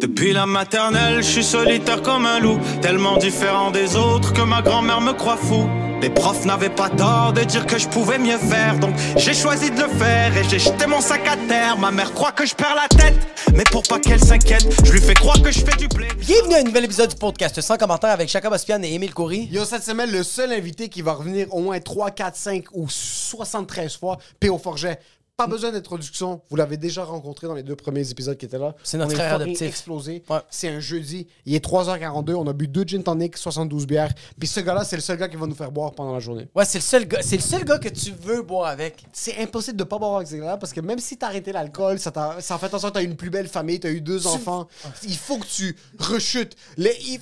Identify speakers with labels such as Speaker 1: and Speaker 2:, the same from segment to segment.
Speaker 1: Depuis la maternelle, je suis solitaire comme un loup, tellement différent des autres que ma grand-mère me croit fou. Les profs n'avaient pas tort de dire que je pouvais mieux faire, donc j'ai choisi de le faire et j'ai jeté mon sac à terre. Ma mère croit que je perds la tête, mais pour pas qu'elle s'inquiète, je lui fais croire que je fais du blé.
Speaker 2: Bienvenue à un nouvel épisode du podcast sans commentaire avec Chaka Bospian et Émile Coury.
Speaker 3: Yo, cette semaine, le seul invité qui va revenir au moins 3, 4, 5 ou 73 fois, P.O. Forget.
Speaker 2: Mm.
Speaker 3: Pas besoin d'introduction, vous l'avez déjà rencontré dans les deux premiers épisodes qui étaient là.
Speaker 2: C'est notre
Speaker 3: On est
Speaker 2: frère
Speaker 3: fucking
Speaker 2: adoptif.
Speaker 3: explosé.
Speaker 2: Ouais.
Speaker 3: C'est un jeudi, il est 3h42, on a bu deux gin tonic, 72 bières. Puis ce gars-là, c'est le seul gars qui va nous faire boire pendant la journée.
Speaker 2: Ouais, c'est le seul gars, c'est le seul gars que tu veux boire avec.
Speaker 3: C'est impossible de pas boire avec ce gars-là parce que même si t'as arrêté l'alcool, ça, t'a- ça en fait en sorte que t'as une plus belle famille, t'as eu deux enfants. Il faut que tu rechutes. Le- Il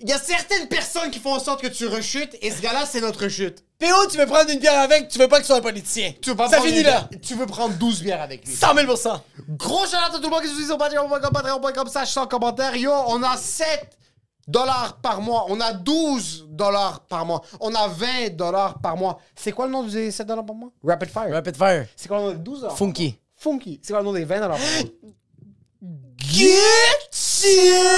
Speaker 3: il y a certaines personnes qui font en sorte que tu rechutes et ce gars-là, c'est notre rechute.
Speaker 2: PO, tu veux prendre une bière avec, tu veux pas que ce soit un politicien.
Speaker 3: Tu veux pas
Speaker 2: Ça
Speaker 3: prendre
Speaker 2: finit
Speaker 3: une-
Speaker 2: là.
Speaker 3: Tu veux prendre 12 bières avec lui.
Speaker 2: 100 000 Ça
Speaker 3: Gros shout à tout le monde qui se dit sur patreon.com, patreon.com, slash sans commentaire. Yo, on a 7 dollars par mois. On a 12 dollars par mois. On a 20 dollars par mois. C'est quoi le nom des 7 dollars par mois? Rapid Fire.
Speaker 2: Rapid fire.
Speaker 3: C'est quoi le nom des 12 dollars?
Speaker 2: Funky.
Speaker 3: Funky. C'est quoi le nom des 20 dollars par mois?
Speaker 2: Get you!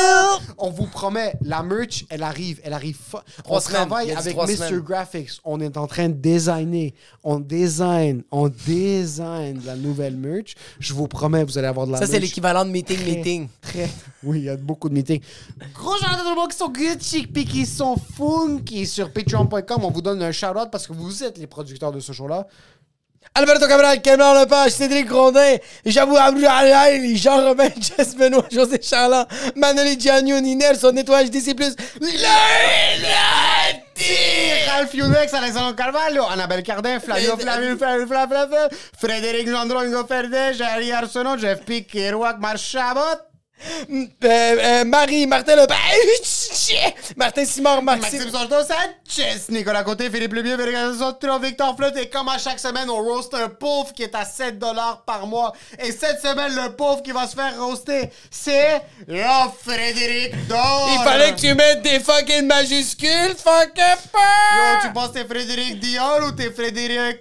Speaker 3: On vous promet, la merch, elle arrive, elle arrive. fa-
Speaker 2: Trois
Speaker 3: on
Speaker 2: semaines.
Speaker 3: travaille
Speaker 2: Il a dit
Speaker 3: avec
Speaker 2: trois
Speaker 3: Mr.
Speaker 2: semaines.
Speaker 3: Graphics. On est en train de designer. On design, on design la nouvelle merch. Je vous promets, vous allez avoir de la
Speaker 2: Ça, c'est
Speaker 3: merch.
Speaker 2: l'équivalent de meeting,
Speaker 3: Très,
Speaker 2: meeting.
Speaker 3: Très. Oui, il y a beaucoup de meetings. Gros shout-out à tout le monde qui sont good chic puis qui sont funky sur patreon.com. On vous donne un shout-out parce que vous êtes les producteurs de ce show-là.
Speaker 2: Alberto Cabral, Cameron Lepage, Cédric Grondin, Javou Abdoulaye, Jean-Robin, Jess Benoît, José Charland, Manoli Giannio, Niner, son nettoyage d'ici plus.
Speaker 3: Ralph Younex, Alexandre Carvalho, Annabelle Cardin, Flavio Flavio, Flavio Flavio, Flavio, Frédéric Landrongo Ferdet, Jerry Arsenault, Jeff Piquet, Roac Marchabot,
Speaker 2: Euh, euh, Marie, Martin Lepage, Martin Simard,
Speaker 3: Maxime
Speaker 2: Maxime.
Speaker 3: Santos Sanchez, Nicolas Côté, Philippe Lebier, Véronique Sotro, Victor Fleuth. Et comme à chaque semaine, on roast un pauvre qui est à 7 par mois. Et cette semaine, le pauvre qui va se faire roaster, c'est le Frédéric Dor.
Speaker 2: Il fallait que tu mettes des fucking majuscules, fucking
Speaker 3: Yo, Euh, tu
Speaker 2: pas!
Speaker 3: penses que t'es Frédéric Dior ou t'es Frédéric...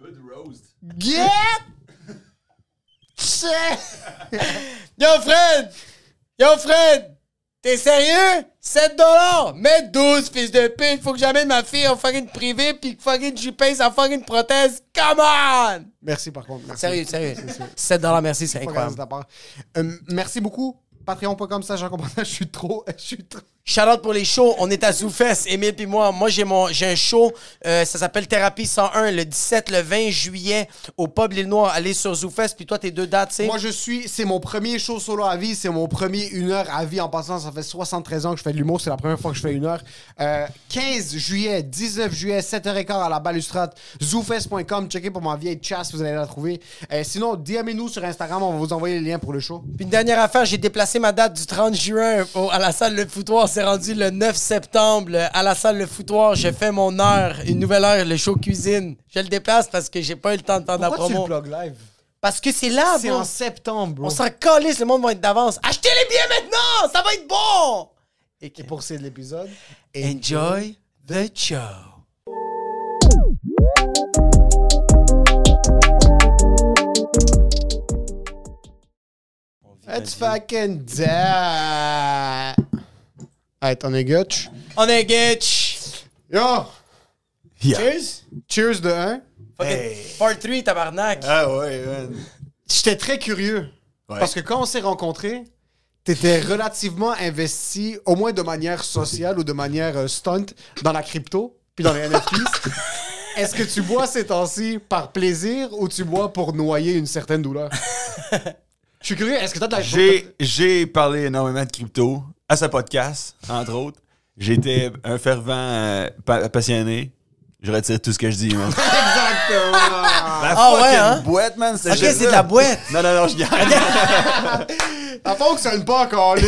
Speaker 3: Good roast. Get...
Speaker 2: Yo Fred! Yo Fred! T'es sérieux? 7 dollars! Mets 12, fils de pute! Faut que j'amène ma fille en fucking privé pis que fucking j'y paye sa fucking prothèse! Come on!
Speaker 3: Merci par contre. merci.
Speaker 2: Sérieux, sérieux. 7 dollars, merci, c'est
Speaker 3: Pas grave de
Speaker 2: incroyable.
Speaker 3: ta part. Euh, merci beaucoup. Patreon.com ça, j'en comprends. Je suis trop. Je suis trop.
Speaker 2: Shout-out pour les shows. On est à Zoufès, Émile puis moi. Moi, j'ai mon, j'ai un show. euh, ça s'appelle Thérapie 101, le 17, le 20 juillet, au Pub L'Île Noire. Allez sur Zoufès, puis toi, tes deux dates, c'est...
Speaker 3: Moi, je suis. C'est mon premier show solo à vie. C'est mon premier une heure à vie. En passant, ça fait 73 ans que je fais de l'humour. C'est la première fois que je fais une heure. Euh, 15 juillet, 19 juillet, 7h15 à la balustrade. Zoufest.com. Checkez pour ma vieille chasse. Vous allez la trouver. Euh, sinon, DM-nous sur Instagram. On va vous envoyer les liens pour le show.
Speaker 2: Puis une dernière affaire, j'ai déplacé ma date du 30 juin au- à la salle Le Foutoir. C'est rendu le 9 septembre euh, à la salle Le Foutoir. Je fais mon heure, une nouvelle heure, le show cuisine. Je le déplace parce que j'ai pas eu le temps de faire de la
Speaker 3: Pourquoi tu le
Speaker 2: promo.
Speaker 3: blog live
Speaker 2: Parce que c'est là,
Speaker 3: C'est
Speaker 2: bro.
Speaker 3: en septembre, bro.
Speaker 2: On s'en calisse, le monde va être d'avance. Achetez les billets maintenant, ça va être bon! Et que-
Speaker 3: Et pour cet épisode.
Speaker 2: Enjoy the show.
Speaker 3: Let's fucking die. Hey, t'en es gutch?
Speaker 2: On est Gitch.
Speaker 3: Yo!
Speaker 2: Cheers.
Speaker 3: Cheers de 1.
Speaker 2: Fucking Part 3, tabarnak.
Speaker 3: Ah ouais, J'étais très curieux. Parce que quand on s'est rencontrés, t'étais relativement investi, au moins de manière sociale ou de manière euh, stunt, dans la crypto, puis dans les NFTs. Est-ce que tu bois ces temps-ci par plaisir ou tu bois pour noyer une certaine douleur? Je suis curieux, est-ce que t'as de la...
Speaker 4: J'ai, j'ai parlé énormément de crypto à ce podcast, entre autres. J'étais un fervent euh, pa- passionné. Je retire tout ce que je dis, man.
Speaker 3: Exactement!
Speaker 4: La
Speaker 2: Ah ouais,
Speaker 4: fucking
Speaker 2: hein?
Speaker 4: boîte, man.
Speaker 2: Ok,
Speaker 4: shit-là.
Speaker 2: c'est de la boîte.
Speaker 4: Non, non, non, je gagne.
Speaker 3: Ça fonctionne pas, Carlis!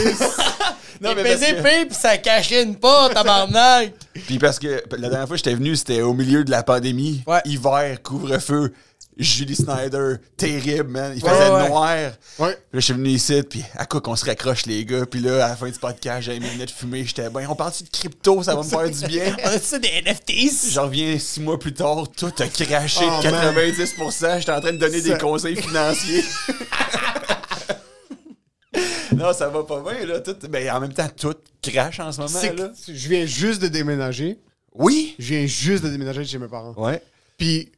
Speaker 4: non, mais parce
Speaker 2: Pesé
Speaker 4: que-
Speaker 2: pis ça cachait une pas, tabarnak.
Speaker 4: Puis parce que la dernière fois que j'étais venu, c'était au milieu de la pandémie.
Speaker 2: Ouais.
Speaker 4: Hiver, couvre-feu. Julie Snyder, terrible, man. Il
Speaker 2: Ouais,
Speaker 4: faisait
Speaker 2: ouais.
Speaker 4: noir.
Speaker 3: Ouais.
Speaker 4: Là, je suis venu ici, puis à quoi qu'on se raccroche, les gars. Puis là, à la fin du podcast, j'avais mes lunettes fumées. J'étais, ben, on parle-tu de crypto? Ça va me faire du bien.
Speaker 2: On a ça des NFTs?
Speaker 4: Je reviens six mois plus tard, tout a craché
Speaker 3: Oh,
Speaker 4: de 90%. J'étais en train de donner
Speaker 3: Ça-
Speaker 4: des conseils financiers. Non, ça va pas bien, là. Tout, ben, en même temps, tout crache en ce moment,
Speaker 3: C'est
Speaker 4: là.
Speaker 3: que je viens juste de déménager.
Speaker 4: Oui!
Speaker 3: Je viens juste de déménager de chez mes parents.
Speaker 4: Ouais.
Speaker 3: Puis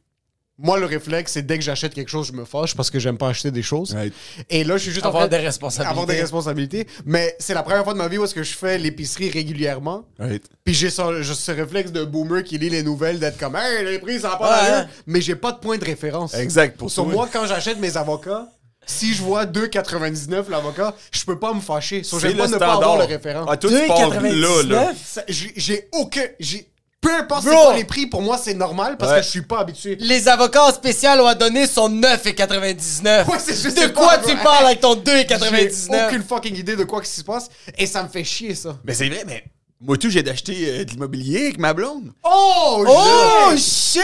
Speaker 3: moi, le réflexe, c'est dès que j'achète quelque chose, je me fâche parce que j'aime pas acheter des choses.
Speaker 4: Right.
Speaker 3: Et là, je suis juste en
Speaker 2: Avoir
Speaker 3: train
Speaker 2: des responsabilités.
Speaker 3: d'avoir des responsabilités. Mais c'est la première fois de ma vie où est-ce que je fais l'épicerie régulièrement.
Speaker 4: Right.
Speaker 3: Puis j'ai ce, j'ai ce réflexe de boomer qui lit les nouvelles d'être comme Hey, les prix, ça va pas
Speaker 2: Ouais,
Speaker 3: d'allure.
Speaker 2: hein.
Speaker 3: Mais j'ai pas de point de référence.
Speaker 4: Exact, pour
Speaker 3: Sur
Speaker 4: toi.
Speaker 3: moi, quand j'achète mes avocats, si je vois 2,99 l'avocat, je peux pas me fâcher. Sur
Speaker 4: C'est
Speaker 3: j'aime pas
Speaker 4: le
Speaker 3: ne pas avoir
Speaker 4: standard.
Speaker 3: le référent.
Speaker 4: Ah, toi, tu pars là, là.
Speaker 2: 2,99?
Speaker 3: Ça, J'ai j'ai aucun. j'ai- Peu importe c'est
Speaker 2: Bro.
Speaker 3: quoi les prix, pour moi, c'est normal parce
Speaker 4: Ouais.
Speaker 3: que je suis pas habitué.
Speaker 2: Les avocats en spécial ont donné son 9,99.
Speaker 3: Ouais, c'est juste
Speaker 2: de
Speaker 3: pas
Speaker 2: quoi
Speaker 3: vrai.
Speaker 2: tu parles avec ton
Speaker 3: J'ai
Speaker 2: 2,99?
Speaker 3: aucune fucking idée de quoi qui se passe et ça me fait chier, ça.
Speaker 4: Mais c'est vrai, mais moi, tout, j'ai d'acheter euh, de l'immobilier avec ma blonde.
Speaker 3: Oh,
Speaker 2: Oh
Speaker 3: shit!
Speaker 2: shit!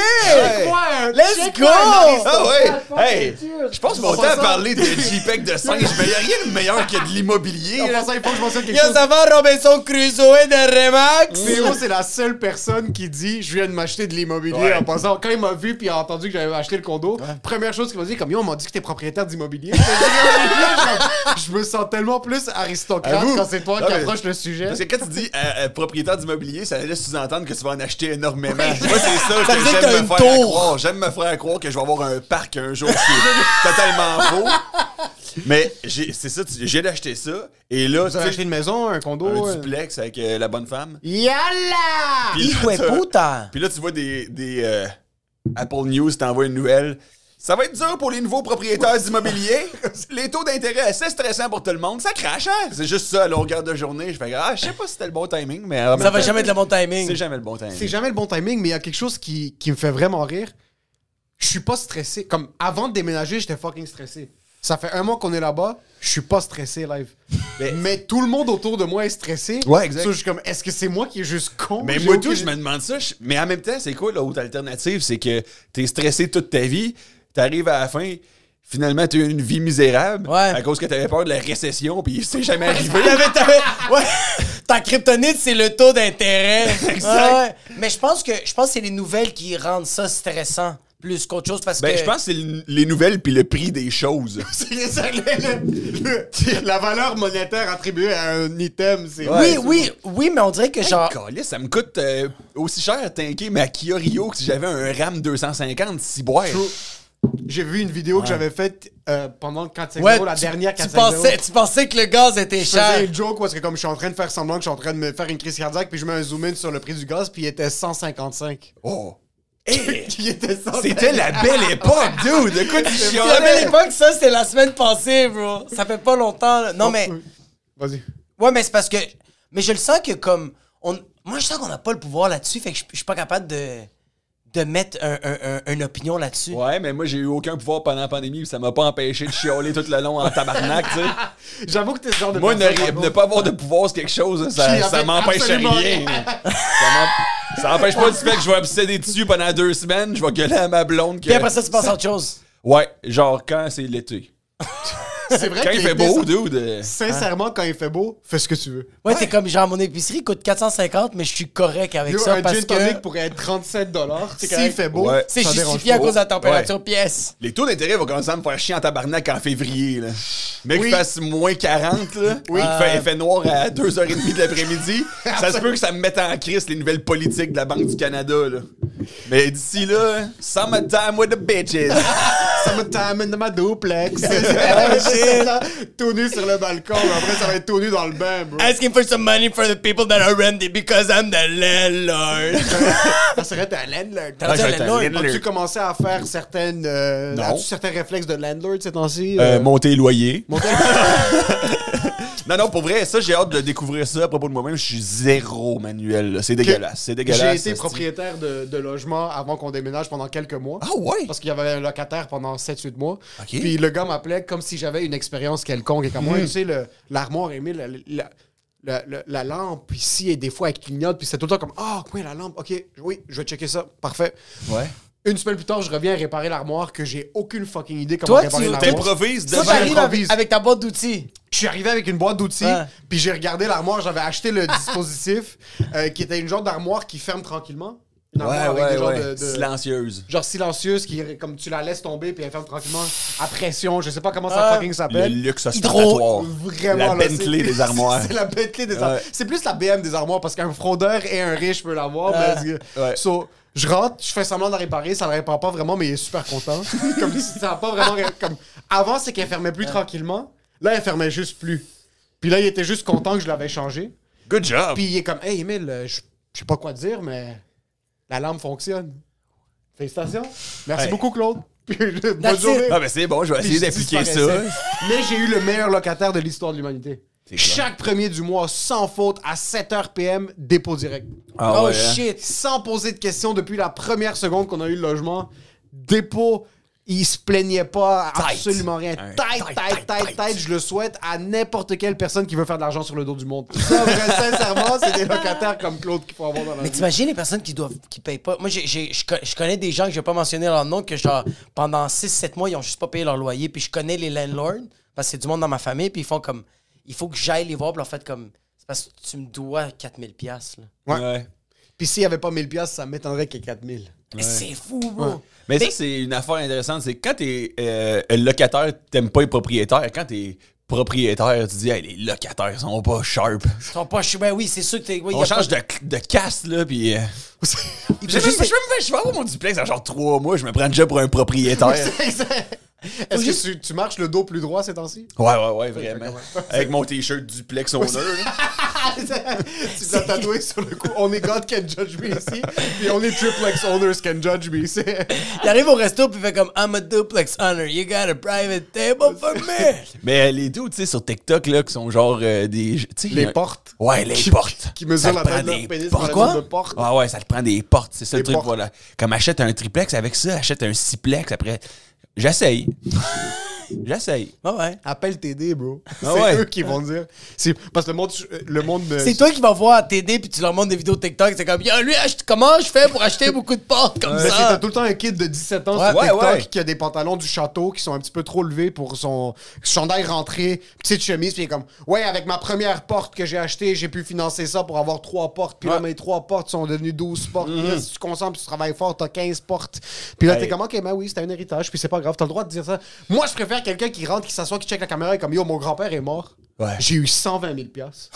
Speaker 3: Quoi, un-
Speaker 2: Let's
Speaker 3: check
Speaker 2: go!
Speaker 3: un horizon.
Speaker 4: Ah
Speaker 3: Plateforme
Speaker 4: ouais! Hey!
Speaker 3: culture.
Speaker 4: Je pense mon
Speaker 3: En
Speaker 4: temps à
Speaker 3: passant-
Speaker 4: parler de JPEG de 5, mais il n'y a rien de meilleur que de
Speaker 3: En
Speaker 4: l'immobilier. là.
Speaker 3: passant, il faut que je mentionne quelque
Speaker 2: Yo,
Speaker 3: chose.
Speaker 2: ça va Robinson Crusoe de Remax?
Speaker 3: Théo, c'est la seule personne qui dit Je viens de m'acheter de l'immobilier.
Speaker 4: Ouais.
Speaker 3: En passant, quand il m'a vu puis il a entendu que j'avais acheté le condo, première chose qu'il m'a dit, comme Yo, on m'a dit que t'es propriétaire d'immobilier. oh, je me sens tellement plus aristocrate
Speaker 4: Avoue.
Speaker 3: quand c'est toi
Speaker 4: Non,
Speaker 3: qui
Speaker 4: mais-
Speaker 3: approche le sujet.
Speaker 4: Parce que quand tu dis euh, euh, propriétaire d'immobilier, ça laisse sous-entendre que tu vas en acheter énormément. Moi, c'est ça,
Speaker 2: Ça
Speaker 4: que
Speaker 2: veut dire que t'as
Speaker 4: j'aime me
Speaker 2: une
Speaker 4: faire à
Speaker 2: tour.
Speaker 4: croire. J'aime me faire à croire que je vais avoir un parc un jour qui est totalement beau. Mais j'ai- c'est ça, tu- j'ai d'acheter ça. Et là, tu
Speaker 3: Vous avez
Speaker 4: sais,
Speaker 3: acheté une maison, un condo
Speaker 4: un
Speaker 3: euh,
Speaker 4: duplex avec euh, la bonne femme.
Speaker 3: Yalla!
Speaker 4: Puis là,
Speaker 2: Ouais,
Speaker 4: tu-
Speaker 2: putain!
Speaker 4: Puis là, tu vois des, des euh, Apple News t'envoie une nouvelle. Ça va être dur pour les nouveaux propriétaires d'immobilier. Les taux d'intérêt assez stressants pour tout le monde. Ça crache, hein? C'est juste ça, à longueur de journée. Je fais, ah, je sais pas si c'était le bon timing, mais. en même
Speaker 2: Ça va
Speaker 4: temps,
Speaker 2: jamais être le bon timing.
Speaker 4: C'est jamais le bon timing.
Speaker 3: C'est jamais le bon timing, mais il y a quelque chose qui, qui me fait vraiment rire. Je suis pas stressé. Comme avant de déménager, j'étais fucking stressé. Ça fait un mois qu'on est là-bas, je suis pas stressé live. mais, tout le monde autour de moi est stressé.
Speaker 4: Ouais, exact.
Speaker 3: So, je suis comme, est-ce que c'est moi qui est juste con?
Speaker 4: Mais
Speaker 3: J'ai
Speaker 4: moi,
Speaker 3: aucune-
Speaker 4: tout, je me demande ça. Je- Mais en même temps, c'est quoi l'autre alternative? C'est que t'es stressé toute ta vie, t'arrives à la fin, finalement, t'as eu une vie misérable
Speaker 2: Ouais.
Speaker 4: à cause que t'avais peur de la récession, puis c'est jamais arrivé.
Speaker 2: T'avais- t'avais- ouais. Ta kryptonite, c'est le taux d'intérêt. Ah
Speaker 4: Exact.
Speaker 2: Mais je pense que je pense que c'est les nouvelles qui rendent ça stressant plus qu'autre chose parce
Speaker 4: Ben,
Speaker 2: que.
Speaker 4: je pense que c'est le- les nouvelles puis le prix des choses.
Speaker 3: C'est ça, le- le- le- la valeur monétaire attribuée à un item, c'est.
Speaker 2: Oui, oui, oui, mais on dirait que genre.
Speaker 4: Calais, ça me coûte euh, aussi cher à tanker ma Kia Rio que si j'avais un RAM 250 ciboire.
Speaker 3: True. J'ai vu une vidéo que j'avais faite euh, pendant le 4-5
Speaker 2: ouais,
Speaker 3: euros, la
Speaker 2: tu-
Speaker 3: dernière
Speaker 2: tu
Speaker 3: 4-5
Speaker 2: pensais, tu pensais que le gaz était
Speaker 3: je faisais
Speaker 2: cher.
Speaker 3: une joke parce que comme je suis en train de faire semblant que je suis en train de me faire une crise cardiaque, puis je mets un zoom in sur le prix du gaz, puis il était 155.
Speaker 4: Oh. Hey,
Speaker 3: Il était 155.
Speaker 4: C'était la belle époque, dude! De quoi tu
Speaker 2: La belle
Speaker 4: chialais?
Speaker 2: époque, ça, c'est la semaine passée, bro. Ça fait pas longtemps. là. Non, mais.
Speaker 3: Vas-y.
Speaker 2: Ouais, mais c'est parce que. Mais je le sens que comme. On... Moi, je sens qu'on n'a pas le pouvoir là-dessus, fait que je je suis pas capable de, de mettre un- un- un- une opinion là-dessus.
Speaker 4: Ouais, mais moi, j'ai eu aucun pouvoir pendant la pandémie, puis ça m'a pas empêché de chialer tout le long en tabarnak, tu sais.
Speaker 3: J'avoue que t'es ce genre de
Speaker 4: Moi, ne,
Speaker 3: personne,
Speaker 4: ri-
Speaker 3: par
Speaker 4: ne
Speaker 3: contre.
Speaker 4: pas avoir de pouvoir sur quelque chose, ça,
Speaker 3: Qui
Speaker 4: ça
Speaker 3: avait
Speaker 4: m'empêche rien.
Speaker 3: absolument rien.
Speaker 4: Ça m'em- ça m'empêche pas du fait que je vais obséder dessus pendant deux semaines, je vais gueuler à ma blonde que...
Speaker 2: Puis après ça, tu penses à autre chose.
Speaker 4: Ouais, genre quand c'est l'été.
Speaker 3: C'est vrai
Speaker 4: Quand
Speaker 3: que
Speaker 4: il fait
Speaker 3: l'été,
Speaker 4: beau,
Speaker 3: ça-
Speaker 4: dude... euh,
Speaker 3: Sincèrement, quand il fait beau, fais ce que tu veux.
Speaker 2: Ouais, t'es comme genre mon épicerie coûte 450, mais je suis correct avec
Speaker 3: Yo,
Speaker 2: ça
Speaker 3: un
Speaker 2: parce
Speaker 3: gin tonic
Speaker 2: que
Speaker 3: pourrait être 37 S'il
Speaker 2: correct.
Speaker 3: fait beau,
Speaker 4: Ouais.
Speaker 2: c'est
Speaker 3: ça dérange
Speaker 2: justifié à
Speaker 3: pas.
Speaker 2: cause de la température pièce.
Speaker 4: Les taux d'intérêt vont commencer à me faire chier en tabarnak en février. Là. Mec, qu'il fasse moins 40, là. Oui. Il, fait, il fait noir à 2h30 de l'après-midi. ça se peut que ça me mette en crise les nouvelles politiques de la Banque du Canada, là. Mais d'ici là, summertime with the bitches.
Speaker 3: Summertime in my duplex. Tourner sur le balcon, mais après ça va être tourné dans le bain, bro.
Speaker 2: Asking for some money for the people that are renting because I'm the landlord.
Speaker 3: Ça serait ta landlord.
Speaker 2: T'as dit
Speaker 4: je vais
Speaker 2: un
Speaker 4: être un
Speaker 2: landlord?
Speaker 4: landlord.
Speaker 3: As-tu commencé à faire certaines. euh,
Speaker 4: Non.
Speaker 3: As-tu certains réflexes de landlord ces temps-ci? euh?
Speaker 4: Euh, monter loyer. non, non, pour vrai, ça, j'ai hâte de découvrir ça à propos de moi-même. Je suis zéro manuel. là. C'est dégueulasse. C'est
Speaker 3: J'ai
Speaker 4: dégueulasse.
Speaker 3: été
Speaker 4: hostie.
Speaker 3: propriétaire de, de logement avant qu'on déménage pendant quelques mois.
Speaker 4: Ah ouais?
Speaker 3: Parce qu'il y avait un locataire pendant 7-8 mois.
Speaker 4: Ok. Hmm.
Speaker 3: Puis le gars m'appelait comme si j'avais une expérience quelconque. Et comme moi, tu sais, le- l'armoire aimée, la, la, la- la- la lampe ici, et des fois elle clignote. Puis c'est tout le temps comme Ah, oui, la lampe, ok, oui, je vais checker ça, parfait.
Speaker 4: Ouais.
Speaker 3: Une semaine plus tard, je reviens réparer l'armoire que j'ai aucune fucking idée comment
Speaker 2: Toi,
Speaker 3: réparer
Speaker 2: tu-
Speaker 3: l'armoire.
Speaker 4: T'improvises
Speaker 2: Ça,
Speaker 4: devant...
Speaker 2: t'arrives
Speaker 3: j'improvise.
Speaker 2: avec, avec ta boîte d'outils.
Speaker 3: Je suis arrivé avec une boîte d'outils,
Speaker 2: Ouais.
Speaker 3: puis j'ai regardé l'armoire. J'avais acheté le dispositif euh, qui était une genre d'armoire qui ferme tranquillement. Une
Speaker 4: Ouais,
Speaker 3: armoire avec
Speaker 4: ouais,
Speaker 3: des genres
Speaker 4: ouais.
Speaker 3: de- de-
Speaker 4: Silencieuse.
Speaker 3: genre silencieuse qui comme tu la laisses tomber puis elle ferme tranquillement à pression je sais pas comment
Speaker 5: Ah.
Speaker 3: ça fucking
Speaker 4: Le
Speaker 3: s'appelle
Speaker 4: luxe
Speaker 3: Hydro
Speaker 4: ostentatoire.
Speaker 3: vraiment
Speaker 4: La
Speaker 3: là,
Speaker 4: Bentley
Speaker 3: c'est-
Speaker 4: des armoires.
Speaker 3: c'est la Bentley des
Speaker 4: Ouais.
Speaker 3: armoires c'est plus la BM des armoires parce qu'un fraudeur et un riche peut l'avoir
Speaker 5: Ah.
Speaker 3: mais
Speaker 4: Ouais.
Speaker 3: So, je rentre je fais semblant de la réparer ça la répare pas vraiment mais il est super content comme si ça a pas vraiment ré- comme avant c'est qu'elle fermait plus tranquillement là elle fermait juste plus puis là il était juste content que je l'avais changé
Speaker 4: Good job.
Speaker 3: puis il est comme, hey Emile, euh, je je sais pas quoi te dire, mais la lampe fonctionne. Félicitations. Merci
Speaker 4: Ouais.
Speaker 3: beaucoup, Claude. Puis, je- Bonne
Speaker 5: That's
Speaker 3: journée.
Speaker 4: Ah ben c'est bon, je vais
Speaker 3: Puis
Speaker 4: essayer
Speaker 3: je
Speaker 4: d'appliquer ça.
Speaker 3: disparaissais. Mais j'ai eu le meilleur locataire de l'histoire de l'humanité.
Speaker 4: C'est clair.
Speaker 3: Chaque premier du mois, sans faute, à 7h PM, dépôt direct.
Speaker 4: Ah
Speaker 5: oh
Speaker 4: ouais, hein.
Speaker 5: shit.
Speaker 3: Sans poser de questions depuis la première seconde qu'on a eu le logement. Dépôt, il se plaignait pas,
Speaker 4: Tight.
Speaker 3: absolument rien.
Speaker 4: Ouais.
Speaker 3: Tête,
Speaker 4: Tight,
Speaker 3: tête,
Speaker 4: tight,
Speaker 3: tête,
Speaker 4: tight.
Speaker 3: tête, je le souhaite à n'importe quelle personne qui veut faire de l'argent sur le dos du monde. Ça, vrai, sincèrement, c'est des locataires comme Claude qu'il faut avoir dans la
Speaker 5: Mais
Speaker 3: vie.
Speaker 5: t'imagines les personnes qui doivent qui payent pas. Moi, j'ai- j'ai- je co- je connais des gens que je vais pas mentionner leur nom, que genre, pendant 6-7 mois, ils ont juste pas payé leur loyer. Puis je connais les landlords, parce que c'est du monde dans ma famille, puis ils font comme. Il faut que j'aille les voir, puis leur fait comme. C'est parce que tu me dois 4000$. piastres, là.
Speaker 4: Ouais.
Speaker 3: Puis s'il n'y avait pas 1000 piastres, ça m'étonnerait qu'il y ait 4000.
Speaker 5: Mais C'est fou, bro.
Speaker 4: Mais ça,
Speaker 5: Mais-
Speaker 4: c'est une affaire intéressante. C'est quand t'es euh, locataire, t'aimes pas les propriétaires. Quand t'es propriétaire, tu dis, hey, les locataires sont pas sharp.
Speaker 5: Ils sont pas. je- Ben oui, c'est sûr que t'es. ouais, y
Speaker 4: On
Speaker 5: a
Speaker 4: change
Speaker 5: pas-
Speaker 4: de, de caste, là, puis. euh,
Speaker 5: il faut
Speaker 4: Je sais même
Speaker 5: juste-
Speaker 4: pas, je vais me- je vais avoir mon duplex à genre trois mois, je me prends déjà pour un propriétaire. ouais,
Speaker 3: Est-ce que tu, tu marches le dos plus droit ces temps-ci?
Speaker 4: ouais, ouais, vraiment. Avec mon t-shirt duplex owner. là.
Speaker 3: tu te l'as tatoué sur le cou. Only God can judge me ici. Puis only triplex owners can judge me ici.
Speaker 5: Il arrive au resto, puis il fait comme I'm a duplex honor. You got a private table for me.
Speaker 4: Mais euh, les deux, tu sais, sur TikTok, là, qui sont genre euh, des. tu sais,
Speaker 3: Les
Speaker 4: un-
Speaker 3: portes.
Speaker 4: Ouais, les portes.
Speaker 3: Qui mesurent
Speaker 4: Ça
Speaker 3: la
Speaker 4: te prend
Speaker 3: taille de leur
Speaker 4: des
Speaker 3: pénis
Speaker 4: portes.
Speaker 3: dans la
Speaker 5: Quoi?
Speaker 3: zone de porte.
Speaker 4: Ah ouais, ça te prend des portes, c'est ça le
Speaker 3: Des
Speaker 4: truc,
Speaker 3: portes.
Speaker 4: voilà. Comme achète un triplex avec ça, achète un sixplex après. J'essaye. J'essaye.
Speaker 5: Ouais, ouais.
Speaker 3: Appelle TD, bro.
Speaker 4: Ah
Speaker 3: c'est
Speaker 4: ouais.
Speaker 3: eux qui vont dire. C'est- Parce que le monde. Le monde me-
Speaker 5: C'est toi qui vas voir TD puis tu leur montres des vidéos TikTok. C'est comme, Yo, lui, ach- comment je fais pour acheter beaucoup de portes comme
Speaker 3: Mais c'est
Speaker 5: ça?
Speaker 3: t'as tout le temps un kid de 17 ans sur
Speaker 4: Ouais,
Speaker 3: TikTok
Speaker 4: ouais, ouais.
Speaker 3: qui a des pantalons du château qui sont un petit peu trop levés pour son chandail rentré, petite chemise, puis il est comme Ouais, avec ma première porte que j'ai achetée, j'ai pu financer ça pour avoir trois portes, puis là mes trois portes sont devenues 12 portes. Puis là, si tu concentres, puis tu travailles fort, t'as 15 portes. Puis là, t'es
Speaker 4: Hey.
Speaker 3: comme Ok, ben oui, c'était un héritage, puis c'est pas grave, t'as le droit de dire ça. Moi, je préfère quelqu'un qui rentre, qui s'assoit, qui check la caméra et comme Yo, mon grand-père est mort.
Speaker 4: Ouais.
Speaker 3: J'ai eu 120 000 piastres.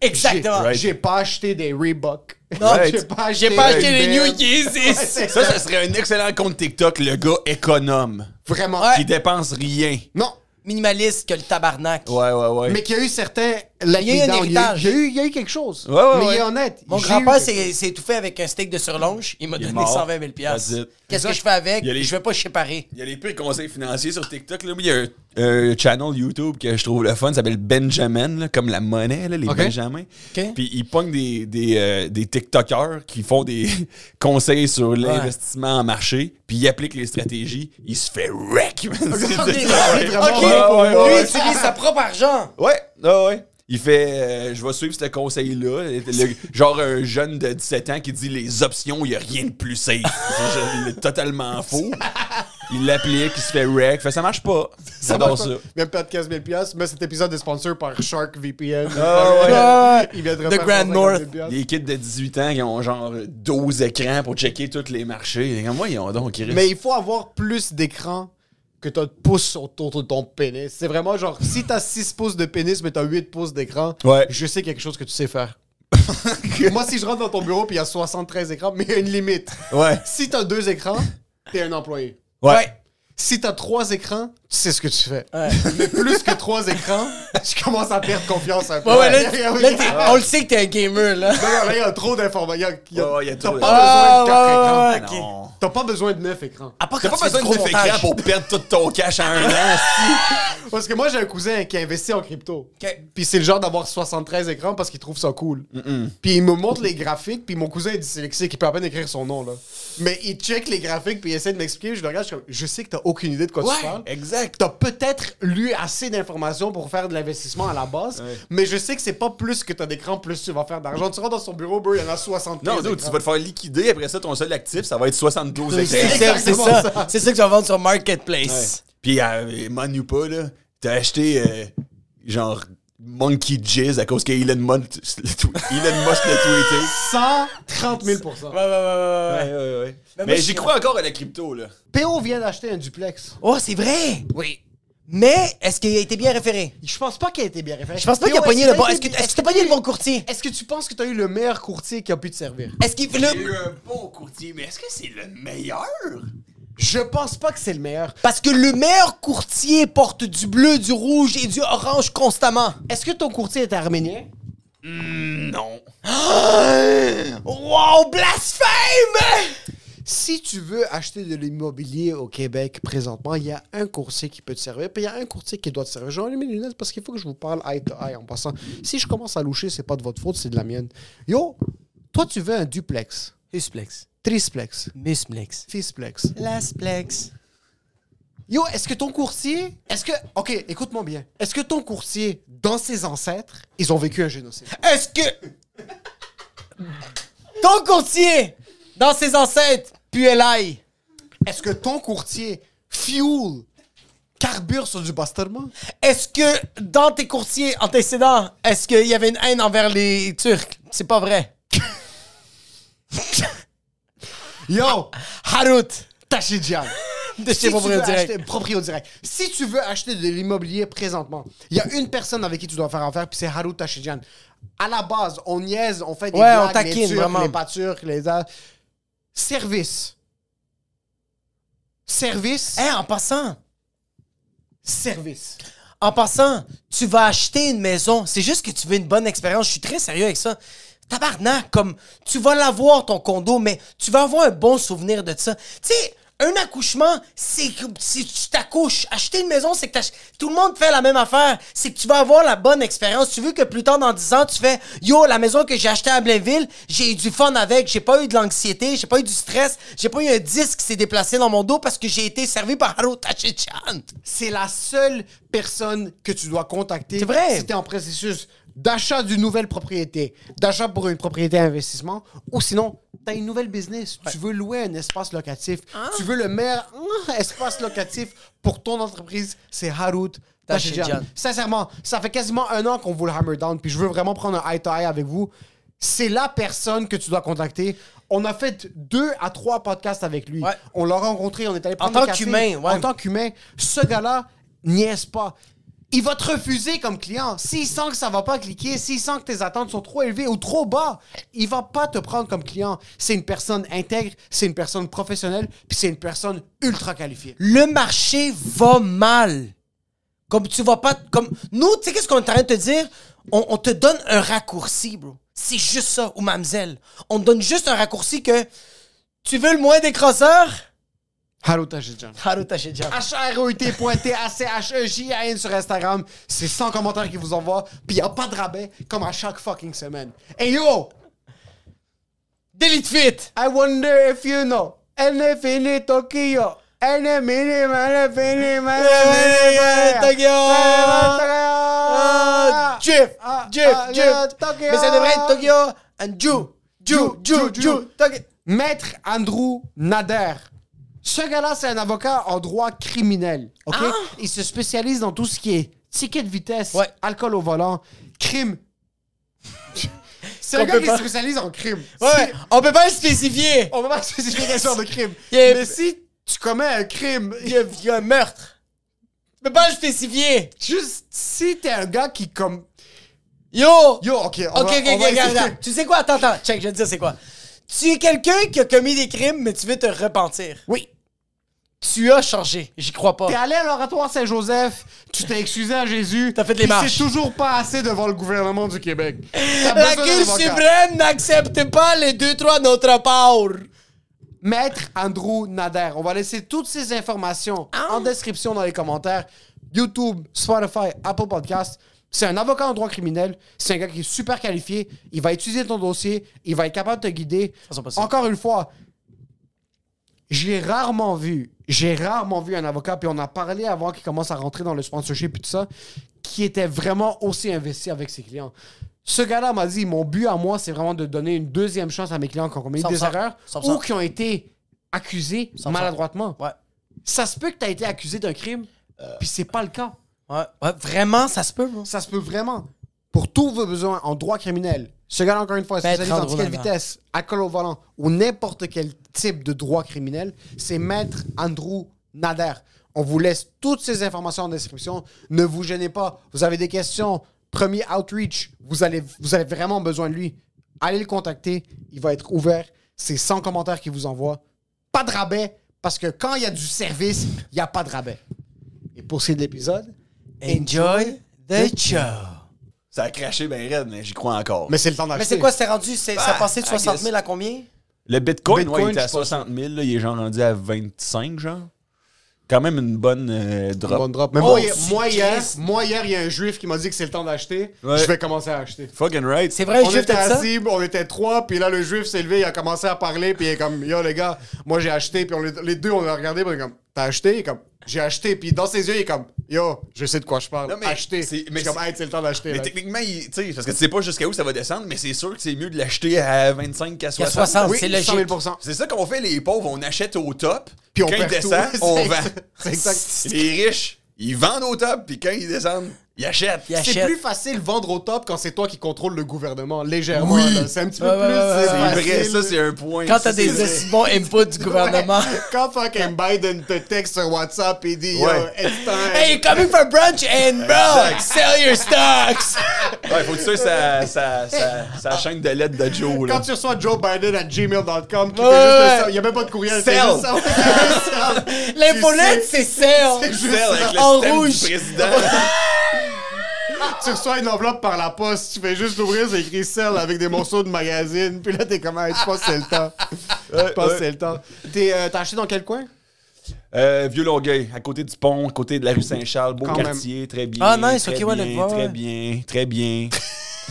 Speaker 5: Exactement.
Speaker 4: Right.
Speaker 3: J'ai pas acheté des Reebok.
Speaker 5: Non,
Speaker 4: Right.
Speaker 3: j'ai pas acheté,
Speaker 5: J'ai pas acheté les
Speaker 3: des
Speaker 5: New
Speaker 3: Vans. Ouais,
Speaker 5: Yeezys.
Speaker 3: c'est
Speaker 4: Ça, ça serait un excellent compte TikTok, le gars économe.
Speaker 3: Vraiment.
Speaker 5: Ouais.
Speaker 4: Qui dépense rien.
Speaker 3: Non,
Speaker 5: Minimaliste que le tabarnak.
Speaker 4: Ouais, ouais, ouais.
Speaker 3: Mais qu'il y a eu certains. let
Speaker 5: Il y a eu
Speaker 3: me
Speaker 5: un
Speaker 3: down.
Speaker 5: héritage.
Speaker 3: Il y a eu, il y a eu quelque chose.
Speaker 4: Ouais, ouais,
Speaker 3: mais il est
Speaker 4: ouais.
Speaker 3: honnête.
Speaker 5: Mon
Speaker 3: J'ai
Speaker 5: grand-père
Speaker 3: eu quelque
Speaker 5: s'est s'est étouffé avec un steak de surlonge. Il m'a
Speaker 4: Il est
Speaker 5: donné
Speaker 4: mort.
Speaker 5: 120 000 piastres.
Speaker 4: That's it.
Speaker 5: Qu'est-ce que je fais avec?
Speaker 4: Il y a les-
Speaker 5: Je vais pas séparer.
Speaker 4: Il y a les pires conseils financiers sur TikTok. Là. Moi, Il y a un, un channel YouTube que je trouve le fun, ça s'appelle Benjamin, là, comme la monnaie, là, les
Speaker 3: Ok.
Speaker 4: Benjamins.
Speaker 5: Ok.
Speaker 4: Puis ils pognent des, des, euh, des TikTokers qui font des conseils sur l'investissement en marché, puis ils appliquent les stratégies. Il se fait wreck, man.
Speaker 5: Ok,
Speaker 4: C'est-
Speaker 3: vraiment-
Speaker 5: ok.
Speaker 4: Ouais, ouais, ouais,
Speaker 5: lui,
Speaker 4: ouais.
Speaker 5: il utilise sa propre argent.
Speaker 4: Ouais, ouais, ouais. Il fait, euh, je vais suivre ce conseil-là. Le- genre un jeune de 17 ans qui dit les options, il n'y a rien de plus safe. C'est genre- il est totalement faux. Il l'applique, il se fait wreck. Fait, ça marche pas. J'adore ça.
Speaker 3: chose. Même pas de 15 000 piastres, mais cet épisode est sponsor par Shark VPN.
Speaker 4: Ah
Speaker 3: Il viendrait
Speaker 5: The
Speaker 3: faire
Speaker 5: Grand
Speaker 3: 150
Speaker 5: North.
Speaker 3: 000 piastres.
Speaker 4: Des kids de 18 ans qui ont genre 12 écrans pour checker tous les marchés. Comme moi, ils ont donc Chris.
Speaker 3: Mais il faut avoir plus d'écran que t'as de pouces autour de ton pénis. C'est vraiment genre, si t'as 6 pouces de pénis, mais t'as 8 pouces d'écran,
Speaker 4: Ouais.
Speaker 3: je sais quelque chose que tu sais faire. Moi, si je rentre dans ton bureau puis il y a 73 écrans, mais il y a une limite.
Speaker 4: Ouais.
Speaker 3: Si t'as deux écrans, t'es un employé.
Speaker 4: Ouais.
Speaker 3: Si t'as trois écrans, tu sais ce que tu fais.
Speaker 5: Ouais.
Speaker 3: Mais plus que trois écrans, je commence à perdre confiance un peu.
Speaker 5: Ouais, ouais, là,
Speaker 3: Il y a-
Speaker 5: là, t'es- on le sait que t'es un gamer, là.
Speaker 3: Non, non, là, il y a trop d'informations. Il y a-
Speaker 4: Ouais, ouais, il y a
Speaker 3: T'as
Speaker 4: trop
Speaker 3: pas besoin
Speaker 5: d'informations.
Speaker 3: de quatre
Speaker 5: Ah,
Speaker 3: écrans.
Speaker 5: ouais, ouais, ouais.
Speaker 4: Non.
Speaker 3: T'as pas besoin de neuf écrans.
Speaker 5: À part
Speaker 4: T'as
Speaker 5: quand
Speaker 4: pas
Speaker 5: tu fais
Speaker 4: besoin
Speaker 5: du
Speaker 4: de
Speaker 5: gros
Speaker 4: neuf écrans
Speaker 5: montage.
Speaker 4: pour perdre tout ton cash en un an.
Speaker 3: Parce que moi, j'ai un cousin qui investit en crypto.
Speaker 5: Ok.
Speaker 3: Puis c'est le genre d'avoir 73 écrans parce qu'il trouve ça cool. Puis il me montre les graphiques, puis mon cousin est dyslexique, il peut à peine écrire son nom, là. Mais il check les graphiques, puis il essaie de m'expliquer, puis je le regarde, je suis comme, je sais que t'as aucune idée de quoi tu parles.
Speaker 4: exact.
Speaker 3: T'as peut-être lu assez d'informations pour faire de l'investissement à la base, mais je sais que c'est pas plus que t'as d'écran, plus tu vas faire d'argent. Tu rentres dans son bureau, bro, il y en a 60
Speaker 4: Non, dude, tu vas te faire liquider. Après ça, ton seul actif, ça va être 72
Speaker 5: C'est
Speaker 4: écrans.
Speaker 5: ça, c'est
Speaker 3: exactement
Speaker 5: ça. C'est ça que tu vas vendre sur Marketplace.
Speaker 4: Puis, euh, m'ennuie pas, là. T'as acheté, euh, genre, Monkey Jizz à cause qu'Elon Musk le tweet- Elon Musk l'a tweeté.
Speaker 3: 130 000
Speaker 2: Ouais, ouais, ouais, ouais, ouais.
Speaker 4: Ouais, ouais,
Speaker 2: Mais
Speaker 4: ouais.
Speaker 2: moi,
Speaker 4: Mais,
Speaker 2: je suis-
Speaker 4: j'y crois encore à la crypto, là.
Speaker 3: PO vient d'acheter un duplex.
Speaker 2: Oh, c'est vrai!
Speaker 3: Oui.
Speaker 2: Mais est-ce qu'il a été bien référé?
Speaker 3: Je pense pas qu'il a été bien référé.
Speaker 2: Je pense pas
Speaker 3: PO,
Speaker 2: qu'il a pogné
Speaker 3: est-ce
Speaker 2: le bon.
Speaker 3: t'as
Speaker 2: Est-ce que
Speaker 3: été-
Speaker 2: est-ce que t'as pogné le bon courtier?
Speaker 3: Est-ce que tu penses que t'as eu le meilleur courtier qui a pu te servir?
Speaker 2: Est-ce qu'il. le-
Speaker 4: J'ai eu un bon courtier, mais est-ce que c'est le meilleur?
Speaker 3: Je pense pas que c'est le meilleur.
Speaker 2: Parce que le meilleur courtier porte du bleu, du rouge et du orange constamment.
Speaker 3: Est-ce que ton courtier est arménien?
Speaker 4: Non.
Speaker 2: Wow, blasphème!
Speaker 3: Si tu veux acheter de l'immobilier au Québec présentement, il y a un courtier qui peut te servir, puis il y a un courtier qui doit te servir. J'ai enlevé mes lunettes parce qu'il faut que je vous parle eye to eye en passant. Si je commence à loucher, c'est pas de votre faute, c'est de la mienne. Yo, toi tu veux un duplex,
Speaker 2: Usplex.
Speaker 3: trisplex,
Speaker 2: Musplex.
Speaker 3: fisplex.
Speaker 2: Lasplex.
Speaker 3: Yo, est-ce que ton courtier, est-ce que, ok, écoute-moi bien, est-ce que ton courtier, dans ses ancêtres, ils ont vécu un génocide?
Speaker 2: Est-ce que. Ton courtier, dans ses ancêtres, puis elle aille.
Speaker 3: Est-ce que ton courtier fuel carbure sur du bastardement?
Speaker 2: Est-ce que dans tes courtiers antécédents, est-ce qu'il y avait une haine envers les Turcs? C'est pas vrai.
Speaker 3: Yo,
Speaker 2: Harut,
Speaker 3: Tachidjan.
Speaker 2: de
Speaker 3: Si
Speaker 2: chez
Speaker 3: tu veux
Speaker 2: Proprio Direct.
Speaker 3: acheter proprio direct. Si tu veux acheter de l'immobilier présentement, il y a une personne avec qui tu dois faire affaire, puis c'est Haru Tachidjan. À la base, on niaise, on fait des
Speaker 2: Ouais,
Speaker 3: blagues,
Speaker 2: on taquine,
Speaker 3: les Turcs,
Speaker 2: vraiment.
Speaker 3: les pas turcs, les... a- Service. Service.
Speaker 2: Hey, Eh, en passant,
Speaker 3: Service.
Speaker 2: en passant, tu vas acheter une maison. C'est juste que tu veux une bonne expérience. Je suis très sérieux avec ça. Tabarnak, comme tu vas l'avoir ton condo, mais tu vas avoir un bon souvenir de ça. Tu sais, un accouchement, c'est que si tu t'accouches. Acheter une maison, c'est que t'ach- tout le monde fait la même affaire. C'est que tu vas avoir la bonne expérience. Tu veux que plus tard, dans 10 ans, tu fais Yo, la maison que j'ai achetée à Blainville, j'ai eu du fun avec, j'ai pas eu de l'anxiété, j'ai pas eu du stress, j'ai pas eu un disque qui s'est déplacé dans mon dos parce que j'ai été servi par Haro Tachichan.
Speaker 3: C'est la seule personne que tu dois contacter
Speaker 2: C'est vrai.
Speaker 3: si tu es en processus d'achat d'une nouvelle propriété, d'achat pour une propriété à investissement, ou sinon, tu as une nouvelle business. Tu veux louer un espace locatif. Tu veux le meilleur hum, espace locatif pour ton entreprise. C'est Harut.
Speaker 2: Tachidjian.
Speaker 3: Tachidjian. Sincèrement, ça fait quasiment un an qu'on vous le hammer down, puis je veux vraiment prendre un eye-to-eye avec vous. C'est la personne que tu dois contacter. On a fait deux à trois podcasts avec lui.
Speaker 2: Ouais.
Speaker 3: On l'a rencontré, on est allé
Speaker 2: En
Speaker 3: prendre un
Speaker 2: tant
Speaker 3: café.
Speaker 2: qu'humain, ouais.
Speaker 3: En tant qu'humain, ce gars-là niaise pas. Il va te refuser comme client. S'il sent que ça va pas cliquer, s'il sent que tes attentes sont trop élevées ou trop bas, il va pas te prendre comme client. C'est une personne intègre, c'est une personne professionnelle, puis c'est une personne ultra qualifiée.
Speaker 2: le marché va mal. Comme tu vas pas. Comme, nous, tu sais, qu'est-ce qu'on est en train de te dire? On, on te donne un raccourci, bro. C'est juste ça, ou mamzelle. On te donne juste un raccourci que tu veux le moins des crosseurs?
Speaker 3: Hello, Tajidjan.
Speaker 2: Haru Tachidjan.
Speaker 3: Ah, E H-R-O-U-T.T-A-C-H-E-J-A-N sur Instagram. C'est 100 commentaires qu'ils vous envoient, puis y a pas de rabais comme à chaque fucking semaine. Hey yo!
Speaker 2: Delete fit!
Speaker 3: I wonder if you know. Enfini E Tokyo. Enfini, enfini,
Speaker 2: Ah, Jif!
Speaker 3: E. Ah,
Speaker 2: Jif!
Speaker 3: ah,
Speaker 2: Jif!
Speaker 3: yeah, Tokyo.
Speaker 2: Mais ça devrait être Tokyo and Ju! Ju! Ju! Ju! Tokyo!
Speaker 3: Maître Andrew Nader. Ce gars-là, c'est un avocat en droit criminel. OK? Il se spécialise dans tout ce qui est ticket de vitesse,
Speaker 2: Ah! Ouais.
Speaker 3: alcool au volant, crime. c'est un
Speaker 2: Qu'on
Speaker 3: gars
Speaker 2: peut
Speaker 3: qui
Speaker 2: pas-
Speaker 3: se spécialise en crime.
Speaker 2: Ouais,
Speaker 3: Si- Oh.
Speaker 2: on peut pas le spécifier!
Speaker 3: On va pas spécifier quel genre de crime.
Speaker 2: Yeah.
Speaker 3: Mais si tu commets un crime,
Speaker 2: Il y, a, il y a un meurtre! Tu peux pas le spécifier!
Speaker 3: juste si t'es un gars qui comme.
Speaker 2: Yo!
Speaker 3: Yo, ok, on
Speaker 2: Ok,
Speaker 3: va-
Speaker 2: ok,
Speaker 3: on
Speaker 2: ok,
Speaker 3: va
Speaker 2: regarde,
Speaker 3: essayer.
Speaker 2: regarde. Tu sais quoi? Attends, attends, check, je vais te dire c'est quoi. Tu es quelqu'un qui a commis des crimes, mais tu veux te repentir.
Speaker 3: Oui.
Speaker 2: Tu as changé, j'y crois pas.
Speaker 3: T'es allé à l'oratoire Saint-Joseph, tu t'es excusé à Jésus.
Speaker 2: T'as fait des
Speaker 3: puis
Speaker 2: marches.
Speaker 3: C'est toujours pas assez devant le gouvernement du Québec.
Speaker 2: La
Speaker 3: T'as besoin
Speaker 2: Cour
Speaker 3: d'un avocat.
Speaker 2: suprême n'accepte pas les deux, trois notre part.
Speaker 3: Maître Andrew Nader. On va laisser toutes ces informations
Speaker 2: Ah.
Speaker 3: en description dans les commentaires. YouTube, Spotify, Apple Podcast. C'est un avocat en droit criminel. C'est un gars qui est super qualifié. Il va étudier ton dossier. Il va être capable de te guider.
Speaker 2: Façon possible.
Speaker 3: Encore une fois, j'ai rarement vu, j'ai rarement vu un avocat, puis on a parlé avant qu'il commence à rentrer dans le sponsorship et tout ça, qui était vraiment aussi investi avec ses clients. Ce gars-là m'a dit, mon but à moi, c'est vraiment de donner une deuxième chance à mes clients qui ont commis des
Speaker 2: 100%.
Speaker 3: erreurs
Speaker 2: 100%.
Speaker 3: ou qui ont été accusés
Speaker 2: 100%.
Speaker 3: maladroitement.
Speaker 2: Ouais,
Speaker 3: Ça se peut que tu as été accusé d'un crime, puis c'est pas le cas.
Speaker 2: ouais, ouais, vraiment, ça se peut, bro.
Speaker 3: Ça se peut vraiment. pour tous vos besoins en droit criminel. Ce gars encore une fois,
Speaker 5: Faites
Speaker 3: spécialiste en
Speaker 5: rendre
Speaker 3: ticket de
Speaker 5: roulant.
Speaker 3: vitesse, alcool au volant ou n'importe quel type de droit criminel, c'est Maître Andrew Nader. On vous laisse toutes ces informations en description. Ne vous gênez pas. Vous avez des questions, premier outreach, vous, allez, vous avez vraiment besoin de lui. Allez le contacter. Il va être ouvert. C'est 100 commentaires qu'il vous envoie. Pas de rabais, parce que quand il y a du service, il n'y a pas de rabais. Et pour cet épisode,
Speaker 5: Enjoy the show.
Speaker 4: Ça a craché ben raide, mais j'y crois encore.
Speaker 3: mais c'est le temps
Speaker 5: Mais
Speaker 3: d'acheter.
Speaker 5: c'est quoi, c'est rendu? C'est, ça a
Speaker 4: Ah,
Speaker 5: passé de
Speaker 4: I
Speaker 5: 60 000
Speaker 4: guess.
Speaker 5: à combien?
Speaker 4: Le Bitcoin, ouais,
Speaker 3: Bitcoin,
Speaker 4: il était
Speaker 3: je
Speaker 4: à
Speaker 3: suis pas
Speaker 4: 60 000, là, il est genre rendu à 25, genre. Quand même une bonne euh, drop.
Speaker 3: Bon drop. Mais
Speaker 5: Oh,
Speaker 3: moi, hier-
Speaker 5: si,
Speaker 3: moi,
Speaker 5: Chris.
Speaker 3: hier, moi, hier, il y a un juif qui m'a dit que c'est le temps d'acheter.
Speaker 4: Ouais.
Speaker 3: Je vais commencer à acheter.
Speaker 4: Fucking right.
Speaker 5: C'est vrai,
Speaker 3: on
Speaker 5: le juif
Speaker 3: était
Speaker 5: t'as dit ça?
Speaker 3: assis, on était trois, puis là, le juif s'est levé, il a commencé à parler, puis il est comme, yo, les gars, moi, j'ai acheté, puis on, les les deux, on l'a regardé, puis on est comme, t'as acheté? Il est comme, j'ai acheté, puis dans ses yeux, il est comme, yo, je sais de quoi je parle.
Speaker 4: Non, mais
Speaker 3: acheter.
Speaker 4: c'est-
Speaker 3: Je
Speaker 4: mais
Speaker 3: suis comme,
Speaker 4: c'est-
Speaker 3: hey, c'est le temps d'acheter.
Speaker 4: Mais
Speaker 3: là.
Speaker 4: techniquement, il- tu sais, parce que tu sais pas jusqu'à où ça va descendre, mais c'est sûr que c'est mieux de l'acheter à 25 qu'à 60.
Speaker 5: 60,
Speaker 3: Oui,
Speaker 5: c'est
Speaker 3: 100 000
Speaker 5: logique.
Speaker 3: 100 000
Speaker 4: C'est ça qu'on fait, les pauvres, on achète au top,
Speaker 3: Puis on
Speaker 4: quand
Speaker 3: perd
Speaker 4: ils descendent,
Speaker 3: tout.
Speaker 4: on
Speaker 3: C'est
Speaker 4: vend.
Speaker 3: exact- c'est exact.
Speaker 4: Les riches, ils vendent au top, puis quand ils descendent, ils achètent.
Speaker 5: Ils achètent.
Speaker 3: C'est plus facile vendre au top quand c'est toi qui contrôle le gouvernement, légèrement.
Speaker 4: Oui.
Speaker 3: là. C'est un petit peu
Speaker 5: Ouais, ouais,
Speaker 3: plus.
Speaker 5: ouais,
Speaker 3: euh,
Speaker 4: C'est vrai,
Speaker 3: facile.
Speaker 4: ça, c'est un point.
Speaker 5: Quand
Speaker 4: Ça,
Speaker 5: t'as
Speaker 4: c'est
Speaker 5: des
Speaker 4: vrai.
Speaker 5: aussi bons inputs du gouvernement.
Speaker 3: Quand fucking Biden te texte sur WhatsApp et dit
Speaker 4: Ouais.
Speaker 3: Yo, it's time.
Speaker 5: Hey, coming for brunch and bro,
Speaker 4: Exact.
Speaker 5: sell your stocks!
Speaker 4: Ouais, faut que tu saches sa, sa, sa, sa chaîne de lettres de Joe,
Speaker 3: Ah. Quand
Speaker 4: là.
Speaker 3: tu reçois Joe Biden à gmail.com, qui
Speaker 5: Ouais,
Speaker 3: fait juste
Speaker 5: ouais.
Speaker 3: le sell, il n'y a même pas de courriel. c'est
Speaker 4: Sell.
Speaker 3: juste ça. Sell.
Speaker 5: L'infolette,
Speaker 3: Tu
Speaker 5: c'est
Speaker 3: sais,
Speaker 5: sell!
Speaker 3: C'est
Speaker 4: Tu
Speaker 3: juste
Speaker 4: sais, avec le
Speaker 5: en
Speaker 4: système
Speaker 5: rouge.
Speaker 4: du président.
Speaker 3: Tu reçois une enveloppe par la poste, tu fais juste l'ouvrir, c'est écrit sell avec des morceaux de magazine. Puis là, t'es comme, Hey, je pense que c'est le temps. Je pense que
Speaker 4: ouais.
Speaker 3: c'est le temps. T'es, euh, T'as acheté dans quel coin
Speaker 4: Euh, Vieux Longueuil, à côté du pont, à côté de la rue Saint-Charles, beau
Speaker 3: Quand même.
Speaker 4: quartier, très bien.
Speaker 5: Ah, nice,
Speaker 4: très
Speaker 5: ok, ouais,
Speaker 4: bien,
Speaker 5: le voir, ouais.
Speaker 4: Très bien, très bien.
Speaker 3: Très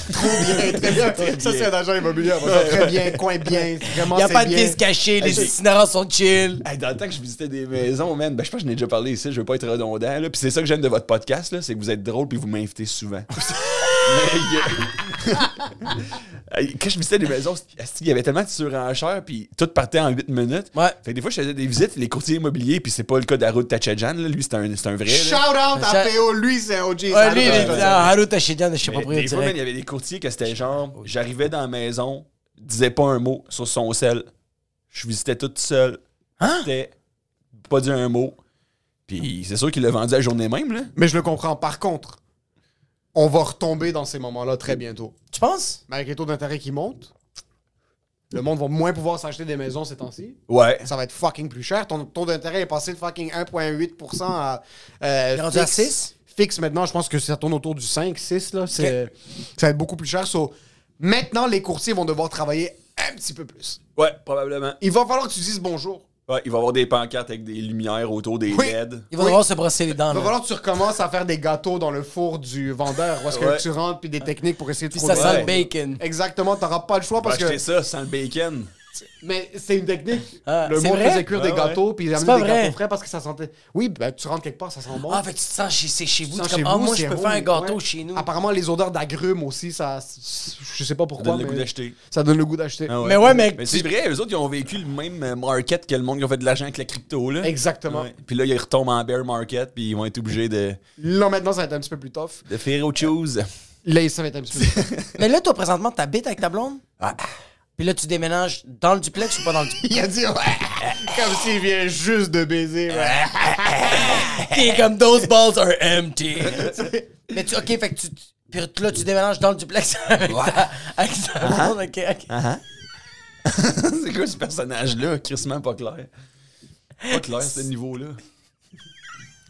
Speaker 3: bien. Ça, c'est un agent immobilier. on va dire, Très bien, coin bien. Vraiment,
Speaker 5: Y a
Speaker 3: c'est
Speaker 5: pas de
Speaker 3: bien. Ah,
Speaker 5: piste cachée, les
Speaker 4: j'ai-
Speaker 5: itinérants sont chill.
Speaker 4: Hey, dans le temps que je visitais des maisons, man, ben, je pense que je n'ai déjà parlé ici, je veux pas être redondant. Là. Puis c'est ça que j'aime de votre podcast, là, c'est que vous êtes drôle puis vous m'invitez souvent. Mais, euh, hey, Quand je visitais des maisons, asti, il y avait tellement de surenchères, puis tout partait en 8 minutes.
Speaker 5: Ouais.
Speaker 4: Fait que des fois, je faisais des visites, les courtiers immobiliers, puis c'est pas le cas d'Arud Tachadjan, là, lui, c'est un, c'est un vrai. là.
Speaker 3: Shout out à
Speaker 5: Ça-
Speaker 3: PO, lui, c'est un OG.
Speaker 5: Ouais, lui, il
Speaker 4: ouais,
Speaker 5: est
Speaker 4: ouais.
Speaker 5: ah, Haru Tachidjan, je sais pas
Speaker 4: Mais
Speaker 5: pourquoi
Speaker 4: des fois, man, il
Speaker 5: direct.
Speaker 4: y avait des courtiers que c'était genre, j'arrivais dans la maison, disais pas un mot sur son sel. Je visitais tout seul. J'étais pas dit un mot. Puis c'est sûr qu'il l'a vendu la journée même, là.
Speaker 3: Mais je le comprends. Par contre, on va retomber dans ces moments-là très bientôt.
Speaker 5: Tu penses?
Speaker 3: Mais avec les taux d'intérêt qui montent, le monde va moins pouvoir s'acheter des maisons ces temps-ci.
Speaker 4: Ouais.
Speaker 3: Ça va être fucking plus cher. Ton taux d'intérêt est passé de fucking 1,8% à. euh,
Speaker 5: Il est rendu à 6?
Speaker 3: Fixe maintenant, je pense que ça tourne autour du 5, 6. Là. C'est- Ça va être beaucoup plus cher. So, maintenant, les courtiers vont devoir travailler un petit peu plus.
Speaker 4: Ouais, probablement.
Speaker 3: Il va falloir que tu dises bonjour.
Speaker 4: Ouais, il va y avoir des pancartes avec des lumières autour des
Speaker 3: Oui.
Speaker 4: LED.
Speaker 5: Ils vont
Speaker 3: Oui.
Speaker 5: devoir se brosser les dents.
Speaker 3: Il va
Speaker 5: là.
Speaker 3: falloir que tu recommences à faire des gâteaux dans le four du vendeur. Parce que
Speaker 4: Ouais.
Speaker 3: tu rentres, puis des techniques pour essayer de
Speaker 5: Puis
Speaker 3: trouver-
Speaker 5: ça sent le
Speaker 4: Ouais.
Speaker 5: bacon.
Speaker 3: Exactement, t'auras pas le choix
Speaker 4: Parce
Speaker 3: parce
Speaker 4: acheter
Speaker 3: que.
Speaker 4: ça sans le bacon.
Speaker 3: Mais c'est une technique.
Speaker 5: Ah,
Speaker 3: le
Speaker 5: c'est
Speaker 3: monde
Speaker 5: vrai?
Speaker 3: faisait cuire des
Speaker 4: Ouais,
Speaker 3: gâteaux puis ils
Speaker 5: C'est
Speaker 3: amenaient des
Speaker 5: pas vrai.
Speaker 3: gâteaux frais parce que ça sentait. Oui, ben tu rentres quelque part, ça sent bon.
Speaker 5: Ah, fait que tu te sens chez, c'est chez vous.
Speaker 3: Ça
Speaker 5: tu
Speaker 3: sent
Speaker 5: comme,
Speaker 3: chez
Speaker 5: ah,
Speaker 3: vous,
Speaker 5: moi,
Speaker 3: c'est
Speaker 5: je peux
Speaker 3: bon,
Speaker 5: faire un gâteau
Speaker 3: ouais.
Speaker 5: chez nous.
Speaker 3: Apparemment, les odeurs d'agrumes aussi, ça. Je sais pas
Speaker 4: Ça
Speaker 3: pourquoi.
Speaker 4: donne le goût
Speaker 3: mais
Speaker 4: d'acheter.
Speaker 3: ça donne le goût d'acheter.
Speaker 4: Ah
Speaker 5: Mais ouais, mais-
Speaker 4: Mais c'est vrai, eux autres, ils ont vécu le même euh, market que le monde qui a fait de l'argent avec la crypto, là.
Speaker 3: Exactement.
Speaker 4: Ouais. Puis là, ils retombent en bear market, puis ils vont être obligés de,
Speaker 3: Là, maintenant, ça va être un petit peu plus tough.
Speaker 4: de faire autre chose.
Speaker 3: Là, ça va être un petit peu plus tough.
Speaker 5: Mais là, toi, présentement, t'habites avec ta blonde?
Speaker 4: Ah.
Speaker 5: Puis là, tu déménages dans le duplex ou pas dans le duplex?
Speaker 3: Il a dit ouais, comme s'il vient juste de baiser.
Speaker 5: Ah,
Speaker 3: ouais.
Speaker 5: T'es comme, those balls are empty. Mais tu, ok, fait que tu. Puis là, tu déménages dans le duplex avec ta, avec
Speaker 3: Ah,
Speaker 5: ta blonde, ok, ok.
Speaker 4: c'est quoi ce personnage-là? Crissement pas clair. Pas clair, ce niveau-là.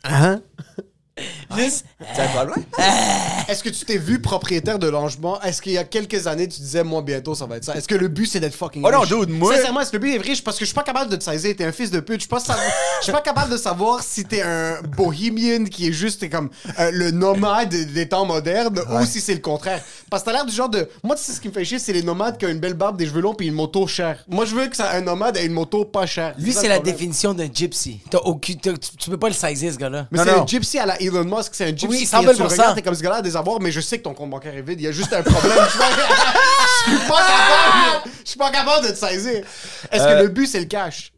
Speaker 4: Hein?
Speaker 3: ah.
Speaker 5: Juste,
Speaker 4: C'est un problème?
Speaker 3: Est-ce que tu t'es vu propriétaire de logement Est-ce qu'il y a quelques années, tu disais moi bientôt ça va être ça Est-ce que le but c'est d'être fucking
Speaker 4: Oh non,
Speaker 3: riche?
Speaker 4: dude, moi-
Speaker 3: Sincèrement, est-ce que le but est riche Parce que je suis pas capable de te saisir. T'es un fils de pute. Je suis pas, sa- je suis pas capable de savoir si t'es un bohémien qui est juste comme euh, le nomade des temps modernes ou si c'est le contraire. Parce que t'as l'air du genre de. Moi, tu sais ce qui me fait chier, c'est les nomades qui ont une belle barbe, des cheveux longs puis une moto chère. Moi, je veux que ça un nomade ait une moto pas chère.
Speaker 5: lui,
Speaker 3: ça
Speaker 5: c'est
Speaker 3: le
Speaker 5: la
Speaker 3: problème.
Speaker 5: définition d'un gypsy. T'as aucune. t'as- tu, tu peux pas le saisir, ce gars-là.
Speaker 3: Mais
Speaker 4: Non,
Speaker 3: c'est
Speaker 4: non.
Speaker 3: un gypsy à la Elon Musk, c'est un gypsy
Speaker 5: Oui,
Speaker 3: qui
Speaker 5: 100
Speaker 3: tu
Speaker 5: 000
Speaker 3: le regardes, t'es comme ce gars-là à des avoirs, mais je sais que ton compte bancaire est vide, il y a juste un problème. Je suis pas- je suis pas capable, je suis pas capable de te saisir. Est-ce que
Speaker 4: Euh,
Speaker 3: le but c'est le cash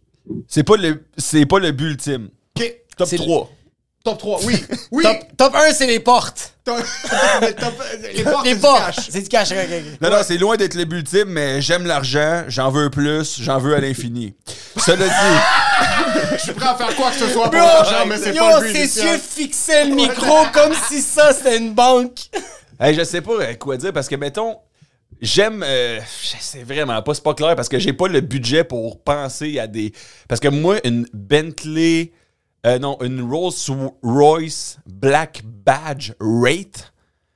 Speaker 4: C'est pas le, c'est pas le but ultime.
Speaker 3: Ok.
Speaker 4: Top
Speaker 5: C'est le-
Speaker 4: 3.
Speaker 3: Top 3, oui. Oui.
Speaker 2: Top, top 1, c'est les portes.
Speaker 3: Top- mais top- les portes,
Speaker 2: Les
Speaker 3: Ah, c'est du
Speaker 2: portes.
Speaker 3: cash.
Speaker 2: C'est du cash. ok, ok.
Speaker 4: Non, non, c'est loin d'être le but ultime, mais j'aime l'argent, j'en veux plus, j'en veux à l'infini. Cela dit,
Speaker 3: Je suis prêt à faire quoi que ce soit pour
Speaker 2: Bro,
Speaker 3: l'argent, mais c'est
Speaker 2: yo,
Speaker 3: pas le but.
Speaker 2: ses
Speaker 3: initial.
Speaker 2: yeux fixaient le micro comme si ça, c'était une banque.
Speaker 4: hey, je sais pas euh, quoi dire parce que, mettons, j'aime. euh, je sais vraiment pas, c'est pas clair parce que j'ai pas le budget pour penser à des. Parce que moi, une Bentley. euh, non, une Rolls Royce Black Badge Rate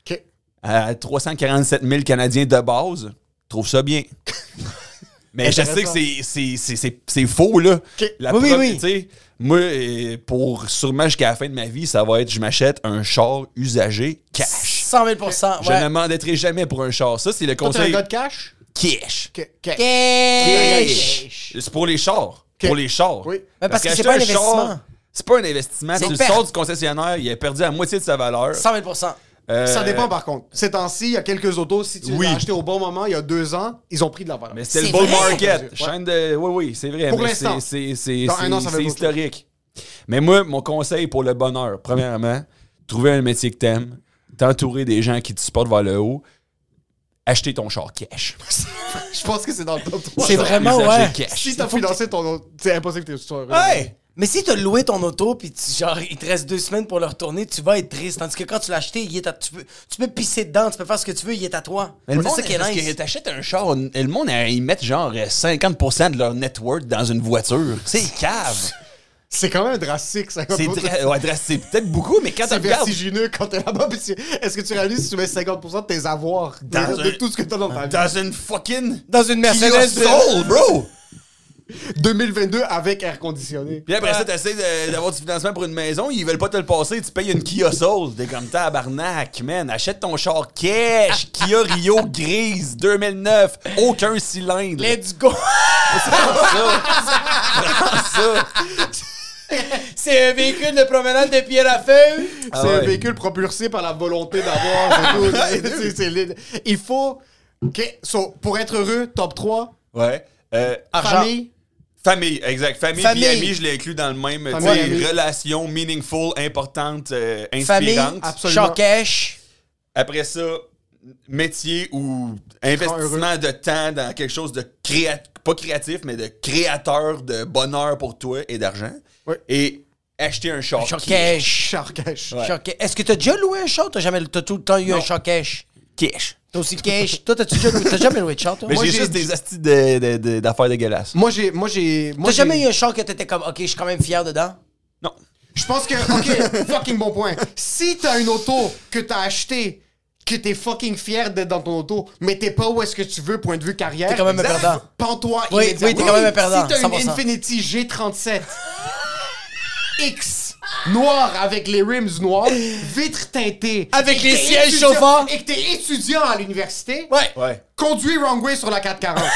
Speaker 3: Ok.
Speaker 4: à 347 000 Canadiens de base, je trouve ça bien. Mais je sais que c'est- c'est- c'est c'est- c'est faux, là. La
Speaker 2: Oui, oui,
Speaker 4: preuve,
Speaker 2: oui.
Speaker 4: tu sais, moi, euh, pour sûrement jusqu'à la fin de ma vie, ça va être je m'achète un char usagé cash.
Speaker 2: 100 000 ouais.
Speaker 4: Je ne m'endetterai jamais pour un char. Ça, c'est le
Speaker 3: Ah Toi, t'es un
Speaker 4: conseil
Speaker 3: gars de cash?
Speaker 4: cash.
Speaker 3: Ok, ok.
Speaker 2: Cash.
Speaker 4: C'est pour les chars. Pour les chars.
Speaker 3: Oui.
Speaker 2: Mais parce que c'est
Speaker 4: qu'acheter
Speaker 2: pas un
Speaker 4: char,
Speaker 2: investissement.
Speaker 4: C'est pas un investissement.
Speaker 2: C'est
Speaker 4: Tu le
Speaker 2: perte.
Speaker 4: sors du concessionnaire, il a perdu la moitié de sa valeur.
Speaker 2: 100 000
Speaker 4: Euh,
Speaker 3: Ça dépend par contre. Ces temps-ci, il y a quelques autos. Si tu
Speaker 4: Oui.
Speaker 3: les as achetés au bon moment, il y a deux ans, ils ont pris de la valeur.
Speaker 4: Mais c'était le
Speaker 2: C'est
Speaker 4: bull
Speaker 2: vrai?
Speaker 4: market.
Speaker 3: Ouais.
Speaker 4: Chaîne de. Oui, oui, c'est vrai.
Speaker 3: Pour
Speaker 4: mais
Speaker 3: l'instant.
Speaker 4: c'est- C'est c'est-
Speaker 3: Dans un an,
Speaker 4: c'est-
Speaker 3: ça va
Speaker 4: c'est
Speaker 3: être autre
Speaker 4: historique. Mais moi, mon conseil pour le bonheur, premièrement, trouver un métier que t'aimes, t'entourer des gens qui te supportent vers le haut, acheter ton char cash.
Speaker 3: Je pense que c'est dans le top 3.
Speaker 2: C'est vraiment,
Speaker 4: Usager
Speaker 2: ouais.
Speaker 4: cash.
Speaker 3: Si t'as financé ton auto, c'est impossible que tu sois heureux.
Speaker 4: Hey!
Speaker 2: Mais si t'as loué ton auto puis tu- genre il te reste deux semaines pour le retourner, tu vas être triste. Tandis que quand tu l'as acheté, il est à- tu, peux, tu peux pisser dedans, tu peux faire ce que tu veux, il est à toi.
Speaker 4: Mais le
Speaker 2: C'est
Speaker 4: monde,
Speaker 2: ça qui est
Speaker 4: parce
Speaker 2: nice.
Speaker 4: que t'achètes un char, le monde, ils mettent genre euh, 50% de leur net worth dans une voiture. C'est cave.
Speaker 3: C'est quand même drastique, ça. comme
Speaker 4: C'est
Speaker 3: auto.
Speaker 4: dra- ouais, dra- c'est peut-être beaucoup, mais quand tu
Speaker 3: C'est
Speaker 4: regardes
Speaker 3: vertigineux quand t'es là-bas. puis tu- Est-ce que tu réalises si tu mets 50% de tes avoirs de,
Speaker 4: Dans
Speaker 3: de
Speaker 4: un-
Speaker 3: tout ce que t'as dans ta vie?
Speaker 4: dans une fucking...
Speaker 2: Dans une
Speaker 4: Kia
Speaker 2: Mercedes.
Speaker 4: Soul, bro!
Speaker 3: 2022 avec air conditionné.
Speaker 4: Puis après ça, t'essaies de- d'avoir du financement pour une maison, ils veulent pas te le passer, tu payes une Kia Soul. T'es comme tabarnak, man. Achète ton char cash, Kia Rio grise 2009, aucun cylindre.
Speaker 2: Let's go.
Speaker 4: Ça,
Speaker 2: C'est un véhicule de promenade de pierre à feu.
Speaker 4: Ah
Speaker 3: c'est un
Speaker 4: ouais.
Speaker 3: véhicule propulsé par la volonté d'avoir. c'est tout. C'est- c'est laid. Il faut. Ok, so, pour être heureux, top 3,
Speaker 4: Ouais. Euh,
Speaker 2: Argent.
Speaker 3: famille.
Speaker 4: Famille, exact. Famille,
Speaker 2: Famille.
Speaker 4: puis amis, je l'ai inclus dans le même. tu
Speaker 3: Famille, amis.
Speaker 4: sais, Relation meaningful, importante, euh,
Speaker 2: Famille,
Speaker 4: inspirante.
Speaker 3: Absolument.
Speaker 2: char cash.
Speaker 4: Après ça, métier ou investissement de temps dans quelque chose de créa- pas créatif, mais de créateur de bonheur pour toi et d'argent.
Speaker 3: Ouais.
Speaker 4: Et acheter un char.
Speaker 2: Char
Speaker 4: qui-
Speaker 2: cash.
Speaker 3: Char cash.
Speaker 2: Char cash. Est-ce que t'as déjà loué un char? T'as jamais, t'as tout le temps eu un char cash.
Speaker 4: Cash.
Speaker 2: T'as aussi cash. toi, t'as-tu déjà loué? T'as jamais loué de char, toi?
Speaker 4: Mais
Speaker 3: Moi,
Speaker 4: j'ai
Speaker 3: j'ai-
Speaker 4: juste des astis de- de- de- d'affaires dégueulasses.
Speaker 3: Moi, j'ai. Moi, j'ai. moi,
Speaker 2: T'as jamais
Speaker 3: j'ai-
Speaker 2: eu un char que t'étais comme, ok, je suis quand même fier dedans?
Speaker 4: Non.
Speaker 3: Je pense que, ok, fucking bon point. Si t'as une auto que t'as achetée, que t'es fucking fier d'être dans ton auto, mais t'es pas où est-ce que tu veux, point de vue carrière.
Speaker 2: T'es quand même un
Speaker 3: exact,
Speaker 2: perdant.
Speaker 3: Pends-toi
Speaker 2: Oui,
Speaker 3: immédiatement.
Speaker 2: oui, t'es quand même un perdant,
Speaker 3: Si t'as une
Speaker 2: 100%.
Speaker 3: Infinity G37 X noire avec les rims noirs, vitres teintées,
Speaker 2: Avec
Speaker 3: et
Speaker 2: les
Speaker 3: que t'es
Speaker 2: sièges
Speaker 3: étudiant-
Speaker 2: chauffants.
Speaker 3: et que t'es étudiant à l'université,
Speaker 2: Ouais.
Speaker 4: Ouais.
Speaker 3: conduis wrong way sur la 440.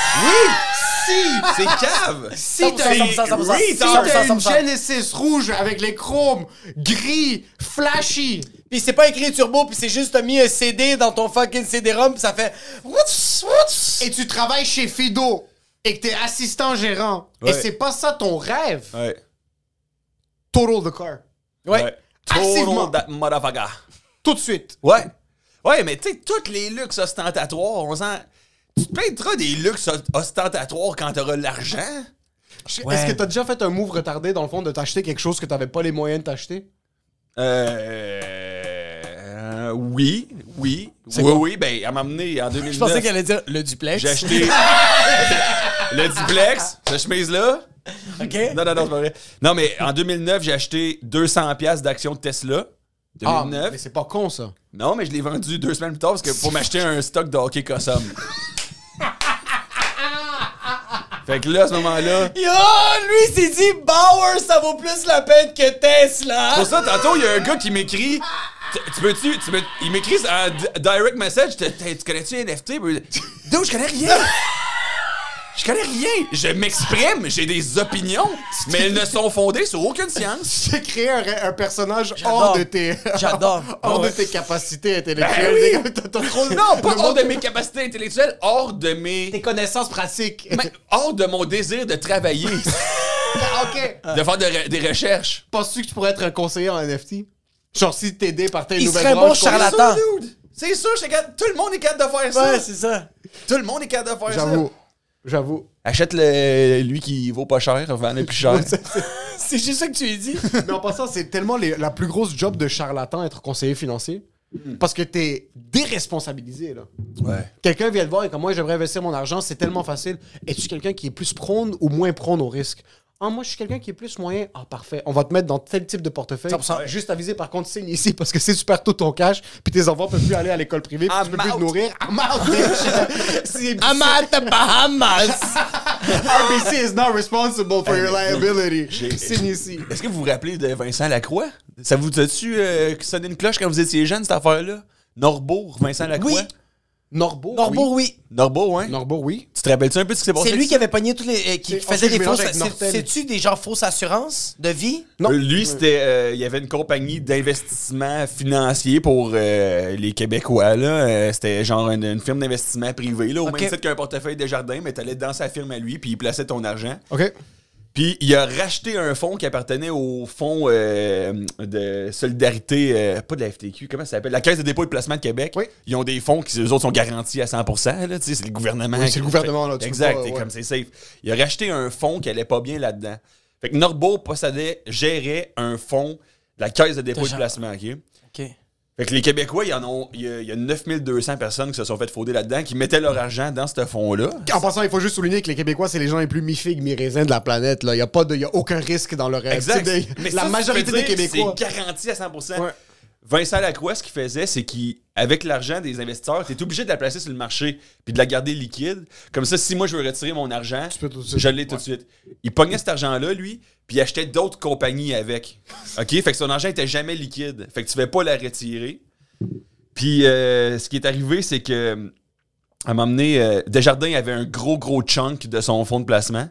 Speaker 4: Si! C'est cave!
Speaker 3: Si
Speaker 2: 100%,
Speaker 3: t'as une,
Speaker 2: 100%,
Speaker 3: si
Speaker 2: 100%,
Speaker 3: t'as une
Speaker 2: 100%.
Speaker 3: Genesis rouge avec les chromes gris, flashy,
Speaker 2: Puis c'est pas écrit turbo, puis c'est juste t'as mis un CD dans ton fucking CD-ROM, puis ça fait. Wouts, wouts.
Speaker 3: et tu travailles chez Fido et que t'es assistant gérant, et
Speaker 4: Ouais.
Speaker 3: c'est pas ça ton rêve,
Speaker 4: Ouais.
Speaker 3: total the car.
Speaker 2: Ouais.
Speaker 4: Total
Speaker 3: Activement.
Speaker 4: that motherfucker.
Speaker 3: Tout de suite.
Speaker 4: Ouais. Ouais, mais tu sais, tous les luxes ostentatoires, on s'en. Tu te painteras des luxes ostentatoires quand t'auras l'argent?
Speaker 3: Je-
Speaker 2: Ouais.
Speaker 3: Est-ce que t'as déjà fait un move retardé dans le fond de t'acheter quelque chose que t'avais pas les moyens de t'acheter?
Speaker 4: Euh. Oui, oui. Oui, oui, ben, elle m'a amené en 2009.
Speaker 2: Je pensais qu'elle allait dire le duplex.
Speaker 4: J'ai acheté le duplex, cette chemise-là.
Speaker 2: Ok.
Speaker 4: Non, non, non, c'est pas vrai. Non, mais en 2009, j'ai acheté 200$ piastres d'actions de Tesla.
Speaker 2: Ah,
Speaker 4: 2009.
Speaker 3: Ah, mais c'est pas con ça.
Speaker 4: non, mais je l'ai vendu deux semaines plus tard parce que pour m'acheter un stock de hockey Cossum. fait que là, à ce moment-là.
Speaker 2: Yo, Oh, lui s'est dit Bauer, ça vaut plus la peine que Tesla.
Speaker 4: Pour ça, tantôt, il y a un gars qui m'écrit. Tu- Tu peux-tu. Tu peux, il m'écrit en di- direct message. Tu tu- tu connais-tu NFT? D'où je connais rien! Je connais rien! Je m'exprime, j'ai des opinions, mais elles ne sont fondées sur aucune science.
Speaker 3: J'ai créé un, un personnage
Speaker 2: J'adore.
Speaker 3: hors de tes.
Speaker 2: J'adore.
Speaker 3: hors
Speaker 2: Ouais. Ben
Speaker 3: de tes capacités intellectuelles. T'as- t'as trop-
Speaker 4: Non, pas
Speaker 3: le
Speaker 4: hors
Speaker 3: monde-
Speaker 4: de mes capacités intellectuelles, hors de
Speaker 3: Tes
Speaker 4: mes.
Speaker 3: connaissances pratiques.
Speaker 4: mais hors de mon désir de travailler.
Speaker 3: Ah, OK.
Speaker 4: De faire de re- des recherches.
Speaker 3: Penses-tu que tu pourrais être un conseiller en NFT? Genre, si t'aider par tes
Speaker 5: Il
Speaker 3: nouvelles
Speaker 5: serait bon
Speaker 3: branches,
Speaker 5: charlatan.
Speaker 3: conseiller-
Speaker 5: Attends.
Speaker 4: C'est sûr, dude. C'est sûr, c'est capable- tout le monde est capable de faire ça.
Speaker 5: Ouais, c'est ça.
Speaker 4: Tout le monde est capable de faire ça.
Speaker 3: J'avoue. J'avoue.
Speaker 4: Achète le, lui qui vaut pas cher, vends-le plus cher.
Speaker 5: C'est juste ça que tu lui dis.
Speaker 3: Mais en passant, c'est tellement les- la plus grosse job de charlatan, être conseiller financier. Parce que t'es déresponsabilisé, là.
Speaker 4: ouais.
Speaker 3: Quelqu'un vient te voir et comme moi, j'aimerais investir mon argent, c'est tellement facile. Es-tu quelqu'un qui est plus prône ou moins prône au risque? Ah, moi, je suis quelqu'un qui est plus moyen. Ah, parfait. On va te mettre dans tel type de portefeuille.
Speaker 5: 100%.
Speaker 3: Ouais. Juste aviser, par contre, signe ici parce que si tu perds tout ton cash, puis tes enfants peuvent plus aller à l'école privée, puis
Speaker 4: I'm
Speaker 3: tu peux plus
Speaker 4: out.
Speaker 3: te nourrir. I'm out, bitch. C'est-
Speaker 5: I'm at the Bahamas.
Speaker 3: RBC is not responsible for your
Speaker 4: mais-
Speaker 3: liability.
Speaker 4: J'ai-
Speaker 3: Signe ici.
Speaker 4: Est-ce que vous vous rappelez de Vincent Lacroix? Ça vous a-tu euh, sonné une cloche quand vous étiez jeune, cette affaire-là? Norbourg, Vincent Lacroix?
Speaker 5: Oui.
Speaker 3: Norbo.
Speaker 5: Norbourg, oui.
Speaker 4: Norbourg, hein?
Speaker 3: Norbo, oui.
Speaker 4: Tu te rappelles-tu un peu de ce qui s'est passé?
Speaker 5: C'est lui qui avait pogné tous les. euh, qui
Speaker 3: C'est-
Speaker 5: faisait
Speaker 3: en fait, je
Speaker 5: des fausses.
Speaker 3: mélange avec
Speaker 5: c'est-
Speaker 3: Nortel.
Speaker 5: C'est-tu des genre fausses assurances de vie?
Speaker 3: Non.
Speaker 4: Euh, Lui, c'était. euh, il y avait une compagnie d'investissement financier pour euh, les Québécois, là. Euh, c'était genre une, une firme d'investissement privée, là, au
Speaker 5: Ok.
Speaker 4: même titre qu'un portefeuille des jardins, mais t'allais dans sa firme à lui, puis il plaçait ton argent.
Speaker 3: OK.
Speaker 4: Puis il a racheté un fonds qui appartenait au fonds euh, de solidarité, euh, pas de la FTQ, comment ça s'appelle La Caisse de dépôt et de placement de Québec.
Speaker 3: Oui.
Speaker 4: Ils ont des fonds qui, eux autres, sont garantis à 100 là, tu sais, c'est le gouvernement.
Speaker 3: Oui, c'est
Speaker 4: qui
Speaker 3: le
Speaker 4: fait.
Speaker 3: gouvernement, là, tu peux
Speaker 4: exact,
Speaker 3: pas,
Speaker 4: et
Speaker 3: ouais.
Speaker 4: comme c'est safe. Il a racheté un fonds qui allait pas bien là-dedans. Fait que Norbo possédait, gérait un fonds de la Caisse de dépôt et de
Speaker 5: genre-
Speaker 4: placement, OK
Speaker 5: OK.
Speaker 4: fait que les Québécois, il y en ont, il y a, il y a 9200 personnes qui se sont fait frauder là-dedans, qui mettaient leur argent dans ce fonds-là.
Speaker 3: En passant, il faut juste souligner que les Québécois, c'est les gens les plus mi-figues, mi-raisins de la planète. Il n'y a, pas de- y a aucun risque dans leur euh,
Speaker 4: Exact.
Speaker 3: Tu sais,
Speaker 4: Mais
Speaker 3: la
Speaker 4: ça,
Speaker 3: majorité
Speaker 4: tu peux
Speaker 3: des
Speaker 4: dire,
Speaker 3: Québécois.
Speaker 4: C'est garanti à 100
Speaker 3: Ouais.
Speaker 4: Vincent Lacroix, ce qu'il faisait, c'est qu'avec l'argent des investisseurs, tu es obligé de la placer sur le marché puis de la garder liquide. Comme ça, si moi je veux retirer mon argent,
Speaker 3: peux tout de suite.
Speaker 4: je l'ai tout de suite. Il pognait cet argent-là, lui, puis il achetait d'autres compagnies avec. OK? Fait que son argent était jamais liquide. Fait que tu ne pas la retirer. Puis euh, ce qui est arrivé, c'est que à un moment donné, euh, Desjardins avait un gros, gros chunk de son fonds de placement.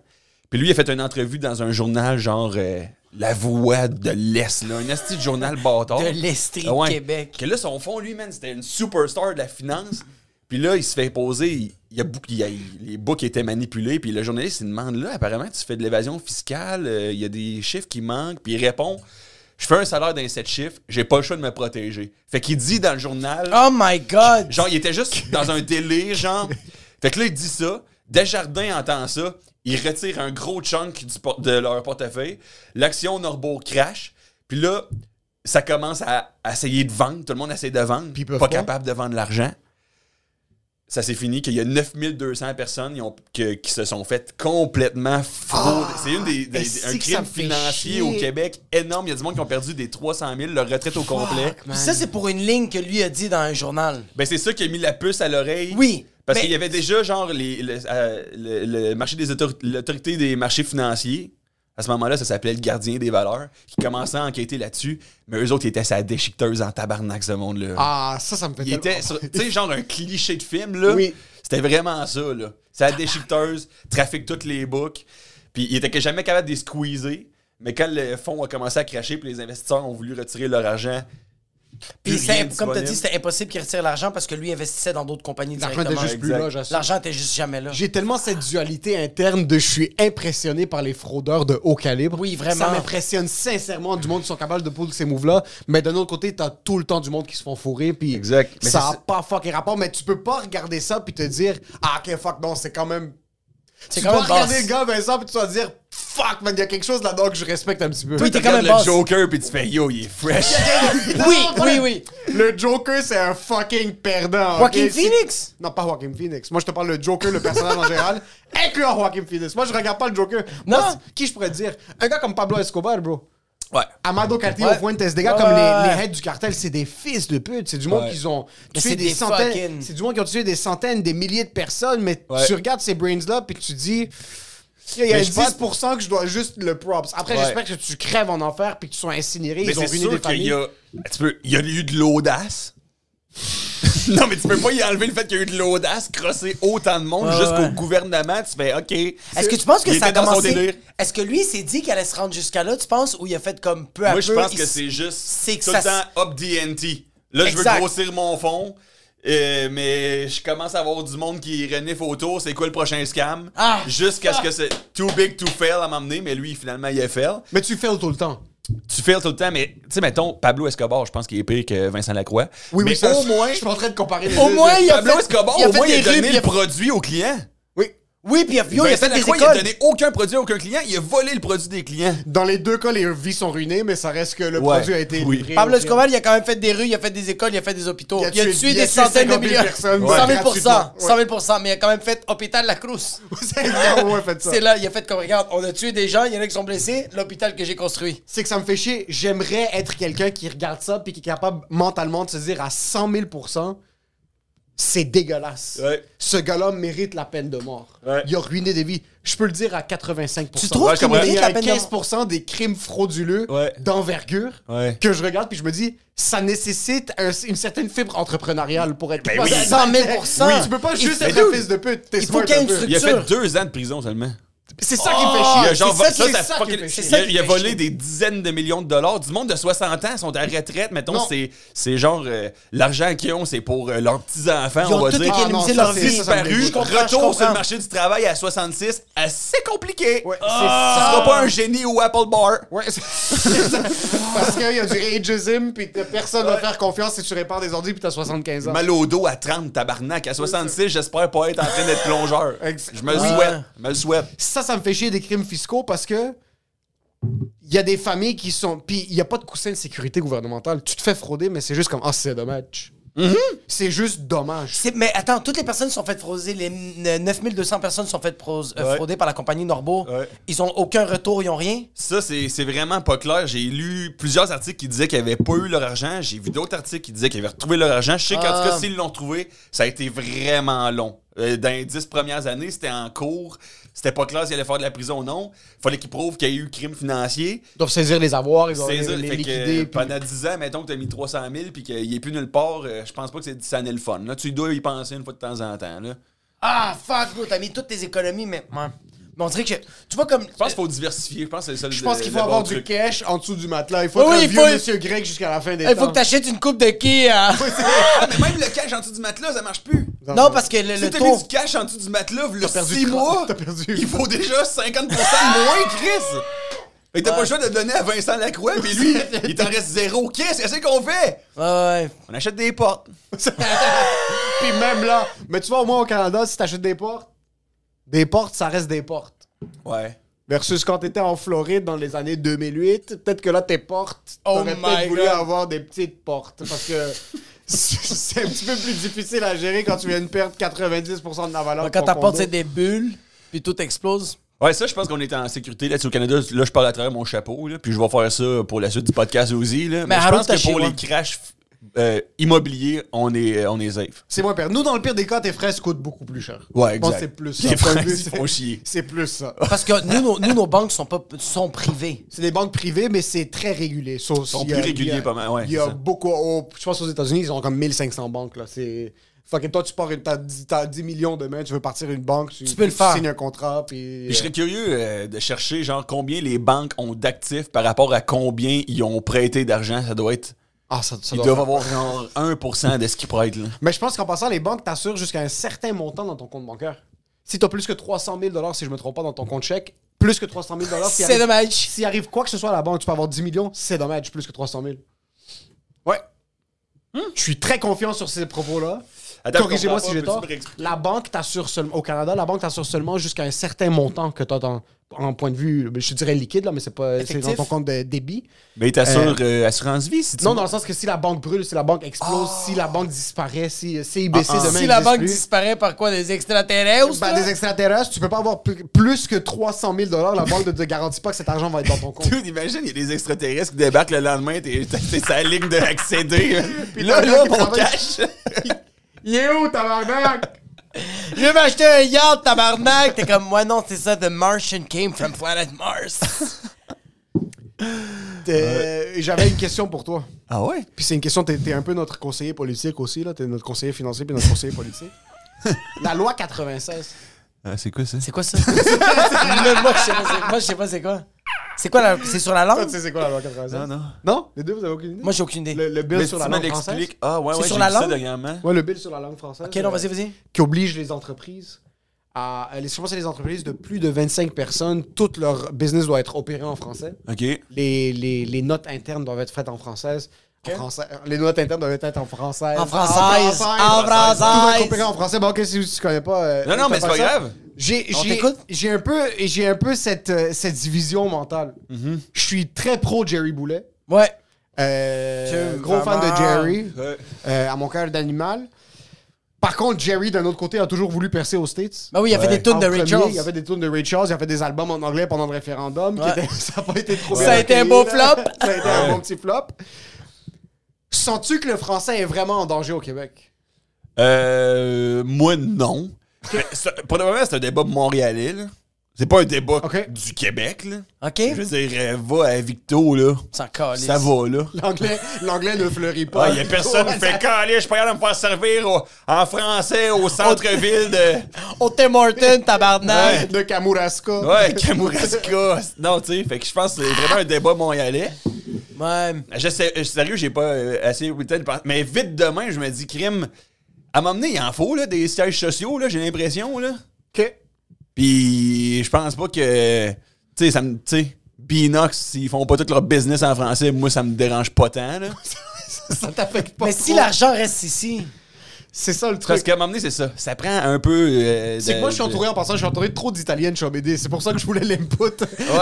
Speaker 4: Puis lui, il a fait une entrevue dans un journal genre euh, La Voix de l'Est, là, un esti de journal bâtard.
Speaker 5: De l'Estrie
Speaker 4: Ah ouais.
Speaker 5: de Québec.
Speaker 4: Que là, son fond, lui, man, c'était une superstar de la finance. Puis là, il se fait poser, il, il a, beaucoup- il y a- il- les books étaient manipulés. Puis le journaliste, il demande là, apparemment, tu fais de l'évasion fiscale, euh, il y a des chiffres qui manquent. Puis il répond Je fais un salaire d'un 7 chiffres, j'ai pas le choix de me protéger. Fait qu'il dit dans le journal.
Speaker 5: Oh my God!
Speaker 4: Genre, il était juste dans un délire, genre. Fait que là, il dit ça. Desjardins entend ça. Il retire un gros chunk du por- de leur portefeuille. L'action Norbo crash. Puis là, ça commence à essayer de vendre. Tout le monde essaie de vendre.
Speaker 3: Puis ils
Speaker 4: pas,
Speaker 3: peuvent pas.
Speaker 4: capable de vendre l'argent. Ça s'est fini qu'il y a 9200 personnes ils ont- que- qui se sont faites complètement fraude. C'est une des, des-
Speaker 3: Ah! est-ce
Speaker 4: un
Speaker 3: que ça
Speaker 4: crime
Speaker 3: me fait
Speaker 4: financier
Speaker 3: chier?
Speaker 4: au Québec énorme. Il y a du monde qui ont perdu des 300 000, leur retraite au complet.
Speaker 5: Puis ça, c'est pour une ligne que lui a dit dans un journal.
Speaker 4: Ben, c'est ça qui a mis la puce à l'oreille.
Speaker 5: Oui,
Speaker 4: Parce
Speaker 5: mais-
Speaker 4: qu'il y avait déjà, genre, les, le, euh, le- le marché des autor- l'autorité des marchés financiers. À ce moment-là, ça s'appelait le gardien des valeurs, qui commençait à enquêter là-dessus. Mais eux autres, ils étaient sa déchiqueteuse en tabarnak, ce monde-là.
Speaker 3: Ah, ça, ça me fait
Speaker 4: il
Speaker 3: tellement-
Speaker 4: était, sur- tu sais, genre un cliché de film, là.
Speaker 3: Oui.
Speaker 4: C'était vraiment ça, là. Sa déchiqueteuse, trafique toutes les books. Puis il était que jamais capable de les squeezer. Mais quand le fonds a commencé à cracher, puis les investisseurs ont voulu retirer leur argent.
Speaker 5: Puis
Speaker 4: plus
Speaker 5: c'est
Speaker 4: rien
Speaker 5: imp- comme tu as
Speaker 4: disponible.
Speaker 5: dit, c'était impossible qu'il retire l'argent parce que lui investissait dans d'autres compagnies
Speaker 3: L'argent était
Speaker 5: directement.
Speaker 3: juste plus
Speaker 4: Exact.
Speaker 3: là, j'assume.
Speaker 5: L'argent était juste jamais là.
Speaker 3: J'ai tellement cette dualité interne de je suis impressionné par les fraudeurs de haut calibre.
Speaker 5: Oui, vraiment.
Speaker 3: Ça m'impressionne sincèrement du monde qui sont capables de poudre ces moves-là. Mais d'un autre côté, t'as tout le temps du monde qui se font fourrer. Puis
Speaker 4: Exact. Mais
Speaker 3: Ça
Speaker 4: c'est-
Speaker 3: n'a pas fucking rapport. Mais tu peux pas regarder ça puis te dire Ah, ok, fuck, non, c'est quand même.
Speaker 5: C'est
Speaker 3: tu
Speaker 5: quand
Speaker 3: dois
Speaker 5: même basse.
Speaker 3: regarder le gars, Vincent, puis tu vas dire Fuck, man, il y a quelque chose là-dedans que je respecte un petit peu.
Speaker 5: Oui,
Speaker 4: Tu
Speaker 5: t'es quand
Speaker 4: regardes
Speaker 5: même
Speaker 4: le
Speaker 5: boss.
Speaker 4: Joker, puis tu fais Yo, il est fresh.
Speaker 5: Oui, oui, oui.
Speaker 3: Le Joker, c'est un fucking perdant. ok?
Speaker 5: Joaquin
Speaker 3: Si-
Speaker 5: Phoenix?
Speaker 3: Non, pas Joaquin Phoenix. Moi, je te parle le Joker, le personnage en général, incluant Joaquin Phoenix. Moi, je regarde pas le Joker. Moi,
Speaker 5: Non.
Speaker 3: c'est- qui je pourrais dire Un gars comme Pablo Escobar, bro.
Speaker 4: Ouais.
Speaker 3: Amado Cartillo,
Speaker 5: Ouais.
Speaker 3: Fuentes, des gars
Speaker 5: Ouais,
Speaker 3: comme
Speaker 5: ouais,
Speaker 3: les,
Speaker 5: ouais.
Speaker 3: les heads du cartel, c'est des fils de pute. C'est du monde
Speaker 4: Ouais.
Speaker 3: qui ont
Speaker 5: Mais
Speaker 3: tué
Speaker 5: c'est
Speaker 3: des,
Speaker 5: des
Speaker 3: centaines.
Speaker 5: fucking-
Speaker 3: C'est du monde qui ont tué des centaines, des milliers de personnes. Mais
Speaker 4: Ouais.
Speaker 3: tu regardes ces brains-là, puis tu dis. Il y a
Speaker 4: Mais je pense-
Speaker 3: 10% que je dois juste le props. Après,
Speaker 4: Ouais.
Speaker 3: j'espère que tu crèves en enfer puis que tu sois incinéré.
Speaker 4: Mais
Speaker 3: ils ont
Speaker 4: c'est
Speaker 3: ruiné des
Speaker 4: sûr qu'il
Speaker 3: familles.
Speaker 4: y a. Tu peux, il y a eu de l'audace. non, mais tu peux pas y enlever le fait qu'il y a eu de l'audace, crosser autant de monde
Speaker 5: Ouais,
Speaker 4: jusqu'au
Speaker 5: ouais.
Speaker 4: gouvernement. Tu fais OK.
Speaker 5: Est-ce que tu penses que
Speaker 4: Il
Speaker 5: ça a
Speaker 4: était dans son délire.
Speaker 5: commencé... Est-ce que lui il s'est dit qu'elle allait se rendre jusqu'à là, tu penses, ou il a fait comme peu à peu...
Speaker 4: Moi, je pense
Speaker 5: il
Speaker 4: que
Speaker 5: s-
Speaker 4: c'est juste
Speaker 5: c'est que
Speaker 4: tout
Speaker 5: ça
Speaker 4: le temps up the ante. Là, je veux
Speaker 5: Exact.
Speaker 4: grossir mon fond. Euh, mais je commence à avoir du monde qui renifle autour. C'est quoi le prochain scam?
Speaker 5: Ah!
Speaker 4: Jusqu'à ce que c'est too big to fail à m'emmener, mais lui, finalement, il est fail.
Speaker 3: Mais tu fais tout le temps.
Speaker 4: Tu fails tout le temps, mais tu sais, mettons, Pablo Escobar, je pense qu'il est pire que Vincent Lacroix.
Speaker 3: Oui,
Speaker 4: mais
Speaker 3: oui, ça,
Speaker 4: au moins,
Speaker 3: Je suis en train de comparer les
Speaker 5: Au
Speaker 3: deux.
Speaker 5: moins, il a
Speaker 4: Pablo
Speaker 5: fait-
Speaker 4: Escobar,
Speaker 5: il a
Speaker 4: au
Speaker 5: fait
Speaker 4: moins, il a
Speaker 5: des rives,
Speaker 4: donné
Speaker 5: il a-
Speaker 4: le produit au client.
Speaker 3: Oui.
Speaker 5: Oui, puis il a, yo, il a
Speaker 4: Vincent
Speaker 5: fait des
Speaker 4: Lacroix, il a
Speaker 5: écoles.
Speaker 4: donné aucun produit à aucun client. Il a volé le produit des clients.
Speaker 3: Dans les deux cas, les vies sont ruinées, mais ça reste que le
Speaker 4: Ouais.
Speaker 3: produit a été
Speaker 4: Oui.
Speaker 3: livré.
Speaker 5: Pablo Escobar, il a quand même fait des rues, il a fait des écoles, il a fait des hôpitaux. Il a, tué,
Speaker 3: il a
Speaker 5: des
Speaker 3: tué
Speaker 5: centaines de
Speaker 3: 50 000
Speaker 5: millions.
Speaker 3: personnes,
Speaker 5: 100 000
Speaker 3: gratuitement. Ouais.
Speaker 5: 100 000 mais il a quand même fait hôpital La Cruz.
Speaker 3: C'est exactement fait ça.
Speaker 5: C'est là, il a fait comme, regarde, on a tué des gens, il y en a qui sont blessés, l'hôpital que j'ai construit.
Speaker 3: c'est que ça me fait chier. J'aimerais être quelqu'un qui regarde ça puis qui est capable mentalement de se dire à 100 000 c'est dégueulasse.
Speaker 4: Ouais.
Speaker 3: Ce gars-là mérite la peine de mort.
Speaker 4: Ouais.
Speaker 3: Il a ruiné des vies. Je peux le dire à 85
Speaker 5: Tu trouves
Speaker 4: ouais, je
Speaker 5: qu'il
Speaker 4: comprends.
Speaker 3: Il
Speaker 5: mérite
Speaker 3: y
Speaker 5: la
Speaker 3: a
Speaker 5: peine de mort?
Speaker 3: 15 des crimes frauduleux
Speaker 4: Ouais.
Speaker 3: d'envergure
Speaker 4: Ouais.
Speaker 3: que je regarde puis je me dis ça nécessite un- une certaine fibre entrepreneuriale pour
Speaker 4: Ben
Speaker 3: être
Speaker 5: oui. 100 000%.
Speaker 3: Oui. Tu peux pas juste
Speaker 5: Il-
Speaker 3: être
Speaker 5: Mais
Speaker 3: un
Speaker 5: dude,
Speaker 3: fils de pute. T'es
Speaker 5: il faut
Speaker 3: smart
Speaker 5: qu'il y ait
Speaker 3: un
Speaker 5: une
Speaker 3: peu.
Speaker 4: Il a fait
Speaker 5: Sûr.
Speaker 4: deux ans de prison seulement.
Speaker 3: C'est ça qui me fait chier.
Speaker 4: Oh, il a genre-
Speaker 5: c'est ça
Speaker 4: ça,
Speaker 5: qui-
Speaker 4: ça
Speaker 3: c'est ça
Speaker 4: fucking-
Speaker 3: qui me fait
Speaker 4: il
Speaker 3: chier.
Speaker 4: a- il a volé des dizaines de millions de dollars. Du monde de 60 ans sont à retraite. Mettons,
Speaker 3: Non.
Speaker 4: c'est c'est genre euh, l'argent qu'ils ont, c'est pour euh, leurs petits-enfants,
Speaker 5: Ils
Speaker 4: on
Speaker 5: ont
Speaker 4: va
Speaker 5: tout
Speaker 4: dire.
Speaker 3: Ah, non,
Speaker 5: économisé
Speaker 3: ça,
Speaker 5: leur
Speaker 3: c'est-
Speaker 5: vie.
Speaker 3: ça, ça me
Speaker 4: Disparu,
Speaker 3: dégoûte.
Speaker 5: comprends, je
Speaker 4: retour sur
Speaker 5: comprends.
Speaker 4: le marché du travail à 66, assez compliqué.
Speaker 3: Ouais, c'est
Speaker 4: Ça sera pas un génie au Apple Bar.
Speaker 3: Ouais, c'est- parce qu'il y a du ageism, puis que personne va faire confiance si tu répares des ordi, puis t'as 75 ans.
Speaker 4: Mal au dos à 30, tabarnak. À 66, j'espère pas être en train d'être plongeur.
Speaker 3: Ex-
Speaker 4: Je me le
Speaker 5: Ouais.
Speaker 4: souhaite. Je me le souhaite.
Speaker 3: Ça, ça me fait chier des crimes fiscaux parce que il y a des familles qui sont. Puis il n'y a pas de coussin de sécurité gouvernementale. Tu te fais frauder, mais c'est juste comme, ah, c'est dommage. C'est juste dommage.
Speaker 5: C'est- Mais attends, toutes les personnes sont faites frauder. Les n- 9200 personnes sont faites prose- euh,
Speaker 4: Ouais.
Speaker 5: frauder par la compagnie Norbo.
Speaker 4: Ouais.
Speaker 5: Ils ont aucun retour, ils ont rien.
Speaker 4: Ça, c'est c'est vraiment pas clair. J'ai lu plusieurs articles qui disaient qu'ils avaient pas eu leur argent. J'ai vu d'autres articles qui disaient qu'ils avaient retrouvé leur argent. Je sais qu'en
Speaker 5: Ah.
Speaker 4: tout cas, s'ils l'ont trouvé, ça a été vraiment long. Euh, dans les dix premières années, c'était en cours. C'était pas clair s'ils allaient faire de la prison ou non. Fallait qu'ils prouvent qu'il y a eu crime financier.
Speaker 3: Ils doivent saisir les avoirs, ils doivent
Speaker 4: C'est ça.
Speaker 3: les, les
Speaker 4: Fait que,
Speaker 3: liquider.
Speaker 4: euh,
Speaker 3: puis-
Speaker 4: pendant 10 ans, mettons que t'as mis 300 000 puis qu'il est plus nulle part, euh, je pense pas que c'est ça n'est le fun. Là, tu dois y penser une fois de temps en temps. Là.
Speaker 5: Ah, fuck, bro, t'as mis toutes tes économies, mais. ouais. Mais on dirait que. Tu vois, comme. euh,
Speaker 4: Je pense qu'il faut diversifier. Je pense que c'est le seul-
Speaker 3: Je pense qu'il faut
Speaker 4: le bon
Speaker 3: avoir du
Speaker 4: truc.
Speaker 3: cash en dessous du matelas. Il faut
Speaker 5: Oui,
Speaker 3: être un
Speaker 5: il
Speaker 3: vieux
Speaker 5: faut-
Speaker 3: monsieur grec jusqu'à la fin des
Speaker 5: Il
Speaker 3: temps.
Speaker 5: faut que t'achètes une coupe de qui à-
Speaker 4: Ah, mais même le cash en dessous du matelas, ça marche plus.
Speaker 5: Non, parce que le,
Speaker 4: Si
Speaker 5: le
Speaker 4: t'as
Speaker 5: taux.
Speaker 4: mis du cash en dessous du matelas, le
Speaker 3: perdu
Speaker 4: 6
Speaker 3: cra-
Speaker 4: mois,
Speaker 3: t'as perdu.
Speaker 4: il faut déjà 50% moins, Chris! Fait que t'as pas
Speaker 5: Ouais.
Speaker 4: le choix de le donner à Vincent Lacroix, puis lui, il t'en reste zéro. Qu'est-ce qu'est-ce qu'on fait?
Speaker 5: Ouais, ouais.
Speaker 4: On achète des portes.
Speaker 3: Puis même là, mais tu vois, au moins au Canada, si t'achètes des portes, des portes, ça reste des portes.
Speaker 4: Ouais.
Speaker 3: Versus quand t'étais en Floride dans les années 2008, peut-être que là, tes portes,
Speaker 5: Oh
Speaker 3: t'aurais
Speaker 5: my
Speaker 3: peut-être voulu
Speaker 5: God.
Speaker 3: avoir des petites portes. Parce que c'est un petit peu plus difficile à gérer quand tu viens de perdre 90% de la valeur.
Speaker 5: Ouais,
Speaker 3: de
Speaker 5: Quand
Speaker 3: ton
Speaker 5: ta porte,
Speaker 3: condo.
Speaker 5: c'est des bulles, puis tout explose.
Speaker 4: Ouais, ça, je pense qu'on est en sécurité là-dessus au Canada. Là, je parle à travers mon chapeau, là, puis je vais faire ça pour la suite du podcast aussi. Là.
Speaker 5: Mais
Speaker 4: Mais, je
Speaker 5: Harold
Speaker 4: pense que pour
Speaker 5: Tachiwa.
Speaker 4: les crashs euh, immobiliers, on est, euh, on est safe.
Speaker 3: C'est moins pire. Nous, dans le pire des cas, tes fraises coûtent beaucoup plus cher.
Speaker 4: Ouais,
Speaker 3: Je pense
Speaker 4: exact.
Speaker 3: que c'est plus ça.
Speaker 4: Les
Speaker 3: Point de
Speaker 4: fraises,
Speaker 3: vue,
Speaker 4: ils
Speaker 3: c'est-
Speaker 4: font chier.
Speaker 3: C'est plus ça.
Speaker 5: Parce que nous, nos, nous, nos banques sont, pas, sont privées.
Speaker 3: C'est des banques privées, mais c'est très régulé. Ils
Speaker 4: sont plus réguliers, pas mal, ouais,
Speaker 3: Il y a
Speaker 4: c'est ça.
Speaker 3: beaucoup. au- je pense aux États-Unis, ils ont comme 1500 banques. Là. C'est. Fucking toi, tu pars, une- t'as 10, t'as 10 millions demain, tu veux partir une banque, tu,
Speaker 5: Tu peux le faire.
Speaker 3: signes un contrat, puis.
Speaker 4: Puis je serais curieux euh, de chercher genre combien les banques ont d'actifs par rapport à combien ils ont prêté d'argent. Ça doit être.
Speaker 3: Ah, ça, ça
Speaker 4: Ils
Speaker 3: doit
Speaker 4: doivent
Speaker 3: faire.
Speaker 4: avoir genre 1% de ce qu'ils prêtent. Là.
Speaker 3: Mais je pense qu'en passant, les banques t'assurent jusqu'à un certain montant dans ton compte bancaire. Si t'as plus que 300 000 si je me trompe pas, dans ton compte chèque, plus que 300 000 s'il
Speaker 5: C'est
Speaker 3: arrive,
Speaker 5: dommage.
Speaker 3: s'il arrive quoi que ce soit à la banque, tu peux avoir 10 millions, c'est dommage, plus que 300 000. Ouais. Je suis très confiant sur ces propos-là. Corrigez-moi si j'ai tort. La banque t'assure seulement. Au Canada, la banque t'assure seulement jusqu'à un certain montant que tu as en point de vue, je dirais liquide, là, mais c'est pas c'est
Speaker 5: Effectif.
Speaker 3: dans ton compte de débit.
Speaker 4: Mais ils t'assurent euh, assurance vie si tu
Speaker 3: Non, dans le sens que si la banque brûle, si la banque explose, si la banque disparaît, si CIBC
Speaker 4: Ah, ah.
Speaker 3: demain.
Speaker 5: Si la
Speaker 3: existe
Speaker 5: banque
Speaker 3: plus,
Speaker 5: disparaît par quoi Des extraterrestres
Speaker 3: ben,
Speaker 5: là?
Speaker 3: des extraterrestres, tu peux pas avoir plus- plus que 300 000 La banque ne te garantit pas que cet argent va être dans ton compte.
Speaker 4: Dude, imagine, il y a des extraterrestres qui débarquent le lendemain, t'es t'es- t'es sa ligne de accéder. Puis là,
Speaker 3: t'as
Speaker 4: là,
Speaker 3: un gars qui
Speaker 4: mon
Speaker 3: travaille-
Speaker 4: cash.
Speaker 3: Il est où, tabarnak?
Speaker 5: Je vais m'acheter un yacht, tabarnak! T'es comme, moi non, c'est ça, The Martian came from planet Mars.
Speaker 3: Euh, J'avais une question pour toi.
Speaker 4: Ah ouais?
Speaker 3: Puis c'est une question, t'es t'es un peu notre conseiller politique aussi, là. T'es notre conseiller financier puis notre conseiller politique. La loi 96.
Speaker 4: Ah, c'est quoi ça?
Speaker 5: c'est quoi ça? Là, moi, je sais pas c'est- moi, je sais pas c'est quoi.
Speaker 2: C'est quoi la... C'est sur la
Speaker 3: Toi,
Speaker 2: langue?
Speaker 3: tu sais, c'est quoi la loi 96?
Speaker 4: Non, non.
Speaker 3: Non? Les deux, vous avez aucune idée?
Speaker 2: Moi, j'ai aucune idée.
Speaker 3: le, le bill
Speaker 4: Mais
Speaker 3: sur
Speaker 4: tu
Speaker 3: la
Speaker 4: me
Speaker 3: langue française.
Speaker 4: l'expliques. Ah, ouais,
Speaker 2: C'est
Speaker 4: ouais,
Speaker 2: sur
Speaker 4: j'ai
Speaker 2: la
Speaker 4: vu ça
Speaker 2: langue?
Speaker 4: dernièrement.
Speaker 3: Ouais, le bill sur la langue française.
Speaker 2: Ok, non,
Speaker 3: euh,
Speaker 2: vas-y, vas-y.
Speaker 3: qui oblige les entreprises à. euh, les- Je pense que les entreprises de plus de 25 personnes, tout leur business doit être opéré en français.
Speaker 4: OK.
Speaker 3: Les, les, les notes internes doivent être faites en française. En français. euh, Les notes internes doivent être en française.
Speaker 2: En française. En
Speaker 3: Tout doit
Speaker 2: française.
Speaker 3: être opéré en français. Bon, ok, si tu connais pas. euh,
Speaker 4: Non, non, mais c'est
Speaker 3: t'as
Speaker 4: pas
Speaker 3: ça.
Speaker 4: grave.
Speaker 3: J'ai,
Speaker 2: On
Speaker 3: j'ai,
Speaker 2: t'écoute?
Speaker 3: j'ai un peu, j'ai un peu cette, euh, cette division mentale.
Speaker 4: Mm-hmm.
Speaker 3: Je suis très pro Jerry Boulet.
Speaker 2: Ouais.
Speaker 3: Euh,
Speaker 2: Tu
Speaker 3: gros fan de
Speaker 2: vraiment-
Speaker 3: Jerry.
Speaker 4: Ouais.
Speaker 3: euh, à mon cœur d'animal. Par contre, Jerry, d'un autre côté, a toujours voulu percer aux States.
Speaker 2: Bah oui, il a fait
Speaker 4: Ouais.
Speaker 2: des tunes de
Speaker 3: En premier,
Speaker 2: Ray Charles.
Speaker 3: Il a fait des tunes de Ray Charles, il a fait des albums en anglais pendant le référendum. qui
Speaker 2: Ouais.
Speaker 3: étaient- ça n'a pas été trop
Speaker 2: Ça
Speaker 3: bien
Speaker 2: a été
Speaker 3: accueilli,
Speaker 2: un beau
Speaker 3: là.
Speaker 2: flop.
Speaker 3: ça a été un bon petit flop. Sens-tu que le français est vraiment en danger au Québec?
Speaker 4: Euh, moi, non. Mais c'est- pour le moment, c'est un débat montréalais, là. C'est pas un débat
Speaker 3: Ok.
Speaker 4: du Québec, là. Je
Speaker 2: OK?
Speaker 4: veux dire, euh, va à Victo, là.
Speaker 2: Ça calisse.
Speaker 4: Ça va, là.
Speaker 3: L'anglais, l'anglais ne fleurit
Speaker 4: Il
Speaker 3: pas.
Speaker 4: y a personne qui fait caler, je suis pas capable de me faire servir au- en français au centre-ville de.
Speaker 2: Au Oh, Tim Hortons, tabarnak.
Speaker 3: de Kamouraska.
Speaker 4: Ouais, Kamouraska. Non, tu sais, fait que je pense que c'est vraiment un débat montréalais.
Speaker 2: Ouais.
Speaker 4: Ah, Je sais, je- sérieux, j'ai pas euh, assez eu le temps de penser. Mais vite demain, je me dis, crime, à m'emmener, il en faut, là, des sièges sociaux, là, j'ai l'impression, là.
Speaker 3: Ok.
Speaker 4: Puis je pense pas que. Tu sais, ça me. Tu sais, Binox, s'ils font pas tout leur business en français, moi, ça me dérange pas tant, là.
Speaker 3: Ça t'affecte pas.
Speaker 2: Mais
Speaker 3: trop.
Speaker 2: si l'argent reste ici,
Speaker 3: C'est ça le truc.
Speaker 4: Parce qu'à m'emmener, c'est ça. Ça prend un peu. euh,
Speaker 3: C'est
Speaker 4: de-
Speaker 3: que moi, je suis
Speaker 4: de-
Speaker 3: entouré en passant, je suis entouré de trop d'Italiennes chez OBD. C'est pour ça que je voulais l'input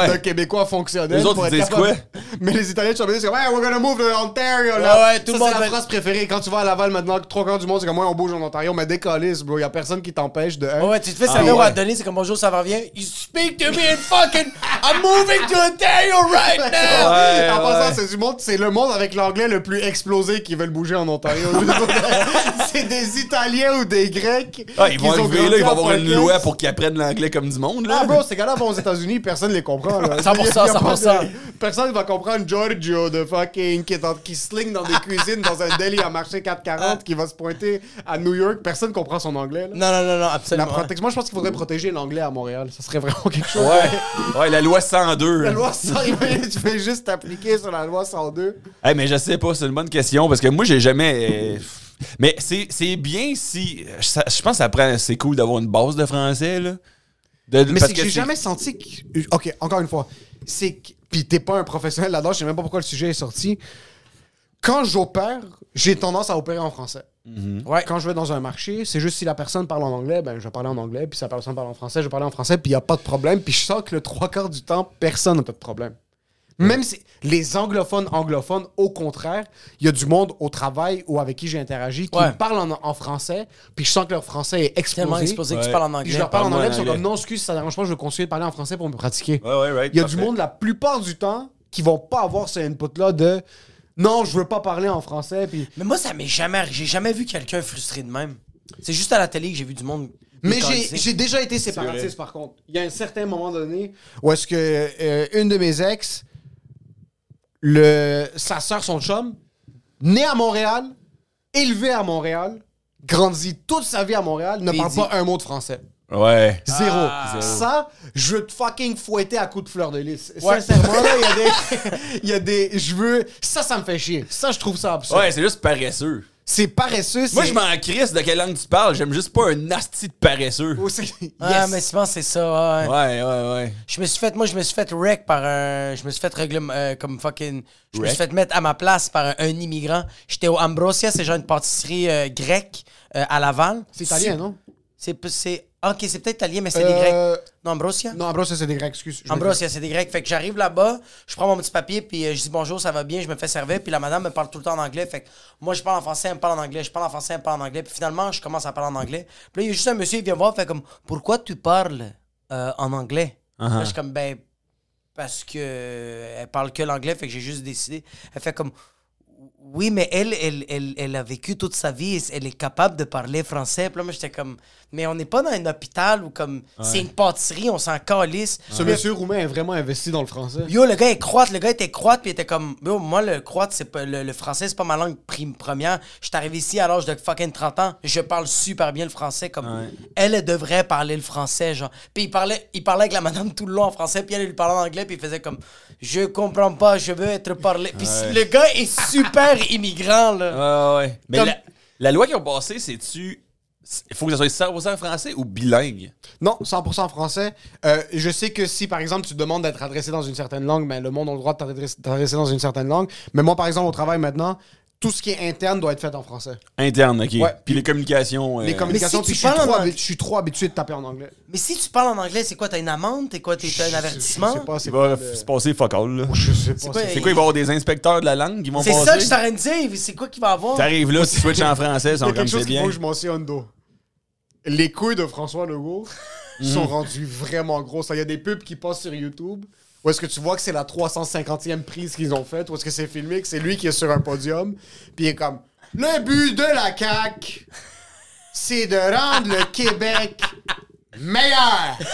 Speaker 3: d'un Québécois fonctionnel.
Speaker 4: Les autres,
Speaker 3: pour
Speaker 4: ils
Speaker 3: être
Speaker 4: disent
Speaker 3: capable-
Speaker 4: quoi?
Speaker 3: Mais les Italiens de chez OBD, c'est comme, hey, we're gonna move to Ontario,
Speaker 2: Ouais,
Speaker 3: là.
Speaker 2: ouais, tout
Speaker 3: Ça,
Speaker 2: le monde
Speaker 3: C'est la
Speaker 2: va-
Speaker 3: phrase préférée. Quand tu vas à Laval maintenant, trois quarts du monde, c'est comme, ouais, on bouge en Ontario, mais décalisse, bro. Y a personne qui t'empêche de.
Speaker 2: ouais, tu te fais
Speaker 4: Ah,
Speaker 2: servir ou
Speaker 4: ouais.
Speaker 2: à donner, c'est comme bonjour, ça va revient. You speak to me in fucking. I'm moving to Ontario right now!
Speaker 4: Ouais,
Speaker 3: en
Speaker 4: ouais.
Speaker 3: passant, c'est du monde, c'est le monde avec l'anglais le plus explosé qui veulent bouger en Ontario. c'est des Italiens ou des Grecs.
Speaker 4: Ah, ils vont
Speaker 3: qui ont
Speaker 4: arriver
Speaker 3: grandi
Speaker 4: là, ils vont
Speaker 3: en
Speaker 4: avoir une
Speaker 3: podcast.
Speaker 4: loi pour qu'ils apprennent l'anglais comme du monde, là.
Speaker 3: Ah, bro, ces gars-là vont aux États-Unis, personne les comprend. Là.
Speaker 2: 100%,
Speaker 3: Y a pas de-
Speaker 2: 100%.
Speaker 3: Personne ne va comprendre Giorgio de fucking qui, est en- qui se ligne dans des cuisines dans un deli à marché 440 qui va se pointer à New York. Personne comprend son anglais. Là.
Speaker 2: Non, non, non, non,
Speaker 3: La
Speaker 2: absolument.
Speaker 3: protection- Moi, je pense qu'il faudrait protéger l'anglais à Montréal. Ça serait vraiment quelque chose.
Speaker 4: Ouais. ouais, la loi 102.
Speaker 3: La loi 100, tu fais juste t'appliquer sur la loi 102.
Speaker 4: Hey, mais je sais pas, c'est une bonne question parce que moi, j'ai jamais. euh, Mais c'est c'est bien si. ça- je pense que ça prend- c'est cool d'avoir une base de français, là. De-
Speaker 3: Mais
Speaker 4: parce
Speaker 3: c'est que j'ai
Speaker 4: c'est-
Speaker 3: jamais senti que. Ok, encore une fois. C'est que. Puis t'es pas un professionnel là-dedans, je sais même pas pourquoi le sujet est sorti. Quand j'opère, j'ai tendance à opérer en français.
Speaker 2: Ouais.
Speaker 3: Quand je vais dans un marché, c'est juste si la personne parle en anglais, ben je vais parler en anglais. Puis si la personne parle en français, je vais parler en français. Puis il n'y a pas de problème. Puis je sens que le trois quarts du temps, personne n'a pas de problème. Même si les anglophones, anglophones, au contraire, il y a du monde au travail ou avec qui j'ai interagi qui
Speaker 2: Ouais.
Speaker 3: me parle en, en français, puis je sens que leur français est explosé.
Speaker 2: Tellement exposé que tu
Speaker 4: Ouais.
Speaker 2: parles en
Speaker 3: Puis
Speaker 2: anglais.
Speaker 3: je leur parle en
Speaker 4: Parle-moi
Speaker 3: anglais,
Speaker 4: en
Speaker 3: puis ils sont
Speaker 4: anglais.
Speaker 3: comme non, excuse, ça dérange pas, je veux continuer de parler en français pour me pratiquer.
Speaker 4: Ouais, ouais, right,
Speaker 3: Il y a
Speaker 4: parfait.
Speaker 3: du monde la plupart du temps qui vont pas avoir ce input-là de non, je veux pas parler en français. Puis...
Speaker 2: Mais moi, ça m'est jamais. arri- J'ai jamais vu quelqu'un frustré de même. C'est juste à la télé que j'ai vu du monde.
Speaker 3: Mais
Speaker 2: décalisser.
Speaker 3: j'ai j'ai déjà été séparatiste par contre. Il y a un certain moment donné où est-ce que euh, une de mes ex, le, sa sœur, son chum, née à Montréal, élevée à Montréal, grandit toute sa vie à Montréal, ne
Speaker 2: Et
Speaker 3: parle
Speaker 2: dit-
Speaker 3: pas un mot de français.
Speaker 4: Ouais.
Speaker 3: Zéro.
Speaker 2: Ah.
Speaker 3: Ça, je veux te fucking fouetter à coups de fleur de lys. Sincèrement, là, il y a des. Il y a des. Je veux. Ça, ça me fait chier. Ça, je trouve ça absurde.
Speaker 4: Ouais, c'est juste paresseux.
Speaker 3: C'est paresseux. c'est-
Speaker 4: Moi, je m'en crisse de quelle langue tu parles. J'aime juste pas un asti de paresseux.
Speaker 3: Oh, c'est-
Speaker 2: Ah,
Speaker 3: Yes.
Speaker 2: mais je pense que c'est ça. ouais.
Speaker 4: Ouais, ouais, ouais.
Speaker 2: Je me suis fait, moi, je me suis fait wreck par un. Je me suis fait règle, euh, comme fucking. Je me suis
Speaker 4: Wreck?
Speaker 2: fait mettre à ma place par un, un immigrant. J'étais au Ambrosia, c'est genre une pâtisserie euh, grecque euh, à Laval.
Speaker 3: C'est italien, non?
Speaker 2: C'est, c'est, ok, c'est peut-être italien, mais c'est des
Speaker 3: Euh,
Speaker 2: Grecs. Non, Ambrosia?
Speaker 3: Non, Ambrose, ça, c'est des Grecs, excuse. Je
Speaker 2: Ambrosia, c'est des Grecs. Fait que j'arrive là-bas, je prends mon petit papier, puis euh, je dis bonjour, ça va bien, je me fais servir, puis la madame me parle tout le temps en anglais. Fait que moi, je parle en français, elle me parle en anglais, je parle en français, elle me parle en anglais, puis finalement, je commence à parler en anglais. Puis là, il y a juste un monsieur, il vient me voir, fait comme, pourquoi tu parles euh, en anglais? Là, je suis comme, ben, euh, parce que elle parle que l'anglais, fait que j'ai juste décidé. Elle fait comme, oui, mais elle, elle, elle, elle a vécu toute sa vie, et elle est capable de parler français. Puis là, moi, j'étais comme, mais on n'est pas dans un hôpital où comme c'est une pâtisserie, on s'en calisse.
Speaker 3: Ce monsieur roumain est vraiment investi dans le français.
Speaker 2: Yo, le gars est croate, le gars était croate, puis il était comme, yo, moi, le croate, c'est pas, le, le français, c'est pas ma langue prime, première. Je suis arrivé ici à l'âge de fucking 30 ans, je parle super bien le français, comme, elle, elle devrait parler le français, genre. Puis il parlait, il parlait avec la madame tout le long en français, puis elle elle lui parlait en anglais, puis il faisait comme, je comprends pas, je veux être parlé. Puis le gars est super immigrant, là.
Speaker 4: Ouais, ouais. Mais
Speaker 2: Comme-
Speaker 4: la, la loi qu'ils ont passée, c'est-tu. Il faut que ça soit 100% français ou bilingue?
Speaker 3: Non, 100% français. Euh, je sais que si, par exemple, tu demandes d'être adressé dans une certaine langue, ben, le monde a le droit de t'adresse- t'adresser dans une certaine langue. Mais moi, par exemple, au travail maintenant, tout ce qui est interne doit être fait en français.
Speaker 4: Interne, ok.
Speaker 3: Ouais.
Speaker 4: Puis les communications.
Speaker 3: Les
Speaker 4: euh,
Speaker 3: communications,
Speaker 2: Mais si
Speaker 3: puis
Speaker 2: tu
Speaker 3: je, suis
Speaker 2: parles
Speaker 3: trop
Speaker 2: en
Speaker 3: habi- je suis trop habitué de taper en anglais.
Speaker 2: Mais si tu parles en anglais, c'est quoi, t'as une amende, t'es quoi, t'es t'as un avertissement?
Speaker 3: Je sais pas,
Speaker 4: Il
Speaker 3: c'est
Speaker 4: va
Speaker 3: pas...
Speaker 4: f- se passer fuck all, là.
Speaker 3: Je sais pas.
Speaker 2: quoi,
Speaker 3: c'est-
Speaker 4: C'est quoi, il va y avoir des inspecteurs de la langue qui vont
Speaker 2: C'est
Speaker 4: passer?
Speaker 2: ça que je suis en train de dire, c'est quoi qu'il va avoir?
Speaker 4: T'arrives là, tu switches en français, ils
Speaker 3: Il y
Speaker 4: sont
Speaker 3: a
Speaker 4: comme
Speaker 3: quelque
Speaker 4: c'est
Speaker 3: chose qu'il faut
Speaker 4: bien.
Speaker 3: que je mentionne d'eau. Les couilles de François Legault sont rendues vraiment grosses. Il y a des pubs qui passent sur YouTube. Où est-ce que tu vois que c'est la 350e prise qu'ils ont faite? Ou est-ce que c'est filmé que c'est lui qui est sur un podium? Puis il est comme Le but de la CAQ, c'est de rendre le Québec meilleur! Puis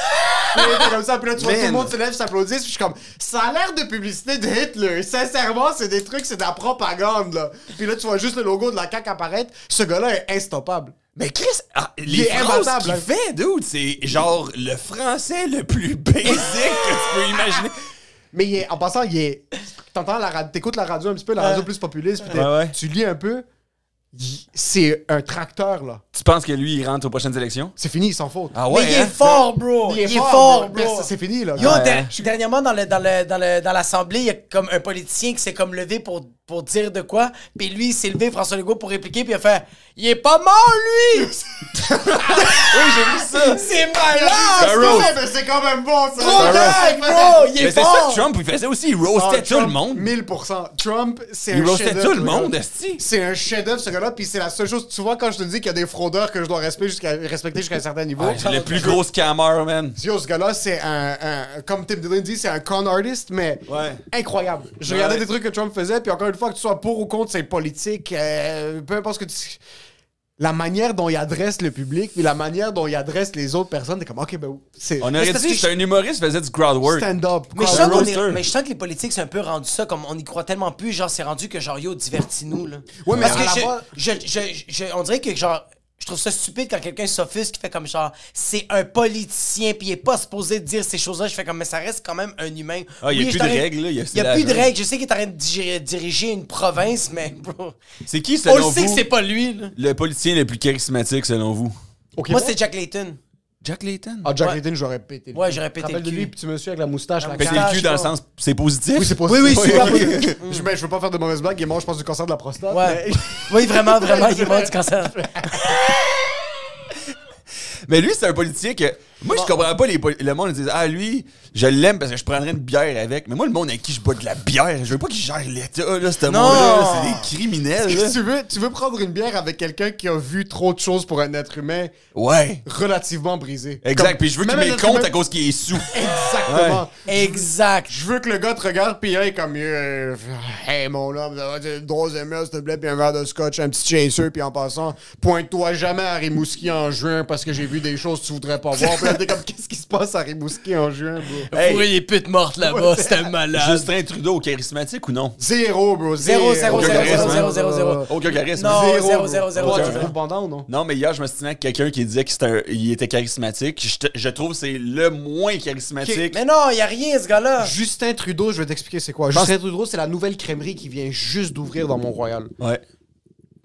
Speaker 3: il était comme ça, puis là, tu vois,
Speaker 4: Man.
Speaker 3: tout le monde se lève, s'applaudit. Puis je suis comme, ça a l'air de publicité de Hitler. Sincèrement, c'est des trucs, c'est de la propagande, là. Puis là, tu vois juste le logo de la CAQ apparaître. Ce gars-là est instoppable.
Speaker 4: Mais Chris, ah,
Speaker 3: Il
Speaker 4: les
Speaker 3: est
Speaker 4: phrases
Speaker 3: imbattable,
Speaker 4: qu'il
Speaker 3: hein.
Speaker 4: fait, dude, c'est genre le français le plus basic que tu peux imaginer.
Speaker 3: Mais il est- en passant, il est. T'entends la radio, t'écoutes la radio un petit peu, la radio plus populiste, puis t'es-
Speaker 4: Ouais, ouais.
Speaker 3: tu lis un peu. il- C'est un tracteur, là.
Speaker 4: Tu penses que lui, il rentre aux prochaines élections?
Speaker 3: C'est fini, il s'en faut.
Speaker 4: Ah
Speaker 2: Mais il est fort, bro! Il est, fort, bro!
Speaker 3: Personne- C'est fini, là.
Speaker 2: Yo,
Speaker 4: Ouais,
Speaker 2: der-
Speaker 4: hein.
Speaker 2: dernièrement, dans, le, dans, le, dans, le, dans l'Assemblée, il y a comme un politicien qui s'est comme levé pour, pour dire de quoi. Puis lui, il s'est levé, François Legault, pour répliquer, puis il a fait « Il est pas mort, lui! » C'est malade!
Speaker 3: Ah, c'est
Speaker 4: Barrow.
Speaker 3: vrai, mais c'est quand même bon, ça.
Speaker 2: Trop dingue, bro! Il
Speaker 4: Mais
Speaker 2: est
Speaker 4: c'est ça
Speaker 2: fort!
Speaker 4: que Trump, il faisait aussi, il
Speaker 3: Ah,
Speaker 4: roastait Oh, tout
Speaker 3: Trump,
Speaker 4: le monde.
Speaker 3: 1000%. Trump, c'est
Speaker 4: Il
Speaker 3: un
Speaker 4: roastait
Speaker 3: chef-d'œuvre,
Speaker 4: tout le
Speaker 3: ce gars-là.
Speaker 4: monde, esti.
Speaker 3: C'est un chef-d'œuvre, ce gars-là, puis c'est la seule chose. Tu vois, quand je te dis qu'il y a des fraudeurs que je dois respecter jusqu'à respecter jusqu'à un certain niveau.
Speaker 4: C'est le plus gros scammer, man.
Speaker 3: Yo, ce gars-là, c'est un, un- Comme Tim Dillon dit, c'est un con artist, mais
Speaker 4: Ouais.
Speaker 3: incroyable. Je
Speaker 4: Ouais.
Speaker 3: regardais des trucs que Trump faisait, puis encore une fois, que tu sois pour ou contre, c'est politique. euh, peu importe ce que tu. La manière dont il adresse le public, puis la manière dont il adresse les autres personnes, t'es comme, ok, ben, c'est.
Speaker 4: On
Speaker 2: c'est
Speaker 4: aurait
Speaker 2: parce
Speaker 4: dit
Speaker 2: que
Speaker 4: que c'était un humoriste qui faisait du crowd work.
Speaker 3: Stand-up.
Speaker 2: Mais je,
Speaker 3: quoi.
Speaker 2: sens qu'on est-
Speaker 4: roaster.
Speaker 2: mais je sens que les politiques, c'est un peu rendu ça, comme on y croit tellement plus, genre, c'est rendu que genre, yo, divertis-nous, là.
Speaker 3: Ouais, mais
Speaker 2: Parce
Speaker 3: à
Speaker 2: que
Speaker 3: la
Speaker 2: je-
Speaker 3: fois-
Speaker 2: je, je- je- on dirait que genre, je trouve ça stupide quand quelqu'un s'offusque qui fait comme genre, c'est un politicien, puis il est pas supposé dire ces choses-là. Je fais comme, mais ça reste quand même un humain.
Speaker 4: Ah, il y
Speaker 2: Oui,
Speaker 4: a plus
Speaker 2: je suis en
Speaker 4: de
Speaker 2: train-
Speaker 4: règles, là, il y a- c'est
Speaker 2: Il y a
Speaker 4: la
Speaker 2: plus de
Speaker 4: jungle.
Speaker 2: règles. Je sais qu'il est en train de diriger, diriger une province, mais bro,
Speaker 4: C'est qui,
Speaker 2: on
Speaker 4: selon
Speaker 2: le sait que
Speaker 4: vous,
Speaker 2: c'est pas lui, là.
Speaker 4: le politicien le plus charismatique, selon vous?
Speaker 3: Ok,
Speaker 2: Moi,
Speaker 3: bon.
Speaker 2: c'est Jack Layton.
Speaker 4: Jack Layton.
Speaker 3: Ah, Jack
Speaker 2: Ouais.
Speaker 3: Layton, j'aurais pété. le
Speaker 2: Ouais,
Speaker 3: cul.
Speaker 2: j'aurais pété
Speaker 3: Tu te rappelles
Speaker 2: le
Speaker 3: de
Speaker 2: cul.
Speaker 3: lui, puis ce monsieur avec la moustache, la
Speaker 4: Péter
Speaker 2: Cache,
Speaker 4: le cul dans le
Speaker 2: là.
Speaker 4: sens, c'est positif?
Speaker 3: Oui, c'est pas
Speaker 2: Ah, Oui, oui, super
Speaker 3: je, ben, je veux pas faire de mauvaises blagues, il est mort, je pense, du cancer de la prostate.
Speaker 2: Ouais.
Speaker 3: mais-
Speaker 2: oui, vraiment, vraiment, il est mort du cancer.
Speaker 4: Mais lui, c'est un politicien que. Moi, je comprends pas les poli- le monde. Ils disent Ah, lui, je l'aime parce que je prendrais une bière avec. Mais moi, le monde à qui je bois de la bière, je veux pas qu'il gère l'État, là, ce monde-là. là. C'est des criminels, là.
Speaker 3: Si tu veux, tu veux prendre une bière avec quelqu'un qui a vu trop de choses pour un être humain
Speaker 4: Ouais.
Speaker 3: relativement brisé.
Speaker 4: Exact.
Speaker 3: Comme-
Speaker 4: Puis je veux qu'il
Speaker 3: même un
Speaker 4: m'ait
Speaker 3: être
Speaker 4: compte
Speaker 3: humain-
Speaker 4: à cause qu'il est sous.
Speaker 3: Exactement.
Speaker 2: Exact.
Speaker 3: Je veux que le gars te regarde, puis là, il est comme euh, Hey, mon homme, ça va être une grosse émeule, s'il te plaît, puis un verre de scotch, un petit chaser, puis en passant, pointe-toi jamais à Rimouski en juin parce que j'ai vu des choses que tu voudrais pas voir. Puis là, t'es comme Qu'est-ce qui se passe à Rimouski en juin, bro
Speaker 4: Hey.
Speaker 2: Pourri, il est pute morte là-bas, c'était malade.
Speaker 4: Justin Trudeau, charismatique ou non
Speaker 3: Zéro, bro.
Speaker 2: Zéro, zéro,
Speaker 4: Aucun
Speaker 2: zéro,
Speaker 4: charisme,
Speaker 2: zéro,
Speaker 4: hein?
Speaker 2: zéro, zéro, zéro.
Speaker 4: Aucun charisme.
Speaker 2: Non.
Speaker 3: Zéro,
Speaker 2: zéro,
Speaker 3: bro.
Speaker 2: zéro, zéro,
Speaker 3: Toi,
Speaker 4: zéro.
Speaker 3: tu trouves pendant ou non
Speaker 4: Non, mais hier, je me suis tenu avec quelqu'un qui disait qu'il était charismatique. Je, te- je trouve que c'est le moins charismatique.
Speaker 2: Mais non, il a rien ce gars-là.
Speaker 3: Justin Trudeau, je vais t'expliquer c'est quoi. Justin Trudeau, c'est la nouvelle crèmerie qui vient juste d'ouvrir dans Mont-Royal.
Speaker 4: Ouais.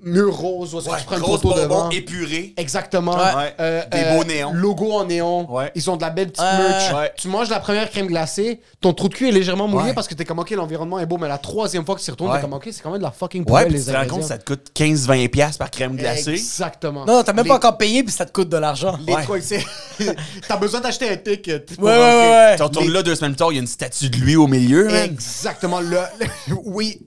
Speaker 3: Mur rose, où est-ce que tu prends une
Speaker 4: Grosse
Speaker 3: photo devant.
Speaker 4: bonbon épuré.
Speaker 3: Exactement.
Speaker 4: Ouais.
Speaker 3: Euh,
Speaker 4: Des
Speaker 3: euh,
Speaker 4: beaux néons.
Speaker 3: Logo en néon.
Speaker 4: Ouais.
Speaker 3: Ils ont de la belle petite
Speaker 2: Ouais.
Speaker 3: merch.
Speaker 4: Ouais.
Speaker 3: Tu manges la première crème glacée, ton trou de cul est légèrement mouillé
Speaker 4: Ouais.
Speaker 3: parce que t'es comme ok, l'environnement est beau, mais la troisième fois que tu y retournes,
Speaker 4: Ouais.
Speaker 3: t'es comme ok, c'est quand même de la fucking
Speaker 4: Ouais,
Speaker 3: poubelle,
Speaker 4: puis
Speaker 3: les
Speaker 4: tu te rends compte,
Speaker 3: ingrédients.
Speaker 4: ça te coûte 15-20$ piastres par crème glacée.
Speaker 3: Exactement.
Speaker 2: Non, t'as même
Speaker 3: Les-
Speaker 2: pas encore payé puis ça te coûte de l'argent.
Speaker 3: les
Speaker 4: Ouais.
Speaker 3: trois- c'est- T'as besoin d'acheter un ticket. pour
Speaker 2: Ouais, ouais,
Speaker 3: rentrer.
Speaker 2: ouais,
Speaker 4: Tu retournes là deux semaines plus tard, il y a une statue de lui au milieu. man.
Speaker 3: Exactement. Le- le- oui,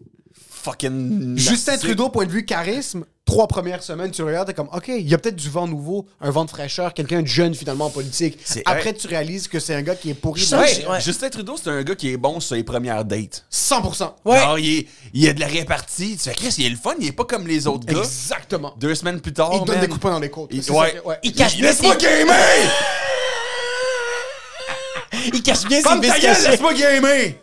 Speaker 4: Fucking.
Speaker 3: Justin
Speaker 4: narcissique.
Speaker 3: Trudeau, point de vue charisme, trois premières semaines, tu regardes, t'es comme, OK, il y a peut-être du vent nouveau, un vent de fraîcheur, quelqu'un de jeune finalement en politique. Après, tu réalises que c'est un gars qui est pourri.
Speaker 2: Je
Speaker 3: de-
Speaker 2: sens-
Speaker 4: Ouais,
Speaker 2: Ouais.
Speaker 4: Justin Trudeau, c'est un gars qui est bon sur les premières dates.
Speaker 3: 100%.
Speaker 2: Ouais.
Speaker 4: Genre, il, est- il a de la répartie. Tu fais, Chris, il est le fun, il est pas comme les autres gars.
Speaker 3: Exactement.
Speaker 4: Deux semaines plus tard,
Speaker 3: Il te donne
Speaker 4: man,
Speaker 3: des coups de poing dans les côtes.
Speaker 4: il-
Speaker 3: C'est ça
Speaker 4: ouais.
Speaker 3: que- ouais.
Speaker 2: Il cache bien ses...
Speaker 4: Laisse-moi gamer!
Speaker 2: Il cache bien ses
Speaker 4: Comme ta
Speaker 2: biscuits.
Speaker 4: gueule, laisse-moi gamer!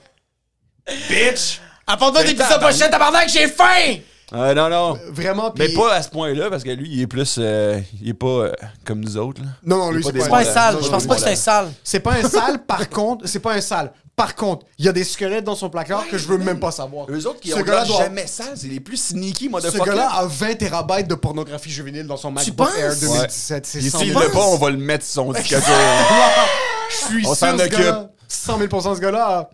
Speaker 4: Bitch!
Speaker 5: Apporte-moi des pizzas
Speaker 4: tabarnak.
Speaker 5: pochettes, tabarnak, j'ai faim!
Speaker 4: Euh, non, non.
Speaker 3: Vraiment, puis...
Speaker 4: Mais pas à ce point-là, parce que lui, il est plus. euh, il est pas euh, comme nous autres. Là.
Speaker 3: Non, non,
Speaker 4: Il est
Speaker 3: lui,
Speaker 4: pas
Speaker 3: c'est
Speaker 4: des
Speaker 2: C'est
Speaker 3: pas
Speaker 2: pas un
Speaker 4: Voilà.
Speaker 2: sale. Je pense pas que c'est un
Speaker 4: Voilà.
Speaker 2: sale.
Speaker 3: C'est pas un sale, par contre, c'est pas un sale. Par contre, il y a des squelettes dans son placard que je veux même pas savoir.
Speaker 4: Eux autres qui
Speaker 3: Ce
Speaker 4: ont
Speaker 3: gars-là
Speaker 4: l'air
Speaker 3: doit-
Speaker 4: jamais sales, c'est les plus sneaky,
Speaker 3: Ce
Speaker 4: motherfucker.
Speaker 3: gars-là a 20 térabytes de pornographie juvénile dans son MacBook
Speaker 2: penses?
Speaker 3: Air
Speaker 4: Ouais.
Speaker 3: 2017. C'est
Speaker 4: Et
Speaker 3: sans
Speaker 4: s'il
Speaker 3: doute.
Speaker 4: l'a pas, on va le mettre sur son disque. dur.
Speaker 3: Je suis sûr,
Speaker 4: On s'en
Speaker 3: ce gars-là.
Speaker 4: occupe.
Speaker 3: 100 000 ce gars-là.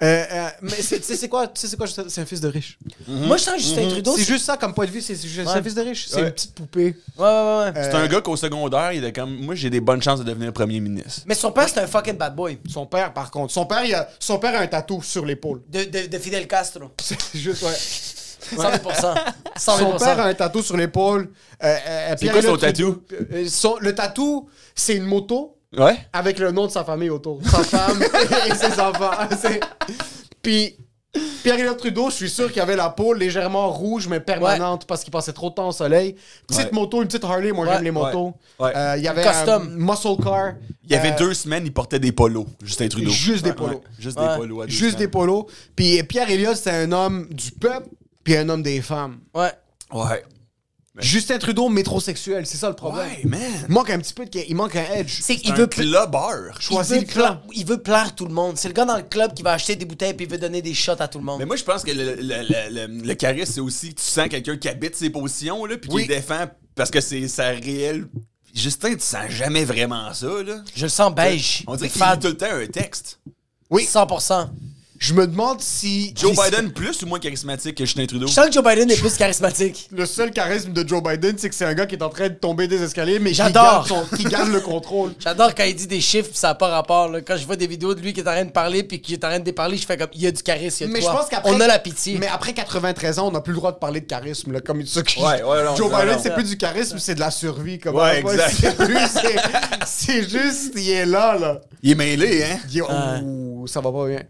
Speaker 3: euh, euh, mais c'est- tu sais, c'est quoi, tu sais, c'est quoi, Justin- c'est un fils de riche.
Speaker 2: Moi, je sens que Justin Trudeau...
Speaker 3: C'est juste ça comme point de vue, c'est c'est juste
Speaker 2: Ouais.
Speaker 3: un fils de riche. C'est
Speaker 4: Ouais.
Speaker 3: une petite poupée.
Speaker 2: Ouais, ouais, ouais.
Speaker 4: C'est
Speaker 3: Euh,
Speaker 4: un gars qu'au secondaire, il était comme. Moi, j'ai des bonnes chances de devenir premier ministre.
Speaker 2: Mais son père, c'est un fucking bad boy.
Speaker 3: Son père, par contre. Son père, il a, son père a un tatou sur l'épaule.
Speaker 2: De, de, de Fidel Castro.
Speaker 3: C'est juste, ouais.
Speaker 2: 100%. 100
Speaker 3: Son père a un tatou sur l'épaule. Euh, euh, puis
Speaker 4: quoi
Speaker 3: il y a
Speaker 4: son
Speaker 3: le truc-
Speaker 4: tatou?
Speaker 3: Euh, son- Le tatou, c'est une moto
Speaker 4: Ouais?
Speaker 3: avec le nom de sa famille autour. Sa femme et ses enfants. C'est- Puis Pierre-Éliott Trudeau, je suis sûr qu'il avait la peau légèrement rouge, mais permanente, parce qu'il passait trop de temps au soleil. Petite
Speaker 4: Ouais.
Speaker 3: moto, une petite Harley, moi
Speaker 2: Ouais,
Speaker 3: j'aime les motos.
Speaker 4: ouais, ouais.
Speaker 3: Euh, il y avait
Speaker 2: Custom.
Speaker 3: un muscle car.
Speaker 4: Il y avait
Speaker 3: Euh,
Speaker 4: deux semaines, il portait des polos, Justin Trudeau.
Speaker 3: Juste des polos.
Speaker 4: Juste
Speaker 2: Ouais.
Speaker 4: des polos. à deux
Speaker 3: Juste des
Speaker 4: semaines.
Speaker 3: polos. Puis Pierre Elliott, c'est un homme du peuple, puis un homme des femmes.
Speaker 2: Ouais.
Speaker 4: Ouais.
Speaker 3: Justin Trudeau, métrosexuel, c'est ça le problème.
Speaker 4: Ouais, man.
Speaker 3: Il manque un petit peu de... Il manque un edge.
Speaker 2: C'est
Speaker 4: Il
Speaker 2: qu'il
Speaker 4: veut
Speaker 2: veut, pla-
Speaker 4: clubber.
Speaker 2: il
Speaker 3: Choisis
Speaker 2: veut
Speaker 3: le clan.
Speaker 2: pla- il veut plaire tout le monde. C'est le gars dans le club qui va acheter des bouteilles puis il veut donner des shots à tout le monde.
Speaker 4: Mais moi, je pense que le, le- le- le- le charisme, c'est aussi tu sens quelqu'un qui habite ses positions, là, puis qui
Speaker 3: Oui.
Speaker 4: les défend parce que c'est sa réelle. Justin, tu sens jamais vraiment ça, là.
Speaker 2: Je le sens beige.
Speaker 4: On dirait qu'il lit
Speaker 2: Fade.
Speaker 4: tout le temps un texte.
Speaker 3: Oui.
Speaker 2: 100%.
Speaker 3: Je me demande si...
Speaker 4: Joe
Speaker 3: si-
Speaker 4: Biden, plus ou moins charismatique que Justin Trudeau.
Speaker 2: Je sens que Joe Biden est plus charismatique.
Speaker 3: Le seul charisme de Joe Biden, c'est que c'est un gars qui est en train de tomber des escaliers, mais qui
Speaker 2: J'adore.
Speaker 3: garde, son- qui garde le contrôle.
Speaker 2: J'adore quand il dit des chiffres pis ça n'a pas rapport. là. Quand je vois des vidéos de lui qui est en train de parler puis qui est en train de déparler, je fais comme il y a du charisme, il y a de
Speaker 3: Mais je
Speaker 2: quoi.
Speaker 3: pense qu'après-
Speaker 2: On a la pitié.
Speaker 3: Mais après 93 ans, on n'a plus le droit de parler de charisme, là, comme ça. que-
Speaker 4: Ouais, ouais, non,
Speaker 3: Joe
Speaker 4: non,
Speaker 3: Biden,
Speaker 4: non.
Speaker 3: c'est plus du charisme, c'est de la survie. Comme
Speaker 4: Ouais,
Speaker 3: Ah,
Speaker 4: exact.
Speaker 3: c'est plus- c'est- C'est juste, il est là, là.
Speaker 4: Il est mêlé, hein?
Speaker 3: Il est- Ouh, ça va pas bien.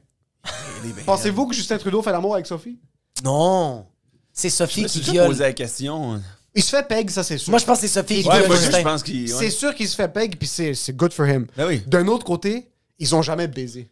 Speaker 3: Pensez-vous que Justin Trudeau fait l'amour avec Sophie?
Speaker 2: Non. C'est Sophie qui
Speaker 4: Tu te posé
Speaker 2: viole.
Speaker 4: la question.
Speaker 3: Il se fait peg, ça, c'est sûr.
Speaker 2: Moi, je pense que c'est Sophie qui
Speaker 4: Ouais,
Speaker 2: viole
Speaker 4: moi, je
Speaker 2: Justin.
Speaker 4: pense qu'il.
Speaker 3: C'est
Speaker 4: Ouais.
Speaker 3: sûr qu'il se fait peg, puis c'est c'est good for him.
Speaker 4: Ben oui.
Speaker 3: D'un autre côté, ils ont jamais baisé.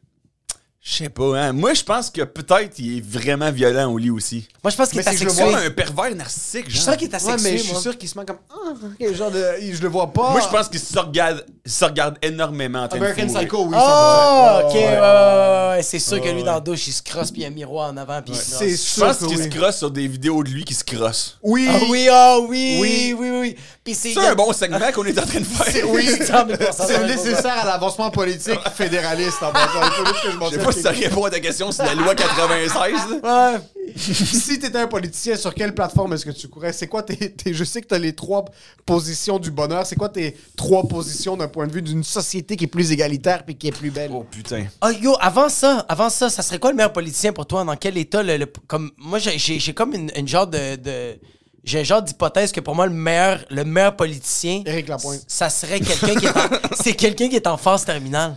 Speaker 4: Je sais pas, hein. Moi, je pense que peut-être il est vraiment violent au lit aussi.
Speaker 2: Moi, je pense qu'il
Speaker 3: Mais
Speaker 2: est
Speaker 3: si je le
Speaker 2: asexué.
Speaker 4: Comme un pervers narcissique,
Speaker 2: Je
Speaker 4: genre.
Speaker 2: sens qu'il est
Speaker 3: Ouais,
Speaker 2: asexué,
Speaker 3: mais je suis
Speaker 2: moi.
Speaker 3: sûr qu'il se met comme. Ah, quel genre de. Je le vois pas.
Speaker 4: Moi, je pense qu'il se regarde, il se regarde énormément en train de
Speaker 3: American
Speaker 4: fourrer.
Speaker 3: Psycho, oui.
Speaker 2: Ah,
Speaker 3: 100%.
Speaker 2: ok, ouais, ouais, ouais, ouais, ouais. C'est sûr que lui, dans la douche, il se crosse puis il y a un miroir en avant puis il se crosse.
Speaker 3: C'est
Speaker 4: Je
Speaker 3: sûr
Speaker 4: pense
Speaker 3: que
Speaker 4: qu'il se
Speaker 3: oui.
Speaker 4: crosse sur des vidéos de lui qui se crosse.
Speaker 3: Oui.
Speaker 2: Ah oui, ah oui, oui,
Speaker 3: Oui.
Speaker 2: oui, oui. Puis c'est.
Speaker 4: C'est un bon segment qu'on est en train de faire.
Speaker 3: Oui.
Speaker 2: Non, mais pour ça, ça
Speaker 3: C'est
Speaker 2: va,
Speaker 3: nécessaire à l'avancement politique fédéraliste en passant. Il faut juste que je
Speaker 4: Je sais pas
Speaker 3: mentionne
Speaker 4: si ça répond à ta question sur la loi 96. là.
Speaker 3: Ouais. si t'étais un politicien, sur quelle plateforme est-ce que tu courais? C'est quoi tes, tes- Je sais que t'as les trois positions du bonheur. C'est quoi tes trois positions d'un point de vue d'une société qui est plus égalitaire puis qui est plus belle?
Speaker 4: Oh putain.
Speaker 2: Oh yo, avant ça, avant ça, ça serait quoi le meilleur politicien pour toi? Dans quel état? le- le- comme, moi, j'ai- j'ai j'ai comme une, une genre de. de- j'ai un genre d'hypothèse que pour moi, le meilleur, le meilleur politicien.
Speaker 3: Éric Lapointe.
Speaker 2: c- Ça serait quelqu'un qui est en, C'est quelqu'un qui est en phase terminale.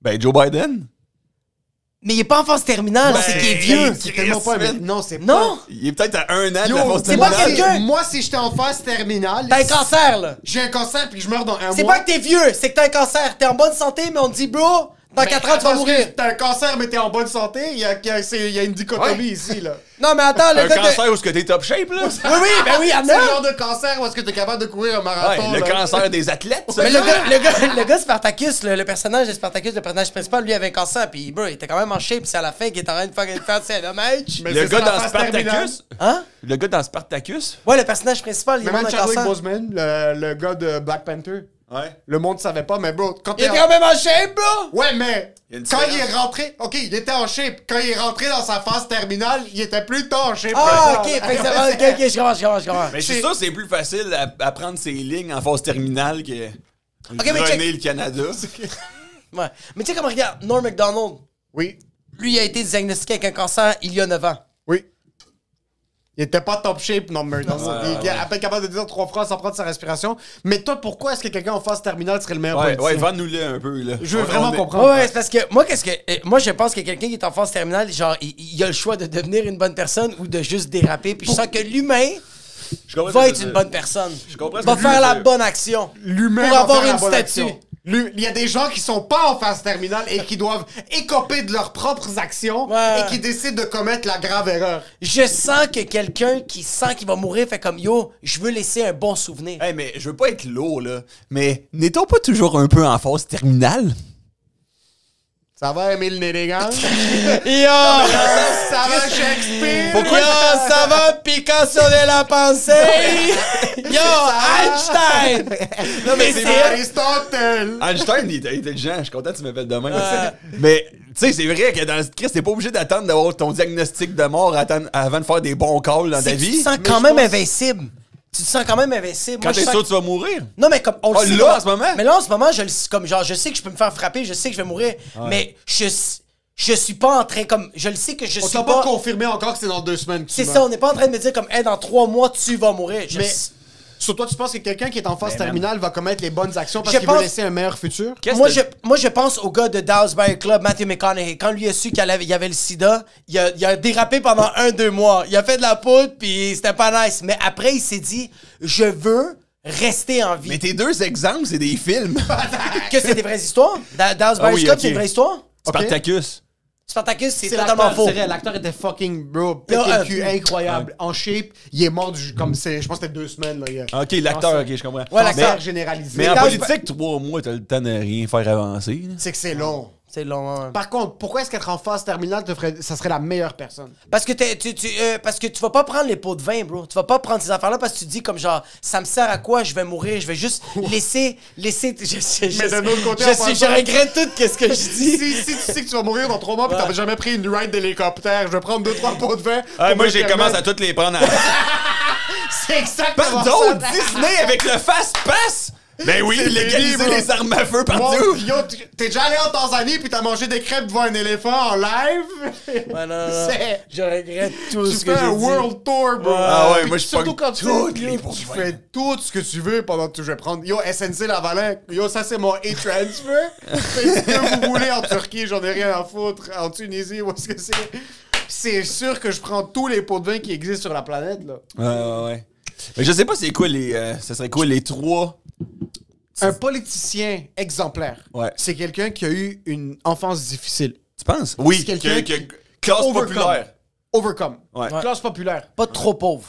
Speaker 4: Ben, Joe Biden.
Speaker 2: Mais il est pas en phase terminale, c'est qu'il est vieux.
Speaker 3: C'est tellement pas. mais- Non, c'est pas.
Speaker 2: Non!
Speaker 4: Il est peut-être à un an de
Speaker 3: Yo,
Speaker 4: la force
Speaker 2: c'est pas
Speaker 4: terminale.
Speaker 2: quelqu'un-
Speaker 3: si- moi, si j'étais en phase terminale,
Speaker 2: T'as un cancer, là!
Speaker 3: j'ai un cancer puis je meurs dans un mois.
Speaker 2: C'est pas que t'es vieux, c'est que t'as un cancer. T'es en bonne santé, mais on te dit, bro, dans
Speaker 3: Ben,
Speaker 2: 4 ans, tu vas
Speaker 3: attends,
Speaker 2: mourir.
Speaker 3: T'as un cancer, mais t'es en bonne santé. Il y a, il y a- c'est- il y a une dichotomie ici, là.
Speaker 2: Non, mais attends, le
Speaker 4: Un
Speaker 2: gars. de-
Speaker 4: cancer où est-ce que t'es top shape, là?
Speaker 2: Oui, oui, ben oui,
Speaker 3: C'est le
Speaker 2: Anna!
Speaker 3: genre de cancer où est-ce que t'es capable de courir un marathon.
Speaker 4: Ouais, le
Speaker 3: là.
Speaker 4: cancer des athlètes, ça.
Speaker 2: Mais Ben, le gars, le gars, le gars Spartacus, le, le personnage de Spartacus, le personnage principal, lui avait un cancer, puis bro, il était quand même en shape, c'est à la fin qu'il est en train de faire, de faire c'est un hommage.
Speaker 3: Mais
Speaker 4: Le
Speaker 3: c'est
Speaker 4: gars
Speaker 3: ça, la
Speaker 4: dans
Speaker 3: phase terminale.
Speaker 4: Spartacus.
Speaker 2: Hein?
Speaker 4: Le gars dans Spartacus.
Speaker 2: Ouais, le personnage principal, il
Speaker 3: Mais
Speaker 2: a un
Speaker 3: man, Chadwick
Speaker 2: cancer.
Speaker 3: Boseman, le, le gars de Black Panther,
Speaker 4: Ouais.
Speaker 3: le monde savait pas, mais bro, quand
Speaker 2: Il est
Speaker 3: t'es en-
Speaker 2: quand même en shape,
Speaker 4: Ben,
Speaker 2: bro!
Speaker 3: Ouais, mais
Speaker 4: Il y a une
Speaker 3: quand il
Speaker 4: différence.
Speaker 3: est rentré... OK, il était en shape. Quand il est rentré dans sa phase terminale, il était plus tôt en shape.
Speaker 2: Ah, ok,
Speaker 3: Ouais.
Speaker 2: fait que ça- ok, ok, je comprends, je comprends, je comprends.
Speaker 4: Mais je suis sûr que c'est plus facile à, à prendre ses lignes en phase terminale que.
Speaker 2: mais
Speaker 4: René
Speaker 2: check.
Speaker 4: le Canada.
Speaker 2: Ouais. Mais tu sais, comme regarde, Norm MacDonald,
Speaker 3: Oui,
Speaker 2: lui, il a été diagnostiqué avec un cancer il y a 9 ans.
Speaker 3: oui. Il était pas top shape, Number. Dans son- il est à peine capable de dire trois phrases sans prendre sa respiration. Mais toi, pourquoi est-ce que quelqu'un en phase terminale serait le meilleur
Speaker 4: Ouais,
Speaker 3: politicien?
Speaker 4: ouais, vends-nous-le un peu, là.
Speaker 3: Je veux
Speaker 4: On-
Speaker 3: vraiment
Speaker 4: on est-
Speaker 3: comprendre.
Speaker 2: Ouais, ouais, c'est parce que moi, qu'est-ce que. euh, Moi, je pense que quelqu'un qui est en phase terminale, genre, il, il a le choix de devenir une bonne personne ou de juste déraper. Puis je sens que l'humain
Speaker 4: Je comprends
Speaker 2: va
Speaker 4: ce que
Speaker 2: être
Speaker 4: tu
Speaker 2: une
Speaker 4: veux
Speaker 2: bonne
Speaker 4: dire.
Speaker 2: personne.
Speaker 4: Je comprends ce
Speaker 2: Va
Speaker 4: que tu veux
Speaker 2: faire la
Speaker 4: dire.
Speaker 2: bonne action.
Speaker 3: L'humain
Speaker 2: Pour
Speaker 3: va
Speaker 2: avoir
Speaker 3: faire la
Speaker 2: une
Speaker 3: bonne
Speaker 2: statue.
Speaker 3: action. L'hu- Il y a des gens qui sont pas en phase terminale et qui doivent écoper de leurs propres actions
Speaker 2: Ouais.
Speaker 3: et qui décident de commettre la grave erreur.
Speaker 2: Je sens que quelqu'un qui sent qu'il va mourir fait comme yo, je veux laisser un bon souvenir.
Speaker 4: Hey, mais je veux pas être lourd, là. Mais n'est-on pas toujours un peu en phase terminale?
Speaker 3: Ça va, Émile Nélégan?
Speaker 2: Yo!
Speaker 3: ça va, Shakespeare?
Speaker 2: Yo, ça va, Picasso de la pensée? Yo, Einstein! Non, mais
Speaker 3: C'est Aristotle!
Speaker 2: Ah,
Speaker 4: Einstein, il était intelligent. Je suis content que tu m'appelles demain. Mais, tu sais, c'est vrai que dans le Christ, t'es pas obligé d'attendre d'avoir ton diagnostic de mort attendre- avant de faire des bons calls dans ta
Speaker 2: C'est que Tu
Speaker 4: vie.
Speaker 2: te sens
Speaker 4: Mais
Speaker 2: quand
Speaker 4: je
Speaker 2: même
Speaker 4: pense-
Speaker 2: invincible. Tu te sens quand même invincible.
Speaker 4: Quand
Speaker 2: Moi, je
Speaker 4: t'es
Speaker 2: sens
Speaker 4: sûr que tu vas mourir.
Speaker 2: Non, mais comme on le
Speaker 4: Ah,
Speaker 2: sait
Speaker 4: là,
Speaker 2: comment-
Speaker 4: en ce moment?
Speaker 2: Mais là, en ce moment, je le comme genre, je sais que je peux me faire frapper, je sais que je vais mourir, mais je, je suis pas en train comme. Je le sais que je
Speaker 3: On
Speaker 2: suis
Speaker 3: t'a
Speaker 2: pas.
Speaker 3: pas confirmé encore que c'est dans deux semaines que tu
Speaker 2: c'est
Speaker 3: meurs.
Speaker 2: ça, on n'est pas en train de me dire comme, hey, dans trois mois, tu vas mourir. Je
Speaker 3: Mais
Speaker 2: sais-
Speaker 3: sur toi, tu penses que quelqu'un qui est en
Speaker 4: Ben,
Speaker 3: phase terminale va commettre les bonnes actions parce
Speaker 2: Je
Speaker 3: qu'il
Speaker 2: pense-
Speaker 3: veut laisser un meilleur futur?
Speaker 4: Qu'est-ce
Speaker 2: Moi
Speaker 4: que-
Speaker 2: je, moi, je pense au gars de Dallas Buyers Club, Matthew McConaughey. Quand lui a su qu'il avait, il y avait le sida, il a, il a dérapé pendant un, deux mois. Il a fait de la poudre, puis c'était pas nice. Mais après, il s'est dit, je veux rester en vie.
Speaker 4: Mais tes deux exemples, c'est des films.
Speaker 2: Que c'est des vraies histoires? Da- Dallas Buyers
Speaker 4: Ah oui,
Speaker 2: Club,
Speaker 4: ok.
Speaker 2: c'est une vraie histoire?
Speaker 4: Spartacus.
Speaker 2: Spartacus, c'est
Speaker 3: C'est
Speaker 2: totalement
Speaker 3: l'acteur,
Speaker 2: faux.
Speaker 3: c'est vrai, l'acteur était fucking bro, pété
Speaker 2: Là,
Speaker 3: le
Speaker 2: euh,
Speaker 3: cul, incroyable, en shape, il est mort du, comme c'est, je pense que c'était deux semaines là, Ah, il y a-
Speaker 4: Ah, Ok, l'acteur, ok, je comprends.
Speaker 2: Ouais,
Speaker 3: cancer
Speaker 2: l'acteur.
Speaker 3: généralisé.
Speaker 4: Mais en
Speaker 2: Quand je-
Speaker 4: politique, trois mois, t'as le temps de rien faire avancer. là.
Speaker 3: c'est que c'est long.
Speaker 2: C'est long. hein.
Speaker 3: Par contre, pourquoi est-ce qu'être en phase terminale, te ferait- ça serait la meilleure personne?
Speaker 2: Parce que, t'es- tu, tu, euh, parce que tu vas pas prendre les pots de vin, bro. Tu vas pas prendre ces affaires-là parce que tu te dis comme genre, ça me sert à quoi? Je vais mourir. Je vais juste laisser, laisser. Je, je- je-
Speaker 3: Mais d'un autre côté,
Speaker 2: je,
Speaker 3: en
Speaker 2: suis-
Speaker 3: pensant-
Speaker 2: je regrette tout qu'est-ce que je dis.
Speaker 3: Si, si tu sais que tu vas mourir dans trois mois pis t'as jamais pris une ride d'hélicoptère, je vais prendre deux, trois pots de vin.
Speaker 4: Ah,
Speaker 3: pour
Speaker 4: moi,
Speaker 3: me
Speaker 4: j'ai
Speaker 3: permettre-
Speaker 4: commencé à toutes les prendre en
Speaker 3: C'est exactement
Speaker 4: Pardon,
Speaker 3: ça.
Speaker 4: Disney avec le fast-pass? Ben oui,
Speaker 3: C'est
Speaker 4: légaliser
Speaker 3: terrible.
Speaker 4: les armes à feu
Speaker 3: Bon,
Speaker 4: partout.
Speaker 3: yo, t- t'es déjà allé en Tanzanie puis t'as mangé des crêpes devant un éléphant en live?
Speaker 2: Ouais, Ah, non, non, non.
Speaker 3: C'est-
Speaker 2: Je regrette tout
Speaker 3: Tu
Speaker 2: ce
Speaker 3: fais
Speaker 2: que j'ai
Speaker 3: un
Speaker 2: dit.
Speaker 3: world tour, bro.
Speaker 4: Ah ouais,
Speaker 3: Puis
Speaker 4: moi, je
Speaker 3: Surtout
Speaker 4: pogne
Speaker 3: quand tu
Speaker 4: toutes
Speaker 3: yo,
Speaker 4: les
Speaker 3: tu
Speaker 4: poursuites.
Speaker 3: fais tout ce que tu veux pendant que je vais prendre. Yo, SNC Lavalin, yo, ça c'est mon e-transfer. Faites ce que vous voulez en Turquie, j'en ai rien à foutre. En Tunisie, où est-ce que c'est? C'est sûr que je prends tous les pots de vin qui existent sur la planète, là.
Speaker 4: Ouais, ouais, ouais. Mais je sais pas c'est quoi les... euh, ça serait quoi les trois...
Speaker 3: Un politicien exemplaire,
Speaker 4: Ouais.
Speaker 3: c'est quelqu'un qui a eu une enfance difficile.
Speaker 4: Tu penses? Oui,
Speaker 3: C'est
Speaker 4: que,
Speaker 3: quelqu'un
Speaker 4: que-
Speaker 3: qui-
Speaker 4: classe
Speaker 3: overcome.
Speaker 4: populaire.
Speaker 3: Overcome.
Speaker 4: Ouais.
Speaker 3: Classe populaire.
Speaker 2: Pas trop pauvre.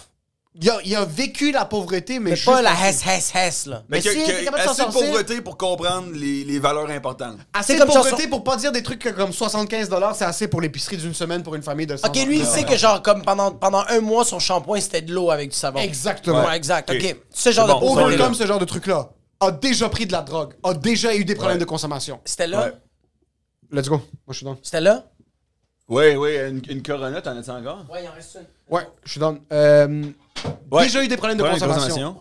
Speaker 3: Il a, il a vécu la pauvreté, mais,
Speaker 2: Mais
Speaker 3: juste
Speaker 2: pas la hess, hess, hess, là.
Speaker 4: Mais,
Speaker 3: Mais
Speaker 4: que,
Speaker 3: si,
Speaker 4: que-
Speaker 3: t'es capable de
Speaker 4: assez
Speaker 3: s'en
Speaker 4: de
Speaker 3: sortir.
Speaker 4: pauvreté pour comprendre les, les valeurs importantes.
Speaker 2: C'est
Speaker 3: Assez de
Speaker 2: comme
Speaker 3: pauvreté
Speaker 2: chanson-
Speaker 3: pour pas dire des trucs que comme 75 c'est assez pour l'épicerie d'une semaine pour une famille de 100
Speaker 2: Ok, lui, il sait que genre, comme pendant, pendant un mois, son shampoing, c'était de l'eau avec du savon.
Speaker 3: Exactement.
Speaker 2: Ouais, exact.
Speaker 4: Ok.
Speaker 2: Ok. Ce genre
Speaker 4: C'est
Speaker 2: de
Speaker 4: bon.
Speaker 2: pauvreté-là.
Speaker 3: Overcome ce genre de truc-là. A déjà pris de la drogue. A déjà eu des problèmes
Speaker 4: Ouais.
Speaker 3: de consommation.
Speaker 2: C'était là?
Speaker 4: Ouais.
Speaker 3: Let's go. Moi, je suis down.
Speaker 2: C'était là?
Speaker 4: Oui, oui, une, une Corona, t'en as-tu encore?
Speaker 2: Ouais, il en reste une.
Speaker 3: Ouais, je suis down. Euh,
Speaker 4: Ouais.
Speaker 3: Déjà eu des problèmes de
Speaker 4: Problème
Speaker 3: consommation.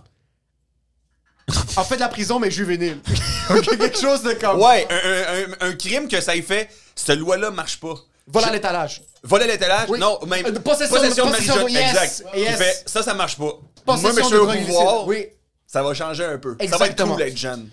Speaker 3: En fait, de la prison, mais juvénile. Ok, quelque chose de comme...
Speaker 4: Ouais, un, un- un- un crime que ça ait fait, cette loi-là marche pas.
Speaker 3: Voilà l'étalage.
Speaker 4: Voler l'étalage,
Speaker 3: Oui.
Speaker 4: non, même
Speaker 3: Euh, possession de- possession de-
Speaker 4: marijuana,
Speaker 3: yes,
Speaker 4: exact. Il
Speaker 3: yes.
Speaker 4: fait, ça, ça marche pas. Moi,
Speaker 3: Possession
Speaker 4: mais je
Speaker 3: de
Speaker 4: suis au
Speaker 3: drogue illicite.
Speaker 4: pouvoir,
Speaker 3: Oui.
Speaker 4: ça va changer un peu. Ça va être
Speaker 3: Exactement.
Speaker 4: cool d'être jeune.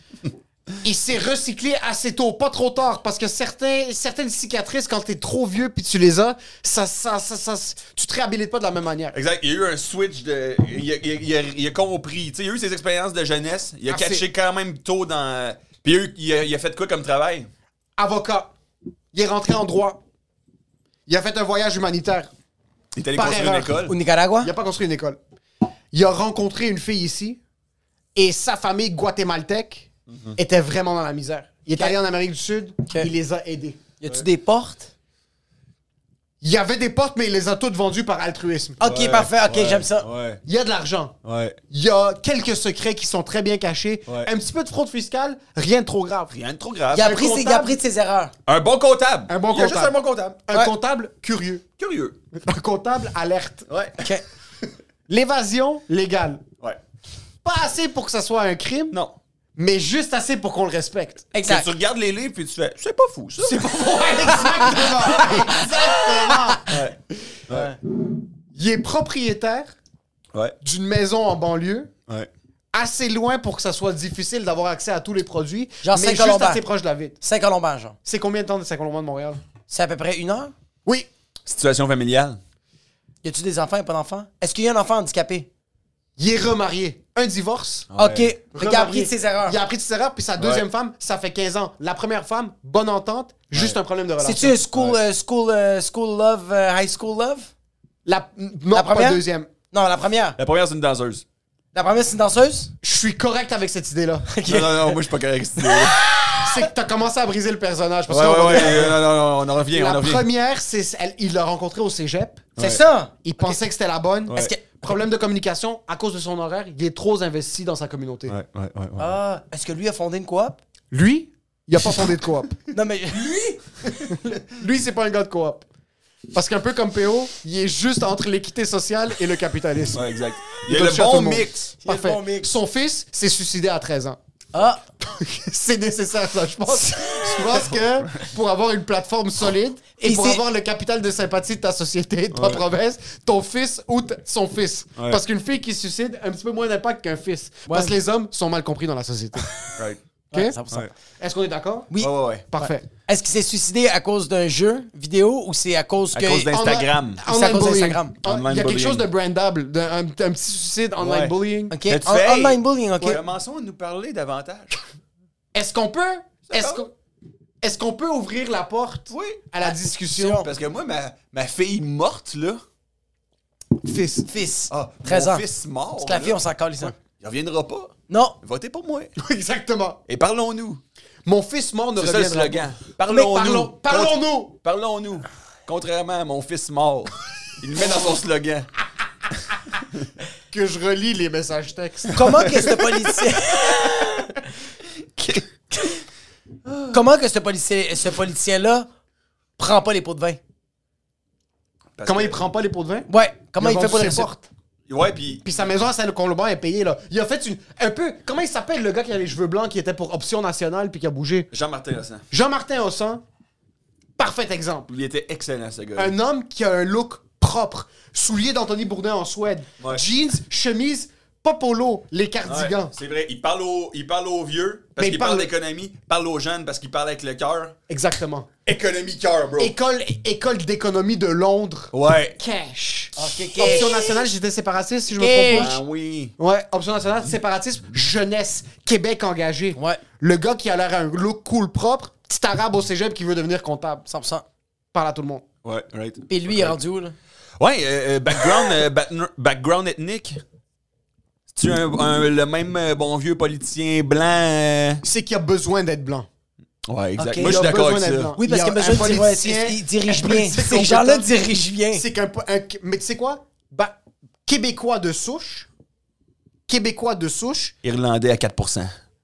Speaker 3: Il s'est recyclé assez tôt, pas trop tard, parce que certains, certaines cicatrices, quand t'es trop vieux puis tu les as, ça, ça, ça, ça, tu te réhabilites pas de la même manière.
Speaker 4: Exact, il y a eu un switch de. Il a, il a- il a- il a compris. Tu sais, il a eu ses expériences de jeunesse. Il a
Speaker 3: Assez.
Speaker 4: catché quand même tôt dans. Puis il a eu- il a, il a fait quoi comme travail?
Speaker 3: Avocat, il est rentré en droit, il a fait un voyage humanitaire,
Speaker 4: Il est allé
Speaker 3: Par
Speaker 4: construire une
Speaker 3: erreur.
Speaker 4: école.
Speaker 2: Au Nicaragua?
Speaker 3: il a pas construit une école, il a rencontré une fille ici et sa famille guatémaltèque était vraiment dans la misère. Il est allé en Amérique du Sud, il les a aidés.
Speaker 2: Y a-tu des portes?
Speaker 3: Il y avait des portes, mais il les a toutes vendues par altruisme.
Speaker 2: Ok,
Speaker 4: Ouais,
Speaker 2: parfait. Ok,
Speaker 4: ouais,
Speaker 2: j'aime ça.
Speaker 4: Ouais,
Speaker 3: Il y a de l'argent.
Speaker 4: ouais.
Speaker 3: Il y a quelques secrets qui sont très bien cachés.
Speaker 4: Ouais.
Speaker 3: Un petit peu de fraude fiscale, rien de trop grave.
Speaker 4: Rien de trop grave.
Speaker 2: Il a,
Speaker 3: Un
Speaker 2: pris ses, il a
Speaker 3: comptable.
Speaker 2: pris de ses erreurs.
Speaker 4: Un bon comptable.
Speaker 3: Un bon
Speaker 4: Il y a
Speaker 3: comptable.
Speaker 4: juste un bon comptable.
Speaker 3: Un
Speaker 2: Ouais.
Speaker 3: comptable curieux.
Speaker 4: Curieux.
Speaker 3: Un comptable alerte.
Speaker 4: Ouais.
Speaker 2: Ok.
Speaker 3: L'évasion légale.
Speaker 4: Ouais.
Speaker 3: Pas assez pour que ça soit un crime,
Speaker 4: Non.
Speaker 3: mais juste assez pour qu'on le respecte.
Speaker 4: Que
Speaker 2: Exact.
Speaker 4: tu regardes les livres puis tu fais, c'est pas fou, ça.
Speaker 3: Exactement. Exactement.
Speaker 4: Ouais.
Speaker 3: Il Il est propriétaire
Speaker 4: Ouais,
Speaker 3: d'une maison en banlieue,
Speaker 4: ouais.
Speaker 3: assez loin pour que ça soit difficile d'avoir accès à tous les produits,
Speaker 2: Genre
Speaker 3: mais juste
Speaker 2: Saint-Colomban.
Speaker 3: assez proche de la ville.
Speaker 2: Saint-Colomban, genre.
Speaker 3: C'est combien de temps de Saint-Colomban de Montréal?
Speaker 2: C'est à peu près une heure?
Speaker 3: Oui.
Speaker 4: Situation familiale.
Speaker 2: Y a-tu des enfants et pas d'enfants? Est-ce qu'il y a un enfant handicapé?
Speaker 3: Il est remarié. Un divorce.
Speaker 2: OK. Fait qu'il a appris
Speaker 3: remarié.
Speaker 2: de ses erreurs.
Speaker 3: Il a appris de ses erreurs, puis sa deuxième
Speaker 4: Ouais.
Speaker 3: femme, ça fait 15 ans. La première femme, bonne entente, juste un problème de relation.
Speaker 2: C'est-tu un school, euh, school, euh, school love, euh, high school love?
Speaker 3: La, non,
Speaker 2: La
Speaker 3: pas
Speaker 2: première?
Speaker 3: deuxième.
Speaker 2: Non, la première.
Speaker 4: La première, c'est une danseuse.
Speaker 2: La première, c'est une danseuse?
Speaker 3: Je suis correct avec cette idée-là.
Speaker 4: Non, non, non, moi, je suis pas correct. c'est- ouais,
Speaker 3: C'est que t'as commencé à briser le personnage. Parce que
Speaker 4: ouais,
Speaker 3: on va-
Speaker 4: ouais. euh, Non, non, non, on en revient, on
Speaker 3: La
Speaker 4: en revient.
Speaker 3: première, c'est elle- il l'a rencontrée au cégep.
Speaker 2: C'est ça?
Speaker 3: Il pensait que c'était la bonne.
Speaker 4: Est-ce
Speaker 2: que-
Speaker 3: Problème de communication, à cause de son horaire, il est trop investi dans sa communauté.
Speaker 4: Ouais, ouais, ouais. ouais.
Speaker 2: Ah, est-ce que lui a fondé une coop?
Speaker 3: Lui, il a pas fondé de coop.
Speaker 2: Non, mais... Lui?
Speaker 3: Lui, c'est pas un gars de coop. Parce qu'un peu comme PO, il est juste entre l'équité sociale et le capitalisme.
Speaker 4: Ouais, exact. Il y a
Speaker 3: Il
Speaker 4: le
Speaker 3: touche à tout
Speaker 4: bon
Speaker 3: monde.
Speaker 4: mix.
Speaker 2: Il y a le
Speaker 3: Parfait.
Speaker 2: bon mix.
Speaker 3: Son fils s'est suicidé à 13 ans.
Speaker 2: Ah,
Speaker 3: c'est nécessaire, ça, je pense. Je pense que pour avoir une plateforme solide et,
Speaker 2: Et
Speaker 3: pour
Speaker 2: c'est-
Speaker 3: avoir le capital de sympathie de ta société, de ta province, ton fils ou t- son fils.
Speaker 4: Ouais.
Speaker 3: Parce qu'une fille qui se suicide a un petit peu moins d'impact qu'un fils.
Speaker 2: Ouais.
Speaker 3: Parce que les hommes sont mal compris dans la société.
Speaker 4: Right.
Speaker 3: OK?
Speaker 2: ouais, 100%.
Speaker 4: Ouais.
Speaker 3: Est-ce qu'on est d'accord?
Speaker 2: Oui.
Speaker 4: Ouais, ouais, ouais.
Speaker 3: Parfait.
Speaker 2: Est-ce qu'il s'est suicidé à cause d'un jeu vidéo ou c'est à cause
Speaker 4: À
Speaker 2: que...
Speaker 4: cause d'un- Instagram.
Speaker 2: C'est à
Speaker 3: En-
Speaker 2: cause
Speaker 3: online bullying.
Speaker 2: d'Instagram.
Speaker 3: En- Il y a
Speaker 4: Online
Speaker 3: quelque chose
Speaker 4: bullying.
Speaker 3: de brandable, d'un- un, un petit suicide online
Speaker 4: Ouais.
Speaker 3: bullying.
Speaker 2: Ah, OK.
Speaker 4: Mais tu
Speaker 2: En-
Speaker 4: fais, hey,
Speaker 2: Online bullying, OK.
Speaker 4: Commençons à nous parler davantage.
Speaker 3: Est-ce qu'on peut? Est-ce
Speaker 4: va.
Speaker 3: qu'on est-ce qu'on peut ouvrir la porte
Speaker 4: Oui.
Speaker 3: à la discussion?
Speaker 4: Parce que moi, ma, ma fille morte, là.
Speaker 3: Fils.
Speaker 2: Fils.
Speaker 4: Ah,
Speaker 2: 13
Speaker 4: mon
Speaker 2: ans.
Speaker 4: fils mort.
Speaker 2: Parce que la
Speaker 4: là,
Speaker 2: fille, on s'en calisse. hein.
Speaker 4: Il reviendra pas.
Speaker 2: Non.
Speaker 4: Votez pour moi.
Speaker 3: Exactement.
Speaker 4: Et parlons-nous.
Speaker 3: Mon fils mort ne
Speaker 4: C'est ça le
Speaker 3: reviendra
Speaker 4: slogan.
Speaker 3: Mais
Speaker 4: Parlons-nous.
Speaker 3: parlons- parlons-nous.
Speaker 4: Contra- Parlons-nous. Contrairement à mon fils mort. Il le met dans son slogan.
Speaker 3: que je relis les messages textes.
Speaker 2: Comment que ce policier... Comment que ce policier, ce politicien-là prend pas les pots de vin?
Speaker 4: Parce
Speaker 3: Comment
Speaker 4: que-
Speaker 3: il prend pas les pots de vin?
Speaker 2: Ouais, comment
Speaker 3: a
Speaker 2: il, fait
Speaker 3: vendu
Speaker 2: pour les
Speaker 3: ses
Speaker 2: réussir?
Speaker 3: portes.
Speaker 4: Ouais, puis.
Speaker 3: Puis sa maison à Saint-Colomban est payée, là. Il a fait une. Un peu. Comment il s'appelle le gars qui a les cheveux blancs, qui était pour Option Nationale, puis qui a bougé?
Speaker 4: Jean-Martin Lassin.
Speaker 3: Jean-Martin Hossan. Parfait exemple. Euh.
Speaker 4: Il était excellent, ce gars.
Speaker 3: Un homme qui a un look propre. Souliers d'Anthony Bourdin en Suède.
Speaker 4: Ouais.
Speaker 3: Jeans, chemise, pas polo, les cardigans.
Speaker 4: c'est vrai. Il parle, aux, il parle aux vieux parce
Speaker 3: Mais
Speaker 4: qu'il
Speaker 3: parle-
Speaker 4: parle d'économie. Il parle aux jeunes parce qu'il parle avec le cœur.
Speaker 3: Exactement.
Speaker 4: Économie-cœur, bro.
Speaker 3: École, école d'économie de Londres.
Speaker 4: Ouais.
Speaker 3: Cash.
Speaker 2: Ok, ok.
Speaker 3: Option Nationale, j'étais séparatiste, si je me
Speaker 2: Cash.
Speaker 3: trompe pas.
Speaker 4: Ah oui.
Speaker 3: Ouais, option nationale, séparatisme, jeunesse, Québec engagé.
Speaker 2: Ouais.
Speaker 3: Le gars qui a l'air un look cool propre, petit arabe au cégep qui veut devenir comptable. Ça
Speaker 2: 100%.
Speaker 3: parle à tout le monde.
Speaker 4: Ouais, right.
Speaker 2: Puis lui, il est rendu où, là?
Speaker 4: Ouais, euh, euh, background, euh, bat- background ethnique. Tu un, un- le même euh, bon vieux politicien blanc. euh?
Speaker 3: C'est qu'il a besoin d'être blanc.
Speaker 4: Ouais, exact.
Speaker 2: Ok.
Speaker 4: Moi, je
Speaker 3: Il
Speaker 4: suis
Speaker 3: a
Speaker 4: d'accord avec
Speaker 3: besoin d'être
Speaker 4: ça.
Speaker 3: blanc.
Speaker 2: Oui, parce
Speaker 3: Il y
Speaker 2: qu'il
Speaker 3: a
Speaker 2: a besoin
Speaker 3: un
Speaker 2: de dire,
Speaker 3: politicien,
Speaker 2: ouais, il dirige
Speaker 3: un
Speaker 2: bien.
Speaker 3: politique
Speaker 2: Ces gens-là
Speaker 3: compétent.
Speaker 2: dirigent bien.
Speaker 3: C'est qu'un. po- un- mais tu sais quoi? Hein. Bah, Québécois de souche, Québécois de souche,
Speaker 4: Irlandais à 4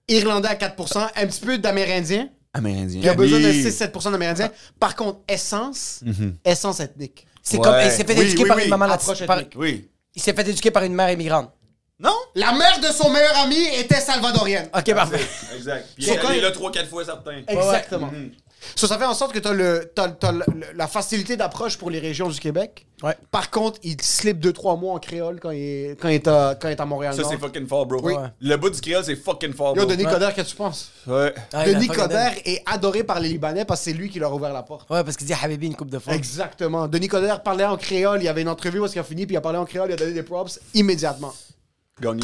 Speaker 3: Irlandais à 4%, un petit peu d'Amérindiens.
Speaker 4: Amérindien.
Speaker 3: Il a besoin de
Speaker 4: Oui.
Speaker 3: 6-7% d'Amérindiens. Par contre, essence, essence ethnique.
Speaker 2: C'est
Speaker 4: Ouais.
Speaker 2: comme il s'est fait
Speaker 4: Oui,
Speaker 2: éduquer
Speaker 4: oui,
Speaker 2: par
Speaker 4: oui.
Speaker 2: une maman
Speaker 3: Approche
Speaker 2: latine- par-
Speaker 3: ethnique.
Speaker 4: Oui.
Speaker 2: Il s'est fait éduquer par une mère immigrante.
Speaker 4: Non?
Speaker 3: La mère de son meilleur ami était salvadorienne.
Speaker 2: Ok, parfait.
Speaker 4: Exact. Puis
Speaker 3: So, quand il-
Speaker 4: là 3-4 fois certain.
Speaker 3: Exactement.
Speaker 4: Mm-hmm.
Speaker 3: So, ça fait en sorte que tu as, le, t'as- t'as le- le- la facilité d'approche pour les régions du Québec.
Speaker 2: Ouais.
Speaker 3: Par contre, il slip 2-3 mois en créole quand il est, quand il est, à, quand il est à Montréal.
Speaker 4: Ça, c'est fucking fort, bro.
Speaker 3: Oui.
Speaker 4: Le bout du créole, c'est fucking fort, bro.
Speaker 3: Yo, Denis Coderre, qu'est-ce que tu penses?
Speaker 4: Ouais.
Speaker 2: Ouais,
Speaker 3: Denis
Speaker 2: la fucking
Speaker 3: Coderre est adoré par les Libanais parce que c'est lui qui leur a ouvert la porte.
Speaker 2: Ouais, parce qu'il dit Habibi une coupe de fois.
Speaker 3: Exactement. Denis Coderre parlait en créole. Il y avait une entrevue où il a fini, puis il a parlé en créole. Il a donné des props immédiatement.
Speaker 4: Gagné.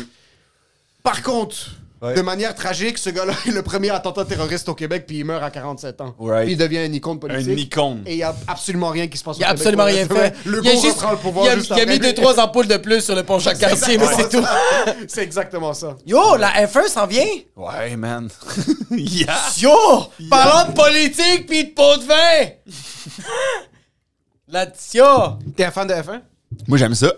Speaker 3: Par contre,
Speaker 4: Ouais.
Speaker 3: de manière tragique, ce gars-là est le premier attentat terroriste au Québec, puis il meurt à 47 ans.
Speaker 4: Right.
Speaker 3: Puis il devient une icône politique.
Speaker 4: Un icône.
Speaker 3: Et il n'y a absolument rien qui se passe au
Speaker 2: Il a
Speaker 3: Québec.
Speaker 2: absolument rien fait.
Speaker 3: Le
Speaker 2: il a
Speaker 3: gars reprend le pouvoir
Speaker 2: il a,
Speaker 3: juste
Speaker 2: il a
Speaker 3: après.
Speaker 2: mis deux, trois ampoules de plus sur le pont Jacques-Cartier, mais c'est tout.
Speaker 3: C'est exactement ça.
Speaker 2: Yo, la F1 s'en vient.
Speaker 4: Ouais, man. yeah.
Speaker 2: Yo, parlons de politique pis de pot de vin. la yo.
Speaker 3: T'es un fan de F1?
Speaker 4: Moi, j'aime ça.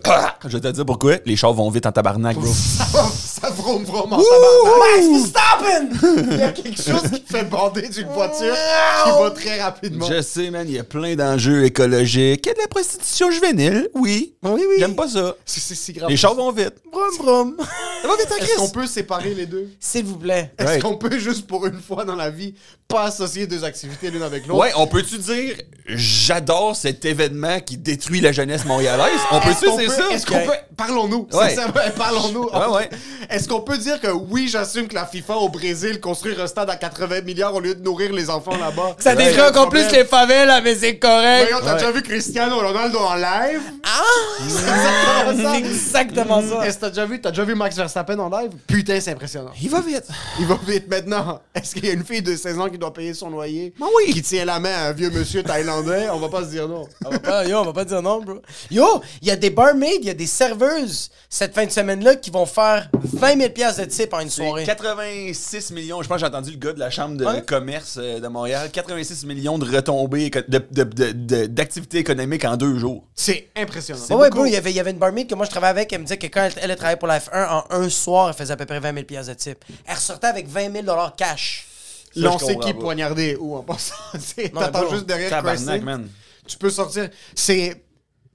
Speaker 4: Je vais te dire pourquoi. Les chars vont vite en tabarnak, bro.
Speaker 3: ça ça vroom vroom en tabarnak.
Speaker 2: Max Verstappen!
Speaker 3: Ah, Il y a quelque chose qui te fait bander d'une voiture qui va très rapidement.
Speaker 4: Je sais, man, il y a plein d'enjeux écologiques. Il y a de la prostitution juvénile, Ah oui.
Speaker 2: Oui, oui.
Speaker 4: J'aime pas ça.
Speaker 3: C'est- C'est si grave.
Speaker 4: Les chars vont vite.
Speaker 2: Brum, brum.
Speaker 4: Ça va vite hein, en
Speaker 3: Est-ce qu'on
Speaker 4: crise.
Speaker 3: peut séparer les deux?
Speaker 2: S'il vous plaît.
Speaker 3: Est-ce
Speaker 4: Right.
Speaker 3: qu'on peut juste pour une fois dans la vie pas associer deux activités l'une avec l'autre?
Speaker 4: Ouais, on peut-tu dire j'adore cet événement qui détruit la jeunesse montréalaise? On
Speaker 3: Est-ce
Speaker 4: peut-tu
Speaker 3: qu'on
Speaker 4: dire
Speaker 3: peut-
Speaker 4: ça?
Speaker 3: Est-ce qu'on
Speaker 2: Ok.
Speaker 3: peut. Parlons-nous.
Speaker 4: Ouais.
Speaker 3: Sincèrement, parlons-nous.
Speaker 4: Ouais, ouais.
Speaker 3: Est-ce qu'on peut dire que oui, j'assume que la FIFA au Brésil construire un stade à 80 milliards au lieu de nourrir les enfants là-bas?
Speaker 5: Ça détruit encore plus les favelas, mais c'est correct.
Speaker 3: Voyons, t'as déjà vu Cristiano Ronaldo en live?
Speaker 5: C'est exactement ça.
Speaker 3: Est-ce que t'as déjà vu, t'as déjà vu Max Verstappen en live? Putain, c'est impressionnant.
Speaker 4: Il va vite.
Speaker 3: Il va vite maintenant. Est-ce qu'il y a une fille de 16 ans qui doit payer son loyer?
Speaker 4: Ah oui.
Speaker 3: Qui tient la main à un vieux monsieur thaïlandais? On va pas se dire non.
Speaker 2: On va pas- yo, on va pas dire non, bro. Yo, il y a des barmaids, il y a des serveuses cette fin de semaine-là qui vont faire 20 000 pièces de type en une soirée.
Speaker 4: 86 millions, je pense que j'ai entendu le gars de la chambre de
Speaker 2: Ouais.
Speaker 4: commerce euh, de Montréal, 86 millions de retombées éco- de- de- de- de- d'activités économiques en deux jours.
Speaker 3: C'est impressionnant.
Speaker 2: Ah ouais, bro, il y avait, il y avait une barmaid que moi je travaillais avec, elle me disait que quand elle, elle travaillait pour la F1, en un soir, elle faisait à peu près 20 000 pièces de type. Elle ressortait avec 20 000 cash.
Speaker 4: Ça, je
Speaker 3: Lancer
Speaker 4: comprends
Speaker 3: qui
Speaker 4: pas.
Speaker 3: poignarder où en passant? C'est-
Speaker 2: Non,
Speaker 3: T'attends
Speaker 2: mais bon,
Speaker 3: juste derrière
Speaker 4: Tabarnak,
Speaker 3: Cressy.
Speaker 4: man.
Speaker 3: Tu peux sortir. C'est.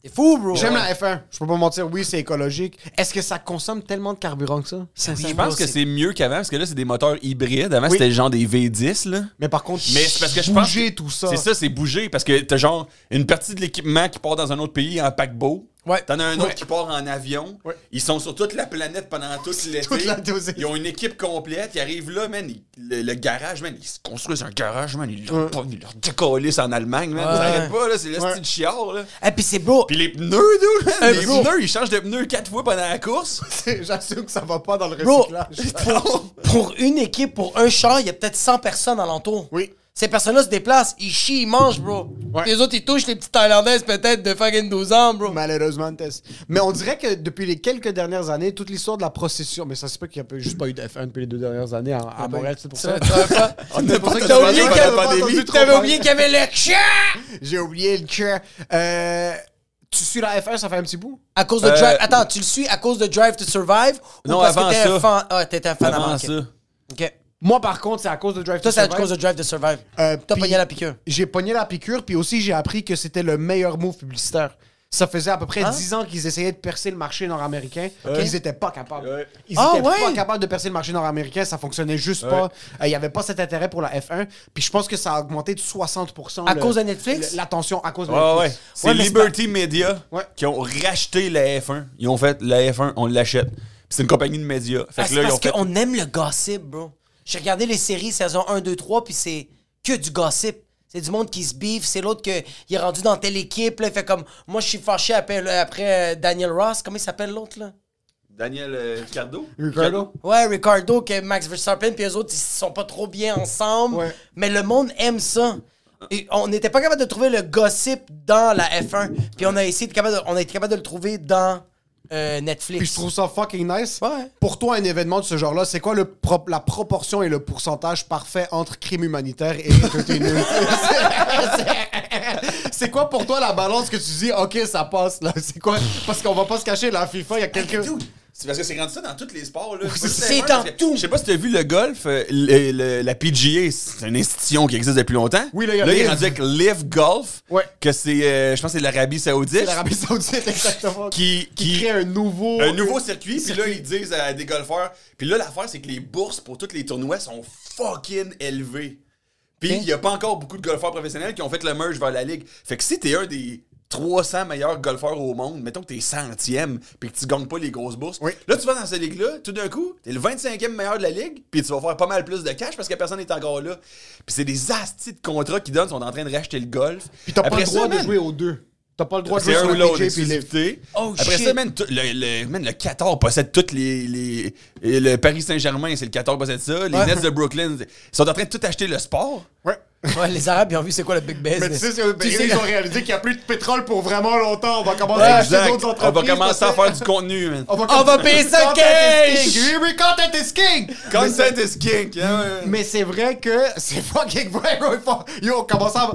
Speaker 2: C'est fou, bro.
Speaker 3: J'aime la F1. Je peux pas mentir, oui, c'est écologique. Est-ce que ça consomme tellement de carburant que ça?
Speaker 4: Je
Speaker 2: Oui,
Speaker 4: pense
Speaker 2: bro,
Speaker 4: que c'est mieux qu'avant parce que là, c'est des moteurs hybrides. Avant,
Speaker 3: Oui.
Speaker 4: c'était genre des V10, là.
Speaker 3: Mais par contre,
Speaker 4: Mais c'est parce que je pense.
Speaker 3: bouger
Speaker 4: que-
Speaker 3: tout ça.
Speaker 4: C'est ça, c'est bouger parce que t'as genre une partie de l'équipement qui part dans un autre pays en paquebot.
Speaker 2: Ouais.
Speaker 4: T'en as un
Speaker 3: Ouais.
Speaker 4: autre qui part en avion.
Speaker 3: Ouais.
Speaker 4: Ils sont sur toute la planète pendant tout l'été.
Speaker 3: toute la dosée.
Speaker 4: Ils ont une équipe complète. Ils arrivent là, man. ils- le, le garage, man. Ils se construisent un garage, man. Ils leur, ils leur décollissent en Allemagne, man. Ça
Speaker 2: Ouais.
Speaker 4: arrête pas, là. C'est le
Speaker 3: Ouais.
Speaker 4: style chiard, là.
Speaker 2: Et Eh, puis c'est beau.
Speaker 4: Puis les pneus, dude, man.
Speaker 2: Un
Speaker 4: les
Speaker 2: jour-
Speaker 4: pneus, ils changent de pneus quatre fois pendant la course.
Speaker 3: C'est- J'assume que ça va pas dans le
Speaker 2: Bro,
Speaker 3: recyclage.
Speaker 2: pour, pour une équipe, pour un char, il y a peut-être 100 personnes alentour.
Speaker 3: Oui.
Speaker 2: Ces personnes-là se déplacent, ils chient, ils mangent, bro.
Speaker 3: Ouais.
Speaker 5: Les autres, ils touchent les petites Thaïlandaises peut-être de fucking 12 ans, bro.
Speaker 3: Malheureusement, Tess. Mais on dirait que depuis les quelques dernières années, toute l'histoire de la procession, mais ça se peut qu'il n'y a juste pas eu de F1 depuis les deux dernières années à,
Speaker 4: Ah ben,
Speaker 3: à Montréal, c'est pour ça.
Speaker 5: Ça, tu savais pas?
Speaker 4: On n'a pas
Speaker 3: ça que
Speaker 4: entendu
Speaker 3: Ah, t'as oublié
Speaker 4: parler
Speaker 3: qu'elle
Speaker 4: de
Speaker 3: avait
Speaker 4: la
Speaker 3: pas
Speaker 4: pandémie.
Speaker 3: entendu trop
Speaker 5: T'avais
Speaker 3: parler.
Speaker 5: oublié qu'il y avait le chien!
Speaker 3: J'ai oublié le cœur. Euh, tu suis la F1, ça fait un petit bout?
Speaker 2: À cause de
Speaker 4: Euh,
Speaker 2: Drive. Attends, tu le suis à cause de Drive to Survive ou
Speaker 4: Non,
Speaker 2: parce
Speaker 4: avant
Speaker 2: que t'es
Speaker 4: ça.
Speaker 2: un fan. Ah, t'es un fan avant,
Speaker 4: Avant
Speaker 2: ok.
Speaker 4: ça.
Speaker 2: Ok.
Speaker 3: Moi, par contre, c'est à cause de Drive
Speaker 2: Toi,
Speaker 3: to
Speaker 2: c'est à
Speaker 3: Survive.
Speaker 2: cause de Drive to Survive. T'as
Speaker 3: Euh, puis-
Speaker 2: pogné la piqûre.
Speaker 3: J'ai pogné la piqûre, puis aussi j'ai appris que c'était le meilleur move publicitaire. Ça faisait à peu près
Speaker 2: Hein?
Speaker 3: 10 ans qu'ils essayaient de percer le marché nord-américain. Ils étaient pas capables.
Speaker 4: Ouais.
Speaker 3: Ils
Speaker 2: Ah,
Speaker 3: étaient pas
Speaker 2: ouais?
Speaker 3: capables de percer le marché nord-américain. Ça fonctionnait juste
Speaker 4: Ouais.
Speaker 3: pas. Euh, Il y avait pas cet intérêt pour la F1. Puis je pense que ça a augmenté de 60%.
Speaker 2: À
Speaker 3: le-
Speaker 2: cause de Netflix?
Speaker 3: le- L'attention à cause de
Speaker 4: Ouais, ouais.
Speaker 3: Netflix.
Speaker 4: C'est
Speaker 2: Ouais, mais c'est
Speaker 4: Liberty Media
Speaker 3: Ouais.
Speaker 4: qui ont racheté la F1. Ils ont fait la F1, on l'achète. Puis C'est une compagnie de médias. Fait
Speaker 2: Parce,
Speaker 4: que là, ils ont
Speaker 2: Ah, parce
Speaker 4: fait.
Speaker 2: qu'on aime le gossip, bro. J'ai regardé les séries saison 1, 2, 3, puis c'est que du gossip. C'est du monde qui se biffe, c'est l'autre que il est rendu dans telle équipe, là, il fait comme moi je suis fâché après, après euh, Daniel Ross, comment il s'appelle l'autre là
Speaker 4: Daniel euh, Ricardo.
Speaker 3: Ricardo?
Speaker 2: Ouais, Ricardo, que Max Verstappen, puis les autres, ils sont pas trop bien ensemble.
Speaker 3: Ouais.
Speaker 2: Mais le monde aime ça. Et on n'était pas capable de trouver le gossip dans la F1. Puis on a essayé de capable de- on a été capable de le trouver dans euh, Netflix.
Speaker 3: Puis je trouve ça fucking nice.
Speaker 2: Ouais.
Speaker 3: Pour toi, un événement de ce genre-là, c'est quoi le pro- la proportion et le pourcentage parfait entre crime humanitaire et entertainment? c'est quoi pour toi la balance que tu dis, OK, ça passe, là? C'est quoi? Parce qu'on va pas se cacher, la FIFA, il y a quelqu'un...
Speaker 4: Dude, C'est parce que c'est rendu ça dans tous les sports. là.
Speaker 2: c'est-
Speaker 4: pas
Speaker 2: c'est
Speaker 4: juste la F1,
Speaker 2: dans
Speaker 4: parce que-
Speaker 2: tout.
Speaker 4: Je sais pas si t'as vu le golf, euh, le- le- la PGA, c'est une institution qui existe depuis longtemps.
Speaker 3: Oui, là, il y a
Speaker 4: il est
Speaker 3: Live.
Speaker 4: rendu avec Live Golf,
Speaker 3: Ouais.
Speaker 4: que c'est, euh, je pense, que c'est l'Arabie Saoudite.
Speaker 3: C'est l'Arabie Saoudite, exactement.
Speaker 4: Qui,
Speaker 3: qui
Speaker 4: qui,
Speaker 3: crée un nouveau...
Speaker 4: Un nouveau circuit, puis là, ils disent à des golfeurs. Puis là, l'affaire, c'est que les bourses pour tous les tournois sont fucking élevées. Puis il n'y a pas encore beaucoup de golfeurs professionnels qui ont fait le merge vers la ligue. Fait que si t'es un des 300 meilleurs golfeurs au monde, mettons que t'es centième, puis que tu gagnes pas les grosses bourses,
Speaker 3: Oui.
Speaker 4: là, tu vas dans cette ligue-là, tout d'un coup, t'es le 25e meilleur de la ligue, puis tu vas faire pas mal plus de cash parce que personne n'est encore là. Puis c'est des astis de contrats qu'ils donnent, ils sont en train de racheter le golf.
Speaker 3: Puis t'as pas
Speaker 4: Après
Speaker 3: le droit
Speaker 4: ça,
Speaker 3: de
Speaker 4: man,
Speaker 3: jouer aux deux. T'as pas le droit de
Speaker 4: c'est
Speaker 3: jouer
Speaker 4: un
Speaker 3: sur
Speaker 4: ou
Speaker 3: le
Speaker 4: l'autre,
Speaker 3: PJ puis les-
Speaker 4: exclusivité.
Speaker 2: Oh,
Speaker 4: Après
Speaker 2: shit.
Speaker 4: ça, man, tout- le, le, man, le Qatar possède toutes les. les et le Paris Saint-Germain, c'est le Qatar possède ça. Les
Speaker 2: Ouais.
Speaker 4: Nets de Brooklyn, ils sont en train de tout acheter le sport.
Speaker 3: Ouais.
Speaker 2: Ouais, les Arabes ils ont vu c'est quoi le big business.
Speaker 3: Mais tu sais, c'est-
Speaker 2: Tu sais,
Speaker 3: ils ont réalisé qu'il n'y a plus de pétrole pour vraiment longtemps. On va commencer à acheter
Speaker 4: Exact.
Speaker 3: d'autres entreprises.
Speaker 4: On va commencer à
Speaker 3: parce que-
Speaker 4: faire du contenu, man.
Speaker 3: On va,
Speaker 2: On va payer ça cash!
Speaker 3: Here we content is king!
Speaker 4: Content is king. hein, ouais.
Speaker 3: Mais c'est vrai que c'est fucking vrai, bro. Il faut- Yo, on commence à...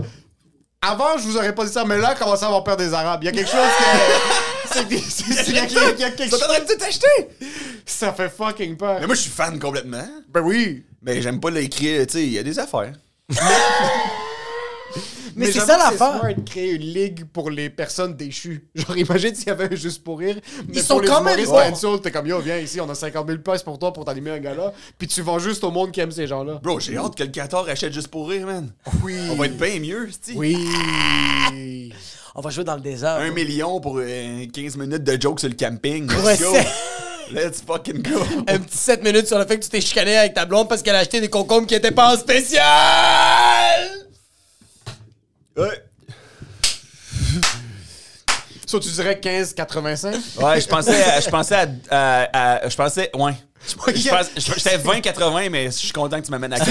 Speaker 3: Avant, je vous aurais pas dit ça, mais là, on commence à avoir peur des Arabes. Il y a quelque chose que... C'est des- c'est- il y a- il y a- il y a quelque
Speaker 4: Ils sont en train de tout acheter!
Speaker 3: chose- Ça fait fucking peur.
Speaker 4: Mais moi, je suis fan complètement.
Speaker 3: Ben oui.
Speaker 4: Mais j'aime pas l'écrire, tu sais, il y a des affaires.
Speaker 3: Mais,
Speaker 2: c'est
Speaker 3: j'avoue
Speaker 2: ça
Speaker 3: que
Speaker 2: l'affaire.
Speaker 3: smart de créer une ligue pour les personnes déchues. Genre, imagine s'il y avait un juste pour rire. Mais
Speaker 2: Ils
Speaker 3: pour
Speaker 2: sont
Speaker 3: les
Speaker 2: quand même
Speaker 3: humoristes
Speaker 2: bons.
Speaker 3: cancel, t'es comme yo, viens ici, on a 50 000 places pour toi pour t'animer un gala. Puis tu vends juste au monde qui aime ces gens-là.
Speaker 4: Bro, j'ai hâte que le 14 achète juste pour rire, man.
Speaker 3: Oui.
Speaker 4: On va être bien mieux, c'ti.
Speaker 3: Oui.
Speaker 2: On va jouer dans le désert.
Speaker 4: Un million pour euh, 15 minutes de jokes sur le camping.
Speaker 2: Ouais,
Speaker 4: Let's go. Let's fucking go.
Speaker 2: Un petit 7 minutes sur le fait que tu t'es chicané avec ta blonde parce qu'elle a acheté des concombres qui étaient pas en spécial!
Speaker 4: Ouais,
Speaker 3: Soit tu dirais 15,85.
Speaker 4: Ouais, je pensais à- je pensais à, à- à- je pensais ouais. Je pense- je- J'étais 20 80 mais je suis content que tu m'amènes à 15.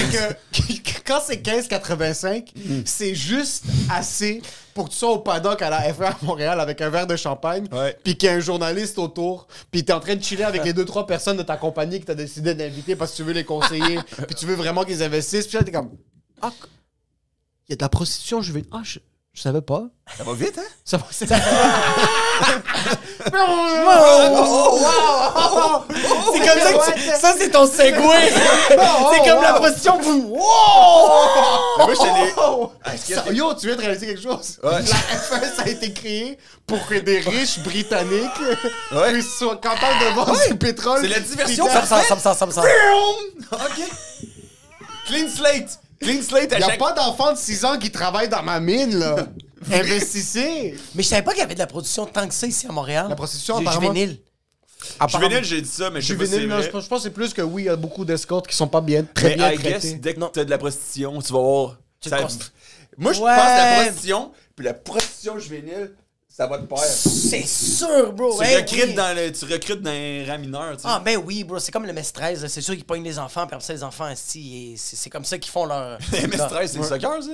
Speaker 3: Que- Quand c'est 15,85,
Speaker 4: Mm.
Speaker 3: c'est juste assez pour que tu sois au paddock à la F1 à Montréal avec un verre de champagne,
Speaker 4: Ouais.
Speaker 3: puis qu'il y a un journaliste autour, puis t'es en train de chiller avec les deux trois personnes de ta compagnie que t'as décidé d'inviter parce que tu veux les conseiller, puis tu veux vraiment qu'ils investissent, puis là t'es comme ah il y a de la prostitution, je vais ah je, je savais pas.
Speaker 4: Ça va vite hein
Speaker 3: Ça va, c'est
Speaker 2: C'est comme ça que tu... Ça, c'est ton segway! c'est comme la position... Wow!
Speaker 4: Mais moi j'étais les- Ah, est-ce que
Speaker 3: Ça-
Speaker 4: c'est-
Speaker 3: Yo, tu viens de réaliser quelque chose.
Speaker 4: Ouais.
Speaker 3: La F1, ça a été créé pour que des riches britanniques
Speaker 4: Ouais.
Speaker 3: puissent soient capables de vendre du pétrole.
Speaker 4: C'est la diversion
Speaker 3: Puis
Speaker 2: Ça me
Speaker 3: là,
Speaker 2: semble, ça me semble, ça me semble.
Speaker 4: OK. Clean slate. Clean slate à
Speaker 3: Y a
Speaker 4: chaque
Speaker 3: pas d'enfant de 6 ans qui travaille dans ma mine, là. Investissez.
Speaker 2: Mais je savais pas qu'il y avait de la production tant que ça ici à Montréal.
Speaker 3: La prostitution,
Speaker 2: Du
Speaker 3: apparemment.
Speaker 2: Juvénile.
Speaker 4: Juvénile, j'ai dit ça mais je sais pas si c'est
Speaker 3: Juvénile, non,
Speaker 4: vrai.
Speaker 3: je pense je pense que c'est plus que oui, il y a beaucoup d'escortes qui sont pas bien, très
Speaker 4: Mais
Speaker 3: bien
Speaker 4: I guess
Speaker 3: traitées.
Speaker 4: dès que
Speaker 2: Non.
Speaker 4: t'as de la prostitution, tu vas voir
Speaker 2: Tu
Speaker 4: ça-
Speaker 2: te const-
Speaker 4: Moi je pense
Speaker 2: Ouais.
Speaker 4: que la prostitution puis la prostitution juvénile, ça va te pair.
Speaker 2: C'est sûr, bro!
Speaker 4: Tu
Speaker 2: Hey,
Speaker 4: recrutes
Speaker 2: oui.
Speaker 4: dans le tu recrutes dans les rangs mineurs, tu sais.
Speaker 2: Ah, ben oui, bro, c'est comme le MS-13, là. c'est sûr qu'ils pognent les enfants, puis après ça, les enfants, esti, et c'est c'est comme ça qu'ils font leur... leur-
Speaker 4: MS13 c'est le soccer ça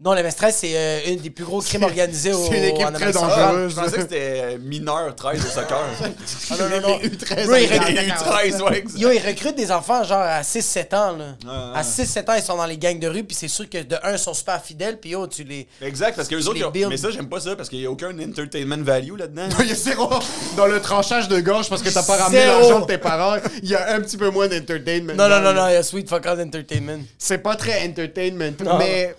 Speaker 2: Non, le MS-13, c'est euh, une des plus gros crimes organisés au...
Speaker 3: c'est une équipe
Speaker 2: en
Speaker 3: très
Speaker 2: Amérique
Speaker 3: dangereuse.
Speaker 2: centrale.
Speaker 4: Ah, je pensais que c'était mineur 13 au soccer.
Speaker 2: Ah, non, non, non.
Speaker 3: Les U13,
Speaker 2: Bro, ils
Speaker 3: ça
Speaker 2: recrutent-
Speaker 3: regarde.
Speaker 4: Et U13, ouais, exact.
Speaker 2: Yo, ils recrutent des enfants genre à 6-7 ans. Là.
Speaker 4: ouais.
Speaker 2: À 6-7 ans, ils sont dans les gangs de rue, puis c'est sûr que de un, ils sont super fidèles, puis yo, tu les.
Speaker 4: Exact, parce que les autres,
Speaker 2: les
Speaker 4: ils ont-
Speaker 2: builds.
Speaker 4: mais ça, j'aime pas ça, parce qu'il y a aucun entertainment value là-dedans.
Speaker 3: Il y a zéro dans le tranchage de gorge parce que t'as pas ramené
Speaker 2: Zéro.
Speaker 3: l'argent de tes parents. Il y a un petit peu moins d'entertainment.
Speaker 2: Non, non, non, non, il y a Sweet Fuck Out Entertainment.
Speaker 3: c'est pas très entertainment,
Speaker 2: Non.
Speaker 3: mais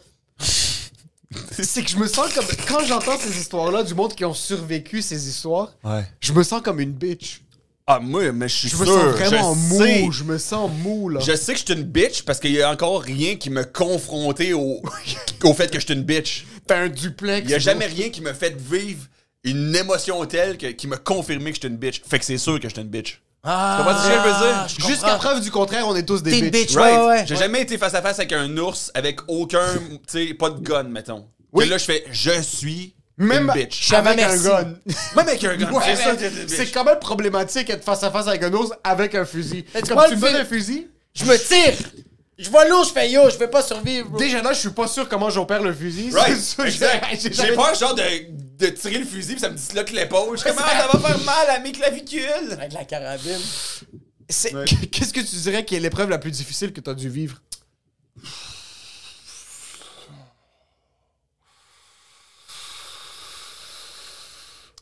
Speaker 3: c'est que je me sens comme quand j'entends ces histoires-là du monde qui ont survécu ces histoires,
Speaker 4: Ouais.
Speaker 3: je me sens comme une bitch.
Speaker 4: Ah, moi, mais je suis
Speaker 3: Je
Speaker 4: sûr.
Speaker 3: me sens vraiment
Speaker 4: je
Speaker 3: mou,
Speaker 4: sais-
Speaker 3: je me sens mou là.
Speaker 4: Je sais que je suis une bitch, parce qu'il y a encore rien qui me confrontait au, au fait que je suis une bitch.
Speaker 3: T'as un duplex.
Speaker 4: Il y a
Speaker 3: bro.
Speaker 4: jamais rien qui me fait vivre une émotion telle que, qui me confirmait que je suis une bitch. Fait que c'est sûr que je suis une bitch.
Speaker 2: Ah,
Speaker 4: Tu comprends ce que je veux dire?
Speaker 2: je
Speaker 3: Jusqu'à
Speaker 2: comprends.
Speaker 3: preuve du contraire, on est tous des
Speaker 2: T'es
Speaker 3: bitches.
Speaker 2: une bitch,
Speaker 4: Right.
Speaker 2: ouais, ouais.
Speaker 4: J'ai jamais été face à face avec un ours avec aucun, tu sais, pas de gun, mettons.
Speaker 3: Oui.
Speaker 4: Oui. là, je fais, je suis
Speaker 3: Même
Speaker 4: une bitch.
Speaker 2: Jamais
Speaker 3: avec un
Speaker 2: merci.
Speaker 3: gun.
Speaker 4: Même avec un gun.
Speaker 3: Ouais,
Speaker 4: c'est ça,
Speaker 3: mais
Speaker 4: t'es une bitch.
Speaker 3: c'est quand même problématique être face à face avec un os avec un fusil.
Speaker 2: Mais tu
Speaker 3: Comme
Speaker 2: vois
Speaker 3: tu
Speaker 2: le
Speaker 3: me donnes
Speaker 2: film-
Speaker 3: un fusil,
Speaker 2: Je me tire! Je vois l'eau, je fais yo, je vais pas survivre, bro.
Speaker 3: déjà là, je suis pas sûr comment j'opère le fusil.
Speaker 4: Right,
Speaker 3: C'est sûr,
Speaker 4: exact.
Speaker 3: j'ai
Speaker 4: J'ai
Speaker 3: jamais-
Speaker 4: peur, genre, de, de tirer le fusil pis ça me disloque l'épaule. Je suis comme, ah, ça va faire mal à mes clavicules.
Speaker 2: Avec la carabine.
Speaker 3: C'est- Qu'est-ce que tu dirais qui est l'épreuve la plus difficile que t'as dû vivre?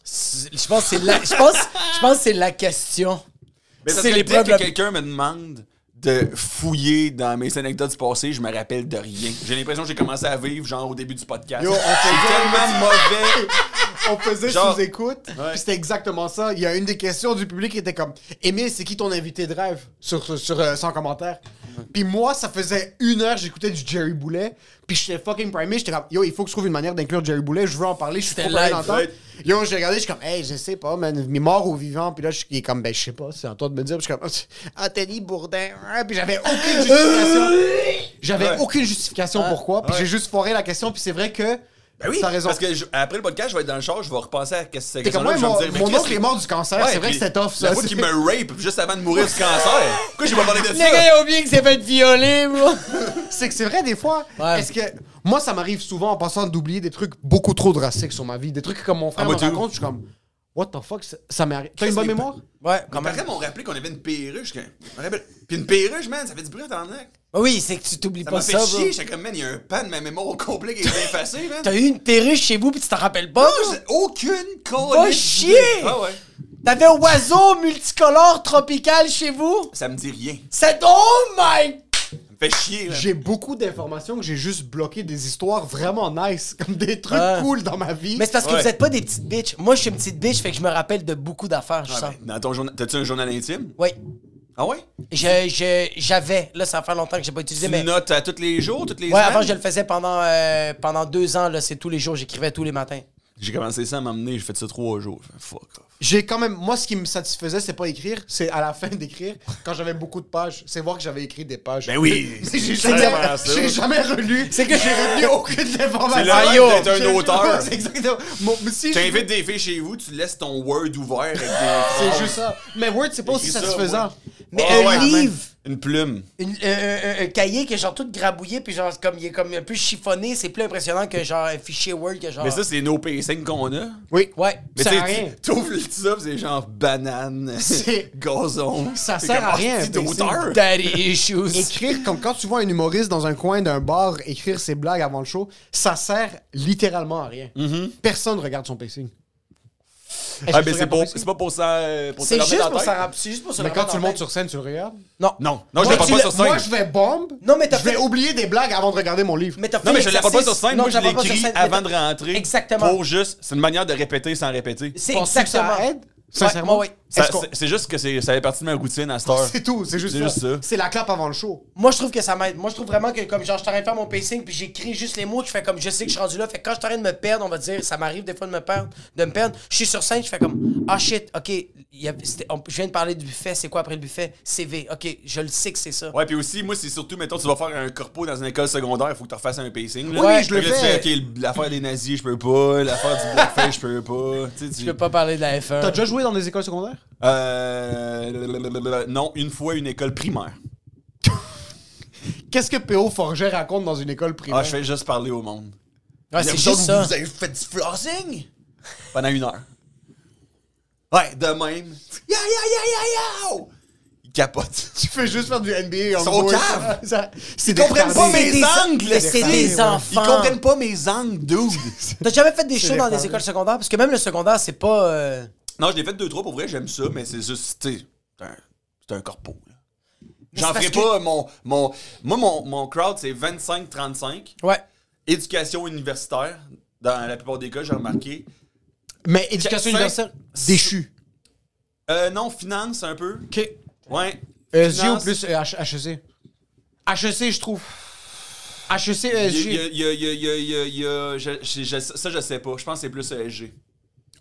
Speaker 2: C'est- Je pense que c'est la, je pense, je pense que c'est la question.
Speaker 4: Mais ça
Speaker 2: C'est
Speaker 4: serait
Speaker 2: les
Speaker 4: dès
Speaker 2: preuves
Speaker 4: que
Speaker 2: la-
Speaker 4: quelqu'un me demande de fouiller dans mes anecdotes du passé, je me rappelle de rien. J'ai l'impression que j'ai commencé à vivre, genre, au début du podcast.
Speaker 3: Yo, on fait
Speaker 4: c'est tellement mauvais.
Speaker 3: on faisait
Speaker 4: Genre-
Speaker 3: sous-écoute.
Speaker 4: Ouais.
Speaker 3: puis C'était exactement ça. Il y a une des questions du public qui était comme Émile, c'est qui ton invité de rêve sur, sur, sur, euh, sans commentaire Puis moi, ça faisait une heure, j'écoutais du Jerry Boulet. Puis j'étais fucking primé. J'étais comme Yo, il faut que je trouve une manière d'inclure Jerry Boulet. Je veux en parler. Je suis
Speaker 2: C'était
Speaker 3: trop prêt
Speaker 2: live,
Speaker 3: d'entendre.
Speaker 4: right.
Speaker 3: Yo, j'ai regardé. Je suis comme Hey, je sais pas, man. Mais mort ou vivant. Puis là, je suis comme Ben, je sais pas. C'est à toi de me dire. Puis je suis comme Anthony Bourdin. hein. Puis j'avais aucune justification. J'avais
Speaker 4: Ouais.
Speaker 3: aucune justification pourquoi. Puis j'ai juste foiré la question. Puis c'est vrai que.
Speaker 4: Ben oui,
Speaker 3: t'as raison.
Speaker 4: parce que je- après le podcast, je vais être dans le char, je vais repenser à qu'est-ce que
Speaker 3: T'es
Speaker 4: c'est
Speaker 3: comme, ouais, mon, mon oncle est mort du cancer, c'est vrai que c'était tough, ça.
Speaker 4: La fois
Speaker 3: c'est-
Speaker 4: qu'il me rape juste avant de mourir du cancer. Pourquoi j'ai pas parlé de
Speaker 2: Le
Speaker 4: ça?
Speaker 2: gars, il a oublié qu'il s'est fait violer, bro.
Speaker 3: C'est que c'est vrai, des fois,
Speaker 2: Ouais.
Speaker 3: est-ce que... Moi, ça m'arrive souvent, en passant, d'oublier des trucs beaucoup trop drastiques sur ma vie. Des trucs comme mon frère
Speaker 4: Ah,
Speaker 3: me
Speaker 4: moi, tu-
Speaker 3: raconte, je suis comme... What the fuck, ça, ça m'est arrivé. T'as une bonne
Speaker 4: Qu'est-ce que-
Speaker 3: mémoire?
Speaker 2: Ouais,
Speaker 4: Mes
Speaker 2: quand même.
Speaker 4: parents m'ont rappelé qu'on avait une perruche. que- je me rappelle- Puis une perruche, man, ça fait du bruit, t'en as.
Speaker 2: Ah Oui, c'est que tu t'oublies
Speaker 4: Ça
Speaker 2: pas
Speaker 4: m'a
Speaker 2: ça. bro.
Speaker 4: fait chier. J'étais comme, man, il y a un pan de ma mémoire au complet qui est effacé, man.
Speaker 2: T'as eu une perruche chez vous puis tu t'en rappelles pas?
Speaker 4: Non,
Speaker 2: bro?
Speaker 4: j'ai aucune colère.
Speaker 2: chier!
Speaker 4: Ah ouais.
Speaker 2: T'avais oiseau multicolore tropical chez vous?
Speaker 4: Ça me dit rien.
Speaker 2: C'est... Oh my...
Speaker 4: Ça me fait chier, là.
Speaker 3: J'ai beaucoup d'informations que j'ai juste bloquées des histoires vraiment nice, comme des trucs
Speaker 2: Ouais.
Speaker 3: cool dans ma vie.
Speaker 2: Mais c'est parce que
Speaker 4: Ouais.
Speaker 2: vous êtes pas des petites bitches. Moi, je suis une petite bitch, fait que je me rappelle de beaucoup d'affaires, je
Speaker 4: Ah,
Speaker 2: sens.
Speaker 4: ben, dans ton journal. T'as-tu un journal intime?
Speaker 2: Oui.
Speaker 4: Ah ouais?
Speaker 2: Je- je- J'avais, là, ça fait longtemps que j'ai pas utilisé,
Speaker 4: Tu
Speaker 2: mais...
Speaker 4: notes à tous les jours, toutes les
Speaker 2: Ouais,
Speaker 4: semaines?
Speaker 2: avant, je le faisais pendant, euh, pendant deux ans, là, c'est tous les jours, j'écrivais tous les matins.
Speaker 4: J'ai commencé ça à m'emmener, j'ai fait ça trois jours. Fait, Fuck off.
Speaker 3: J'ai quand même. Moi, ce qui me satisfaisait, c'est pas écrire, c'est à la fin d'écrire, quand j'avais beaucoup de pages, c'est voir que j'avais écrit des pages.
Speaker 4: Ben oui!
Speaker 3: Mais j'ai
Speaker 4: C'est
Speaker 3: jamais,
Speaker 4: vraiment ça.
Speaker 3: j'ai jamais relu. C'est que j'ai retenu aucune
Speaker 4: C'est
Speaker 3: information.
Speaker 4: le rêve
Speaker 2: yo,
Speaker 4: d'être un auteur.
Speaker 3: C'est exactement. Mon- mais si je-
Speaker 4: T'invites des filles chez vous, tu laisses ton Word ouvert avec des.
Speaker 3: C'est juste ça. Mais Word, c'est pas aussi
Speaker 4: Écris ça,
Speaker 3: satisfaisant.
Speaker 2: Mais
Speaker 4: Ouais,
Speaker 2: un
Speaker 4: ouais,
Speaker 2: livre,
Speaker 4: Une plume.
Speaker 2: une- euh, euh, un cahier qui est genre tout grabouillé, puis genre, comme, il est comme un peu chiffonné, c'est plus impressionnant que genre un fichier Word que genre...
Speaker 4: Mais ça, c'est nos pacing qu'on a.
Speaker 3: Oui.
Speaker 2: Ouais.
Speaker 4: Mais
Speaker 3: Ça
Speaker 4: tu
Speaker 3: a rien.
Speaker 4: sais, tu- t'ouvres le ça, pis c'est genre banane,
Speaker 3: C'est-
Speaker 4: gazon.
Speaker 3: Ça
Speaker 4: C'est
Speaker 3: sert
Speaker 4: comme
Speaker 3: à rien,
Speaker 4: hostie
Speaker 3: un pacing.
Speaker 4: d'auteur.
Speaker 2: Daddy issues.
Speaker 3: Écrire, comme quand tu vois un humoriste dans un coin d'un bar écrire ses blagues avant le show, ça sert littéralement à rien. Personne regarde son pacing.
Speaker 4: Mm-hmm. Ah, mais c'est pas, c'est pas pour ça. euh, Pour
Speaker 2: C'est
Speaker 4: se le
Speaker 2: juste
Speaker 4: remettre en
Speaker 2: pour
Speaker 4: tête.
Speaker 2: ça, c'est juste pour se
Speaker 3: Mais quand
Speaker 2: remettre
Speaker 3: tu le
Speaker 2: en
Speaker 3: montes
Speaker 2: tête.
Speaker 3: sur scène, tu le regardes.
Speaker 2: Non.
Speaker 4: Non, non, je
Speaker 2: Moi,
Speaker 4: l'ai pas
Speaker 2: tu
Speaker 4: pas
Speaker 2: le-
Speaker 4: sur
Speaker 3: Moi,
Speaker 4: scène.
Speaker 3: je vais bombe.
Speaker 2: Non, mais t'as
Speaker 3: Je vais
Speaker 2: fait-
Speaker 3: oublier des blagues avant de regarder mon livre.
Speaker 2: Mais t'as fait
Speaker 4: Non, mais je l'apporte pas sur
Speaker 2: l'exercice-
Speaker 4: scène.
Speaker 2: Non, tu
Speaker 4: Moi, je
Speaker 2: l'apportes pas sur
Speaker 4: l'écris
Speaker 2: scène, mais-
Speaker 4: avant de rentrer.
Speaker 2: Exactement.
Speaker 4: Pour juste. C'est une manière de répéter sans répéter.
Speaker 2: C'est
Speaker 3: Penses-tu que ça
Speaker 2: exactement.
Speaker 3: aide, sincèrement?
Speaker 2: Ouais, ouais, ouais.
Speaker 4: Ça-
Speaker 3: Est-ce qu'on-
Speaker 4: C'est c'est juste que c'est- ça fait partie de ma routine à cette heure.
Speaker 3: C'est tout, c'est juste,
Speaker 4: C'est juste
Speaker 3: ça.
Speaker 4: ça.
Speaker 3: C'est la clap avant le show.
Speaker 2: Moi, je trouve que ça m'aide. Moi, je trouve vraiment que, comme genre, je t'arrête de faire mon pacing, puis j'écris juste les mots, je fais comme, je sais que je suis rendu là. Fait que quand je t'arrête de me perdre, on va dire, ça m'arrive des fois de me perdre, de me perdre. Je suis sur scène, je fais comme, ah shit, ok, il y a- c'était- on- je viens de parler du buffet, c'est quoi après le buffet? CV, ok, je le sais que c'est ça.
Speaker 4: Ouais, puis aussi, moi, c'est surtout, mettons, tu vas faire un corpo dans une école secondaire, il faut que tu refasses un pacing. là.
Speaker 2: Oui,
Speaker 4: Fait
Speaker 3: je le
Speaker 4: que là,
Speaker 3: fais.
Speaker 4: Tu fais, OK, l'affaire des nazis, je peux pas. L'affaire du blackface, je peux pas. Tu sais, tu-
Speaker 2: Je peux pas parler de la F1.
Speaker 3: T'as déjà joué dans des écoles secondaires?
Speaker 4: Euh, blablabla. Non, une fois, une école primaire.
Speaker 3: Qu'est-ce que P.O. Forger raconte dans une école primaire?
Speaker 4: Ah, je fais juste parler au monde.
Speaker 2: Ouais,
Speaker 4: Vous
Speaker 2: Ah, c'est
Speaker 4: autres,
Speaker 2: juste ça.
Speaker 4: Vous avez fait du flossing? Pendant une heure. Ouais, de même. Ya, ya, ya, ya, ya! Il capote.
Speaker 3: Tu fais juste faire du NBA en
Speaker 4: Ils sont
Speaker 3: gros,
Speaker 4: caves.
Speaker 3: ça- ça- C'est
Speaker 4: Ils comprennent pas
Speaker 3: retardés.
Speaker 2: C'est des-
Speaker 4: mes angles!
Speaker 2: mais c'est des
Speaker 4: esti.
Speaker 2: enfants.
Speaker 4: Ils comprennent pas mes angles, dude!
Speaker 2: T'as jamais fait des shows dans des
Speaker 3: répandu.
Speaker 2: écoles secondaires? Parce que même le secondaire, c'est pas. euh,
Speaker 4: non, je l'ai fait deux, trois pour vrai, j'aime ça, mais c'est juste, tu sais, c'est un- c'est un corpo, là. J'en
Speaker 2: c'est parce
Speaker 4: ferai
Speaker 2: que-
Speaker 4: pas mon, mon. Moi, mon, mon crowd, c'est 25-35.
Speaker 2: Ouais.
Speaker 4: Éducation universitaire, dans la plupart des cas, j'ai remarqué.
Speaker 3: Mais éducation
Speaker 4: Cinq-
Speaker 3: universelle, déchu.
Speaker 4: Euh, non, finance un peu.
Speaker 3: OK.
Speaker 4: Ouais.
Speaker 3: ESG ou
Speaker 4: Finance.
Speaker 3: plus euh, H- HEC? HEC, E je trouve. E HEC, ESG.
Speaker 4: Il y a- il y a- il y a- il y a- il y a- il y a- je- je- je- Ça, je sais pas. Je pense que c'est plus ESG.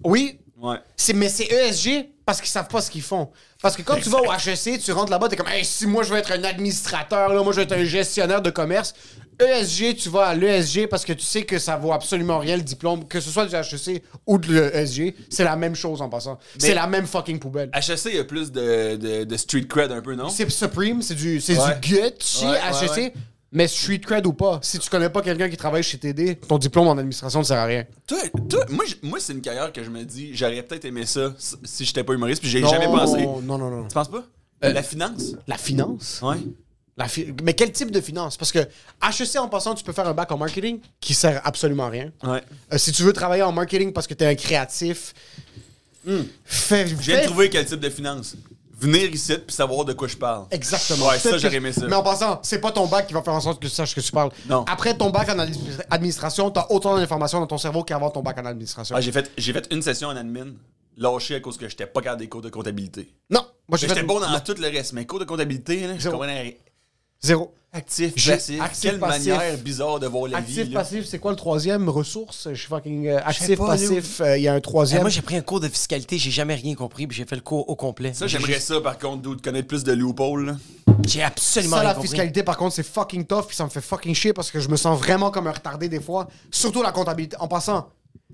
Speaker 3: Oui,
Speaker 4: Ouais.
Speaker 3: c'est, mais c'est ESG parce qu'ils savent pas ce qu'ils font. Parce que quand tu vas au HEC, tu rentres là-bas, t'es comme, hey, si moi je veux être un administrateur, là, moi je veux être un gestionnaire de commerce. ESG, tu vas à l'ESG parce que tu sais que ça vaut absolument rien le diplôme, que ce soit du HEC ou de l'ESG, c'est la même chose en passant. c'est la même fucking poubelle.
Speaker 4: HEC, il y a plus de, de, de street cred un peu, non?
Speaker 3: C'est Supreme, c'est du, c'est
Speaker 4: Ouais.
Speaker 3: du Gucci,
Speaker 4: Ouais, ouais,
Speaker 3: HEC.
Speaker 4: ouais.
Speaker 3: Mais street cred ou pas, si tu connais pas quelqu'un qui travaille chez TD, ton diplôme en administration ne sert à rien.
Speaker 4: Toi, toi, moi, j- moi c'est une carrière que je me dis, j'aurais peut-être aimé ça si- si j'étais pas humoriste, puis j'ai
Speaker 3: Non,
Speaker 4: jamais pensé.
Speaker 3: Non, non, non.
Speaker 4: Tu penses pas?
Speaker 3: Euh,
Speaker 4: La finance?
Speaker 3: La finance?
Speaker 4: Ouais.
Speaker 3: La fi- Mais quel type de finance? Parce que HEC, en passant, tu peux faire un bac en marketing qui sert absolument à rien.
Speaker 4: Ouais.
Speaker 3: Euh, si tu veux travailler en marketing parce que tu es un créatif, fais,
Speaker 4: Hmm. Je viens
Speaker 3: fais-
Speaker 4: de trouver quel type de finance. Venir ici puis savoir de quoi je parle.
Speaker 3: Exactement.
Speaker 4: Ouais, ça,
Speaker 3: Peut-être
Speaker 4: j'aurais
Speaker 3: que-
Speaker 4: aimé ça.
Speaker 3: Mais en passant, c'est pas ton bac qui va faire en sorte que tu saches que tu parles.
Speaker 4: Non.
Speaker 3: Après ton bac en admi- administration, t'as autant d'informations dans ton cerveau qu'avant ton bac en administration.
Speaker 4: Ah, j'ai fait, j'ai fait une session en admin, lâché à cause que j'étais pas garde des cours de comptabilité.
Speaker 3: non, moi j'ai
Speaker 4: J'étais
Speaker 3: fait
Speaker 4: bon dans tout le reste, mais cours de comptabilité, là, je
Speaker 3: Zéro.
Speaker 4: comprenais rien.
Speaker 3: zéro.
Speaker 4: Actif,
Speaker 3: J'ai-
Speaker 4: passif.
Speaker 3: actif,
Speaker 4: Quelle
Speaker 3: passif.
Speaker 4: manière bizarre de voir la vie.
Speaker 3: Actif,
Speaker 4: là.
Speaker 3: passif, c'est quoi le troisième? Ressources? Je suis fucking euh,
Speaker 2: sais
Speaker 3: actif,
Speaker 2: pas,
Speaker 3: passif, euh, il y a un
Speaker 2: Eh,
Speaker 3: troisième.
Speaker 2: moi, j'ai pris un cours de fiscalité, j'ai jamais rien compris, puis j'ai fait le cours au complet.
Speaker 4: Ça, j'aimerais ça, par contre, d'où de connaître plus de loopholes. là.
Speaker 2: J'ai absolument
Speaker 3: Ça,
Speaker 2: rien
Speaker 3: la
Speaker 2: compris.
Speaker 3: fiscalité, par contre, c'est fucking tough, puis ça me fait fucking chier parce que je me sens vraiment comme un retardé des fois. Surtout la comptabilité. En passant,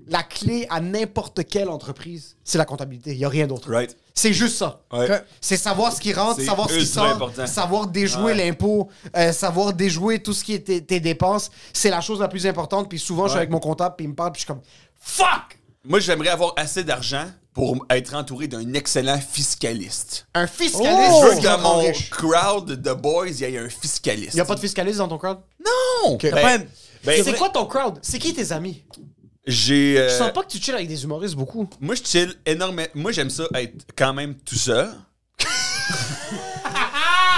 Speaker 3: la clé à n'importe quelle entreprise, c'est la comptabilité. Il n'y a rien d'autre.
Speaker 4: Right.
Speaker 3: C'est juste ça.
Speaker 4: Ouais.
Speaker 3: Que- C'est savoir ce qui rentre,
Speaker 4: C'est
Speaker 3: savoir ce qui
Speaker 4: ultra
Speaker 3: sort,
Speaker 4: important.
Speaker 3: savoir déjouer
Speaker 4: Ouais.
Speaker 3: l'impôt, euh, savoir déjouer tout ce qui est tes, tes dépenses. C'est la chose la plus importante. Puis souvent, je suis avec mon comptable, puis il me parle, puis je suis comme « Fuck!
Speaker 4: Moi, j'aimerais avoir assez d'argent pour être entouré d'un excellent fiscaliste.
Speaker 3: Un fiscaliste,
Speaker 2: Oh!
Speaker 4: Oh! Je veux
Speaker 3: c'est
Speaker 4: que dans
Speaker 3: encore
Speaker 4: mon
Speaker 3: riche.
Speaker 4: crowd de boys, il y ait un fiscaliste.
Speaker 3: Il n'y a pas de fiscaliste dans ton crowd?
Speaker 4: Non!
Speaker 3: Ok.
Speaker 4: Ben,
Speaker 2: Pas un-
Speaker 4: ben,
Speaker 3: c'est quoi ton crowd? C'est qui tes amis?
Speaker 4: J'ai. euh,
Speaker 3: Je sens pas que tu chilles avec des humoristes beaucoup.
Speaker 4: Moi, je chill énormément. Moi, j'aime ça être quand même tout seul.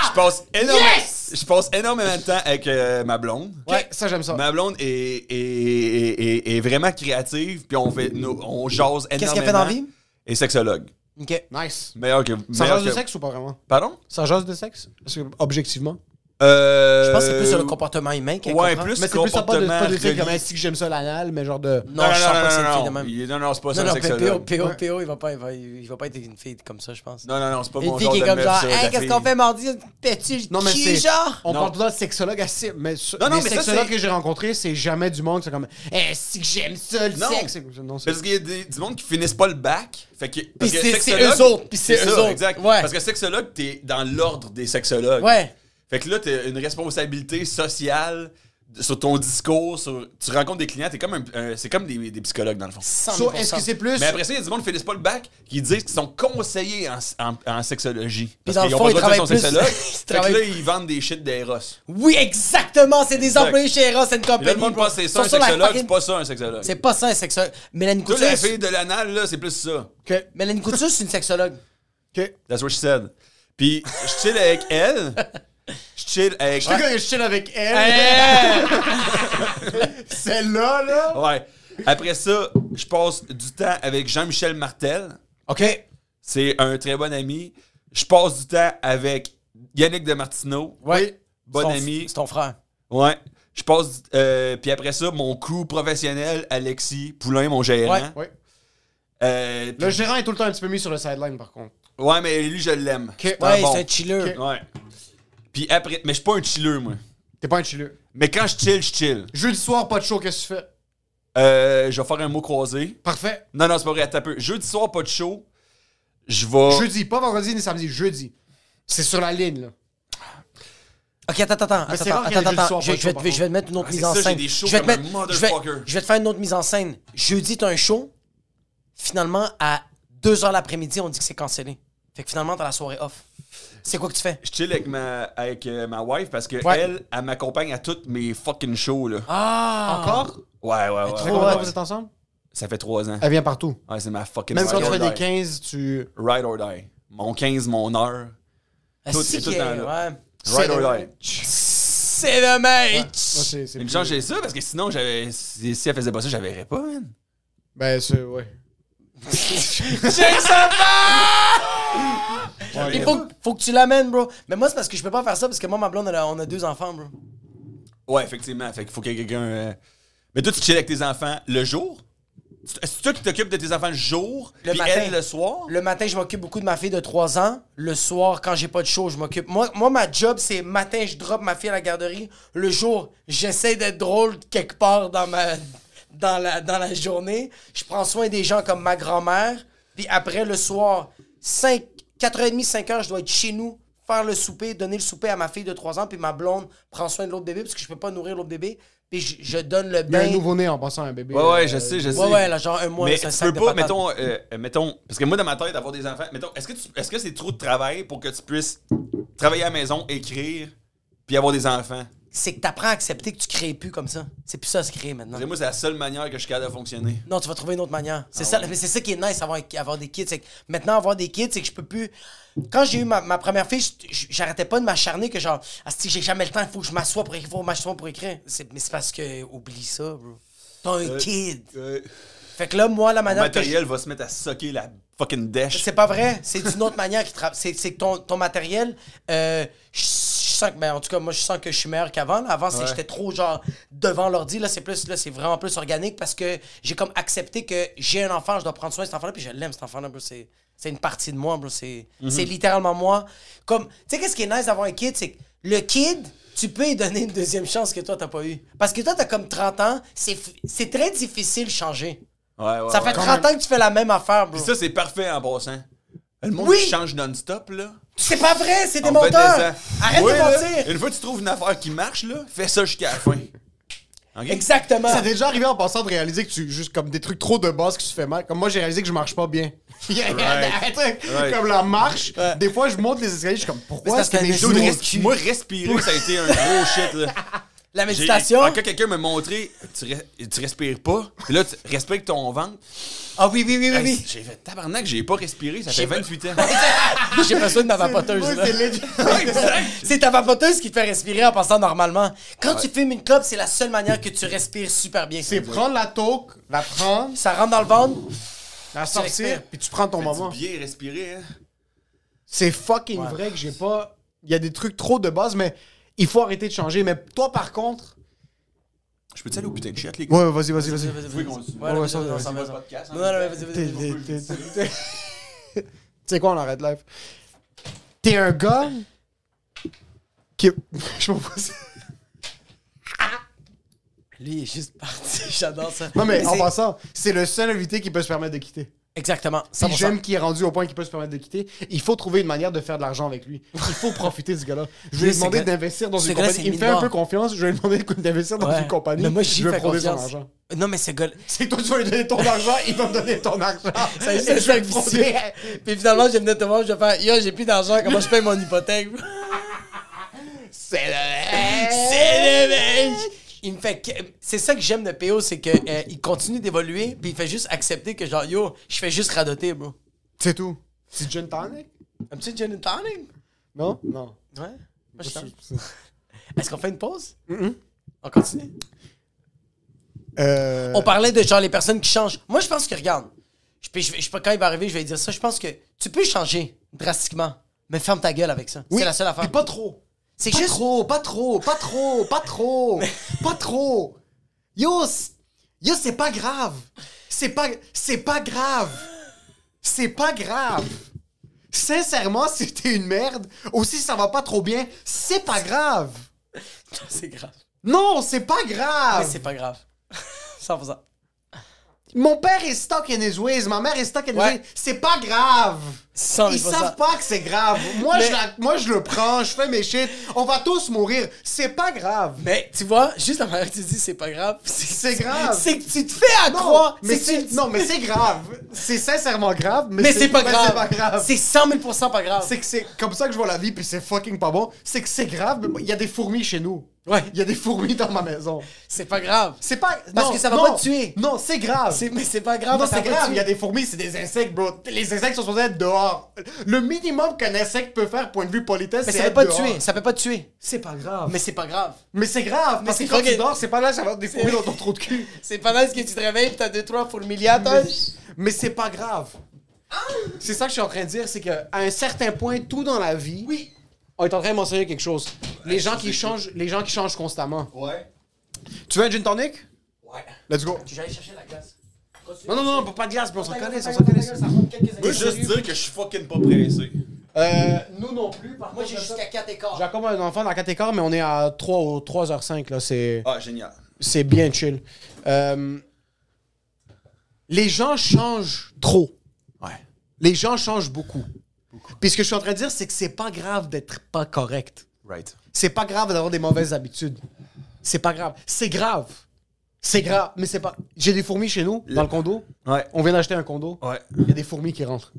Speaker 4: je passe énormément. Je passe énormément de temps avec euh, ma blonde.
Speaker 3: Ouais, ça j'aime ça.
Speaker 4: Ma blonde est, est- est- est- est vraiment créative, puis on fait, nous- on jase énormément.
Speaker 2: Qu'est-ce qu'elle fait dans la vie?
Speaker 4: Et sexologue.
Speaker 2: OK.
Speaker 3: Nice.
Speaker 4: Meilleur que.
Speaker 3: Ça
Speaker 4: meilleur
Speaker 3: jase de
Speaker 4: que-
Speaker 3: sexe ou pas vraiment?
Speaker 4: Pardon?
Speaker 3: Ça jase de sexe? Parce que, objectivement.
Speaker 4: Euh,
Speaker 2: Je pense que c'est plus sur le comportement humain qu'elle
Speaker 4: Ouais,
Speaker 2: comprend.
Speaker 4: plus
Speaker 3: Mais c'est plus ça pas de,
Speaker 4: comportement
Speaker 3: pas de dire comme
Speaker 4: religieux.
Speaker 3: est-ce que j'aime ça l'anal, mais genre de.
Speaker 2: Non, je sens pas que c'est une fille de
Speaker 4: non.
Speaker 2: même.
Speaker 4: Il- Non, non, c'est pas ça
Speaker 2: Non,
Speaker 4: un
Speaker 2: non, PO,
Speaker 4: sexologue.
Speaker 2: PO, PO, il va pas, il va, il va pas être une fille comme ça, je pense.
Speaker 4: Non, non, non, c'est pas
Speaker 2: Une
Speaker 4: mon
Speaker 2: fille
Speaker 4: genre
Speaker 2: qui
Speaker 4: de
Speaker 2: est comme
Speaker 4: meuf,
Speaker 2: genre,
Speaker 4: ça,
Speaker 2: hey,
Speaker 4: la
Speaker 2: qu'est-ce
Speaker 4: fille.
Speaker 2: qu'on fait mardi? Petit
Speaker 3: Non, mais
Speaker 2: cul,
Speaker 3: c'est-
Speaker 2: genre.
Speaker 3: On
Speaker 4: Non.
Speaker 3: parle tout le temps de sexologue assez. Mais ce-
Speaker 4: Non, non,
Speaker 3: les
Speaker 4: mais ça,
Speaker 3: sexologues
Speaker 4: c'est-
Speaker 3: que j'ai rencontrés, c'est jamais du monde. C'est comme. Est-ce que j'aime ça le
Speaker 4: Non.
Speaker 3: sexe? Non, c'est-
Speaker 4: Parce qu'il y a des, du monde qui finissent pas le bac. Fait que, parce que
Speaker 2: c'est- c'est
Speaker 4: sexologue-
Speaker 2: eux autres, puis c'est eux
Speaker 4: ça,
Speaker 2: autres.
Speaker 4: Exact.
Speaker 2: Ouais.
Speaker 4: Parce que sexologue, t'es dans l'ordre des sexologues.
Speaker 2: Ouais.
Speaker 4: Fait que là, t'as une responsabilité sociale sur ton discours. sur- tu rencontres des clients, t'es comme un- un- c'est comme des, des psychologues dans le fond.
Speaker 2: 100
Speaker 3: So,
Speaker 2: 000
Speaker 3: est-ce que c'est plus.
Speaker 4: Mais après ça, il y a du monde qui finissent pas le bac qui disent qu'ils sont conseillers en, en- en sexologie.
Speaker 2: dans le
Speaker 4: qu'ils
Speaker 2: fond, ils
Speaker 4: besoin de dire
Speaker 2: travaillent
Speaker 4: qu'ils sont
Speaker 2: plus-
Speaker 4: sexologues.
Speaker 2: ils
Speaker 4: fait que
Speaker 2: travaillent-
Speaker 4: là, ils vendent des shit d'Eros.
Speaker 2: Oui, exactement, c'est des employés chez Eros and
Speaker 4: Puis Là,
Speaker 2: Company.
Speaker 4: le monde pense que c'est ça
Speaker 2: Sont
Speaker 4: un
Speaker 2: sur la
Speaker 4: sexologue,
Speaker 2: fucking-
Speaker 4: c'est pas ça un sexologue.
Speaker 2: C'est pas ça un sexologue. Mélanie
Speaker 4: Toi,
Speaker 2: Couture.
Speaker 4: la fille de l'anal, là, c'est plus ça.
Speaker 3: Ok.
Speaker 2: Mélanie Couture, c'est une sexologue.
Speaker 3: Ok.
Speaker 4: That's what she said. Puis, je chill avec elle. Je chill avec.
Speaker 3: Ah, Je que je chill avec elle. Celle-là, là.
Speaker 4: Ouais. Après ça, je passe du temps avec Jean-Michel Martel.
Speaker 2: OK.
Speaker 4: C'est un très bon ami. Je passe du temps avec Yannick Demartino.
Speaker 2: Ouais.
Speaker 4: Bon
Speaker 2: C'est ton-
Speaker 4: ami.
Speaker 2: C'est ton frère.
Speaker 4: Ouais. Je passe. du- euh, puis après ça, mon crew professionnel, Alexis Poulain, mon gérant.
Speaker 2: Ouais.
Speaker 3: Ouais.
Speaker 4: Euh, puis-
Speaker 3: Le gérant est tout le temps un petit peu mis sur le sideline, par contre.
Speaker 4: ouais, mais lui, je l'aime. C'est un
Speaker 2: ouais,
Speaker 4: bon.
Speaker 2: c'est un chiller.
Speaker 4: Ouais. Puis après. Mais je suis pas un chilleux, moi.
Speaker 3: T'es pas un chilleux.
Speaker 4: Mais quand je chill, je chill.
Speaker 3: Jeudi soir, pas de show, qu'est-ce que tu fais?
Speaker 4: Euh, je vais faire un mot croisé.
Speaker 3: Parfait.
Speaker 4: Non, non, c'est pas vrai, attends un peu. Jeudi soir, pas de show. Je vais.
Speaker 3: Jeudi, pas vendredi ni samedi, jeudi. C'est sur la ligne, là.
Speaker 2: Ok, attends, attends,
Speaker 3: Mais
Speaker 2: attends,
Speaker 3: c'est rare
Speaker 2: attends,
Speaker 3: qu'il y ait
Speaker 2: attends,
Speaker 3: des
Speaker 2: attends.
Speaker 3: soirs
Speaker 2: Je,
Speaker 3: pas de
Speaker 2: je vais,
Speaker 3: show,
Speaker 2: te- je vais te mettre une autre
Speaker 4: Ah, c'est
Speaker 2: mise
Speaker 4: ça,
Speaker 2: en
Speaker 4: j'ai
Speaker 2: scène.
Speaker 4: des shows
Speaker 2: je vais te
Speaker 4: comme un
Speaker 2: mettre, je vais,
Speaker 4: motherfucker.
Speaker 2: je vais te faire une autre mise en scène. Jeudi, t'as un show. Finalement, à 2 h l'après-midi, on dit que c'est cancellé. Fait que finalement, t'as la soirée off. C'est quoi que tu fais?
Speaker 4: Je chill avec ma, avec, euh, ma wife parce que
Speaker 2: Ouais.
Speaker 4: elle, elle m'accompagne à toutes mes fucking shows, là.
Speaker 2: Ah!
Speaker 3: Encore?
Speaker 4: Ouais, ouais, ouais.
Speaker 3: Ça
Speaker 4: ouais.
Speaker 3: fait combien de temps
Speaker 2: ouais.
Speaker 3: que vous êtes ensemble?
Speaker 4: Ça fait trois ans.
Speaker 3: Elle vient partout.
Speaker 4: Ouais, c'est ma fucking
Speaker 3: Même quand tu
Speaker 4: ride
Speaker 3: fais
Speaker 4: or
Speaker 3: des
Speaker 4: die.
Speaker 3: 15, tu.
Speaker 4: Ride or die. Mon 15, mon heure.
Speaker 2: Ah,
Speaker 4: Tout-
Speaker 2: si
Speaker 4: c'est tout
Speaker 2: qu'il y a-
Speaker 4: dans là.
Speaker 2: ouais.
Speaker 4: Ride or die.
Speaker 3: Eh
Speaker 2: C'est
Speaker 3: ben,
Speaker 2: le match!
Speaker 3: Moi, c'est- c'est
Speaker 4: J'ai
Speaker 3: plus-
Speaker 4: changé ça parce que sinon, j'avais si si elle faisait pas ça, je la verrais pas, man.
Speaker 3: Ben, c'est. Ouais.
Speaker 2: Il faut, que- faut que tu l'amènes, bro. Mais moi, c'est parce que je peux pas faire ça parce que moi, ma blonde, elle a- on a deux enfants, bro.
Speaker 4: Ouais, effectivement. Fait qu'il faut qu'il y ait quelqu'un. euh, Mais toi, tu chill avec tes enfants le jour? C'est- C'est toi qui t'occupes de tes enfants le jour,
Speaker 2: Le
Speaker 4: puis
Speaker 2: matin.
Speaker 4: elle le soir?
Speaker 2: Le matin, je m'occupe beaucoup de ma fille de 3 ans. Le soir, quand j'ai pas de show, je m'occupe. Moi, moi, ma job, c'est matin, je drop ma fille à la garderie. Le jour, j'essaie d'être drôle quelque part dans ma dans la, dans la journée. Je prends soin des gens comme ma grand-mère. Puis après, le soir, 5, 4h30, 5h, je dois être chez nous, faire le souper, donner le souper à ma fille de 3 ans. Puis ma blonde prend soin de l'autre bébé parce que je peux pas nourrir l'autre bébé. Puis je, je donne le
Speaker 3: Il y a
Speaker 2: bain.
Speaker 3: un nouveau-né en passant un bébé.
Speaker 4: Ouais, ouais,
Speaker 3: euh,
Speaker 4: je sais, je sais.
Speaker 2: Ben- Ouais, ouais, là, genre un mois,
Speaker 4: mais
Speaker 2: c'est un
Speaker 4: tu
Speaker 2: sac de
Speaker 4: peux pas,
Speaker 2: patates.
Speaker 4: mettons, euh, euh, mettons, parce que moi, dans ma tête, avoir des enfants, mettons, est-ce que tu- est-ce que c'est trop de travail pour que tu puisses travailler à la maison, écrire, puis avoir des enfants?
Speaker 2: C'est que t'apprends à accepter que tu crées plus comme ça. C'est plus ça, se créer maintenant.
Speaker 4: Parce que Moi, c'est la seule manière que je suis capable de fonctionner.
Speaker 2: Non, tu vas trouver une autre manière. C'est ça, mais c'est ça qui est nice avoir, avoir des kids. C'est que maintenant, avoir des kids, c'est que je peux plus. Quand j'ai eu ma, ma première fille, je- je- j'arrêtais pas de m'acharner que genre, ah, si j'ai jamais le temps, il faut que je m'assoie pour écrire, faut que je m'assoie pour écrire. C'est- Mais c'est parce que, oublie ça, bro. T'as un kid. Fait que là, moi, la
Speaker 4: le
Speaker 2: manière. Euh, que je-
Speaker 4: matériel va se mettre à socker la fucking dèche.
Speaker 2: c'est pas vrai. C'est d'une autre manière qui travaille. C'est c'est que ton, ton matériel, euh, je je sens que, ben, en tout cas, moi, je sens que je suis meilleur qu'avant. là. Avant, c'est que j'étais trop, genre, devant l'ordi. Là, c'est plus, là, c'est vraiment plus organique parce que j'ai comme accepté que j'ai un enfant, je dois prendre soin de cet enfant-là, puis je l'aime, cet enfant-là, bro. C'est c'est une partie de moi, bro. C'est
Speaker 4: Mm-hmm.
Speaker 2: c'est littéralement moi. Comme, tu sais, qu'est-ce qui est nice d'avoir un kid, c'est que le kid, tu peux lui donner une deuxième chance que toi, t'as pas eu. Parce que toi, t'as comme 30 ans, c'est f- c'est très difficile de changer.
Speaker 4: Ouais, ouais,
Speaker 2: Ça fait
Speaker 4: ouais.
Speaker 2: 30 ans que tu fais la même affaire, bro.
Speaker 4: Puis ça, c'est parfait en passant. Le monde
Speaker 2: Oui!
Speaker 4: qui change non-stop, là.
Speaker 2: C'est pas vrai, c'est des
Speaker 4: on fait
Speaker 2: menteurs!
Speaker 4: ans.
Speaker 2: Arrête
Speaker 4: Oui,
Speaker 2: de
Speaker 4: là,
Speaker 2: mentir!
Speaker 4: Une fois que tu trouves une affaire qui marche, là, fais ça jusqu'à la fin. Ok?
Speaker 2: Exactement.
Speaker 3: Ça t'est déjà arrivé en passant de réaliser que tu juste comme des trucs trop de base qui se fait mal. Comme moi, j'ai réalisé que je marche pas bien. Il y a un truc
Speaker 4: Right.
Speaker 3: Comme la marche. Des fois, je monte les escaliers, je suis comme pourquoi
Speaker 2: Mais
Speaker 3: est-ce
Speaker 2: c'est
Speaker 3: que mes
Speaker 2: parce que
Speaker 3: genoux
Speaker 4: Dude,
Speaker 2: Mon
Speaker 4: res-
Speaker 2: cul.
Speaker 4: moi, respirer, ça a été un gros shit, là.
Speaker 2: La
Speaker 4: J'ai-
Speaker 2: méditation.
Speaker 4: ah, Quand quelqu'un me montrait, tu, re- tu respires pas, puis là, tu respectes ton ventre.
Speaker 2: Ah oui, oui, oui, oui.
Speaker 4: Hey,
Speaker 2: oui.
Speaker 4: J'ai fait tabarnak, j'ai pas respiré, ça fait 28 ans.
Speaker 2: J'ai besoin de ma vapoteuse.
Speaker 3: Moi,
Speaker 2: là.
Speaker 3: c'est legit.
Speaker 2: C'est ta vapoteuse qui te fait respirer en passant normalement. Quand tu fumes une clope, c'est la seule manière que tu respires super bien.
Speaker 3: C'est prendre la taupe, la prendre,
Speaker 2: Ça rentre dans le ventre.
Speaker 3: la sortir,
Speaker 2: respires.
Speaker 3: puis tu prends ton moment.
Speaker 4: bien respirer, hein.
Speaker 3: C'est fucking vrai que j'ai pas. Il y a des trucs trop de base, mais il faut arrêter de changer. Mais toi, par contre.
Speaker 4: Je peux-tu aller au putain de shit, les gars?
Speaker 3: Ouais, vas-y, vas-y, vas-y.
Speaker 2: Vas-y, vas-y.
Speaker 4: qu'on le-
Speaker 2: Ouais, non,
Speaker 3: ouais,
Speaker 2: vas-y,
Speaker 3: ça,
Speaker 2: vas-y,
Speaker 3: ouais,
Speaker 2: on
Speaker 4: c'est
Speaker 2: s'en va,
Speaker 4: votre
Speaker 2: ça.
Speaker 4: podcast, hein.
Speaker 2: Non, non, non, vas-y, vas-y,
Speaker 3: T'es-
Speaker 2: vas-y.
Speaker 3: t'es- t'es- t'es- Tu sais quoi, on arrête live. T'es un gars qui. Je m'en fous.
Speaker 2: Lui, il est juste parti. J'adore ça.
Speaker 3: Non, mais en
Speaker 2: C'est-
Speaker 3: passant, c'est le seul invité qui peut se permettre de quitter.
Speaker 2: Exactement.
Speaker 3: Si
Speaker 2: 100%.
Speaker 3: j'aime qu'il est rendu au point qu'il peut se permettre de quitter, il faut trouver une manière de faire de l'argent avec lui. Il faut profiter de ce gars-là. Je vais
Speaker 2: Lui,
Speaker 3: lui
Speaker 2: ce
Speaker 3: demander
Speaker 2: gars-
Speaker 3: d'investir dans
Speaker 2: ce
Speaker 3: une
Speaker 2: gars,
Speaker 3: compagnie.
Speaker 2: c'est
Speaker 3: Il me
Speaker 2: mille
Speaker 3: fait un
Speaker 2: dollars.
Speaker 3: peu confiance. Je vais lui demander d'investir dans
Speaker 2: Ouais.
Speaker 3: une compagnie.
Speaker 2: Mais moi, j'y
Speaker 3: je vais
Speaker 2: fais
Speaker 3: prendre son
Speaker 2: confiance.
Speaker 3: argent.
Speaker 2: Non, mais ce gars.
Speaker 3: C'est toi, tu vas lui donner ton argent, il va me donner ton argent.
Speaker 2: Ça,
Speaker 3: Et
Speaker 2: c'est
Speaker 3: je vais
Speaker 2: ça,
Speaker 3: le
Speaker 2: vicieux.
Speaker 3: frauder.
Speaker 2: Puis finalement, je venais te voir, je vais faire Yo, j'ai plus d'argent, comment je paye mon hypothèque
Speaker 3: C'est le.
Speaker 2: C'est le mec! Il me fait. que- C'est ça que j'aime de PO, c'est que euh, il continue d'évoluer, puis il fait juste accepter que genre, yo, je fais juste radoter, bro.
Speaker 3: C'est tout. C'est John Tonic?
Speaker 2: Un petit gin and tonic?
Speaker 3: Non? Non.
Speaker 2: Ouais. Moi, je suis-
Speaker 3: C'est-
Speaker 2: Est-ce qu'on fait une pause? On continue?
Speaker 3: Euh,
Speaker 2: On parlait de genre les personnes qui changent. Moi, je pense que, regarde, je, peux- je, vais- je peux- quand il va arriver, je vais dire ça. Je pense que tu peux changer drastiquement, mais ferme ta gueule avec ça.
Speaker 3: oui,
Speaker 2: C'est la seule affaire.
Speaker 3: puis pas trop.
Speaker 2: C'est
Speaker 3: Pas
Speaker 2: juste.
Speaker 3: trop, pas trop, pas trop, pas trop, pas trop. Yo, c- yo, c'est pas grave. C'est pas, c'est pas grave. C'est pas grave. Sincèrement, si t'es une merde, ou si ça va pas trop bien, c'est pas grave.
Speaker 2: C'est grave.
Speaker 3: Non, c'est pas
Speaker 2: Mais
Speaker 3: grave.
Speaker 2: Ah, c'est pas grave. 100%.
Speaker 3: Mon père est stuck in his ways, ma mère est stuck in his
Speaker 2: Ouais. Ah,
Speaker 3: ways. C'est pas grave.
Speaker 2: 100
Speaker 3: Ils savent pas que c'est grave. Moi,
Speaker 2: Mais-
Speaker 3: je la- moi, je le prends, je fais mes shit. On va tous mourir. C'est pas grave.
Speaker 2: Mais tu vois, juste la manière que tu dis, c'est pas grave. C'est
Speaker 3: C'est grave.
Speaker 2: c'est que tu te fais à croire.
Speaker 3: mais
Speaker 2: c'est que
Speaker 3: c'est
Speaker 2: tu-
Speaker 3: non, mais c'est grave. C'est sincèrement grave, mais,
Speaker 2: Mais c'est pas,
Speaker 3: mais
Speaker 2: grave.
Speaker 3: C'est pas grave.
Speaker 2: C'est 100 000 pas grave.
Speaker 3: C'est que c'est comme ça que je vois la vie, puis c'est fucking pas bon. C'est que c'est grave, mais moi, il y a des fourmis chez nous.
Speaker 2: Ouais.
Speaker 3: Il y a des fourmis dans ma maison.
Speaker 2: C'est pas grave.
Speaker 3: C'est pas.
Speaker 2: Parce
Speaker 3: non,
Speaker 2: que ça va
Speaker 3: non,
Speaker 2: pas te tuer.
Speaker 3: Non, c'est grave.
Speaker 2: C'est- Mais c'est pas grave.
Speaker 3: Non,
Speaker 2: ça
Speaker 3: c'est
Speaker 2: va
Speaker 3: grave,
Speaker 2: tuer.
Speaker 3: il y a des fourmis, c'est des insectes, bro. Les insectes sont supposés être dehors. Le minimum qu'un insecte peut faire, point de vue politesse,
Speaker 2: Mais
Speaker 3: c'est
Speaker 2: ça peut
Speaker 3: être
Speaker 2: pas te
Speaker 3: dehors.
Speaker 2: tuer. Ça peut pas te tuer.
Speaker 3: C'est pas grave.
Speaker 2: Mais c'est pas grave.
Speaker 3: Mais c'est grave, parce que
Speaker 2: c'est
Speaker 3: quand tu
Speaker 2: fucking-
Speaker 3: dors, c'est pas là que ça va avoir des fourmis dans ton trou de cul.
Speaker 2: C'est pas mal ce que tu te réveilles pis t'as deux, trois fourmiliates.
Speaker 3: Mais c'est pas grave. C'est ça que je suis en train de dire, c'est qu'à un certain point, tout dans la vie,
Speaker 2: Oui.
Speaker 3: on est en train de mentionner quelque chose. Les gens qui changent, les gens qui changent constamment.
Speaker 4: Ouais.
Speaker 3: Tu veux un gin tonic?
Speaker 2: Ouais.
Speaker 3: Let's go.
Speaker 2: J'allais chercher la glace.
Speaker 3: Non, non, non, pas- pas de glace, mais on s'en connaît, on
Speaker 2: ça
Speaker 3: s'en connaît.
Speaker 4: Je veux juste dire que je suis fucking pas pressé.
Speaker 3: Euh, nous non plus, par
Speaker 2: Moi,
Speaker 3: contre,
Speaker 2: j'ai jusqu'à 4 écarts.
Speaker 3: Jacob a un enfant dans 4 écarts, mais on est à 3 ou 3h05, là, c'est...
Speaker 4: Ah, génial.
Speaker 3: c'est bien chill. Euh, les gens changent trop. Les gens changent beaucoup. Puis ce que je suis en train de dire, c'est que c'est pas grave d'être pas correct.
Speaker 4: Right.
Speaker 3: C'est pas grave d'avoir des mauvaises habitudes. C'est pas grave. C'est grave. C'est grave, mais c'est pas. J'ai des fourmis chez nous, dans le condo.
Speaker 4: Ouais.
Speaker 3: On vient d'acheter un condo.
Speaker 4: Ouais.
Speaker 3: Il y a des fourmis qui rentrent.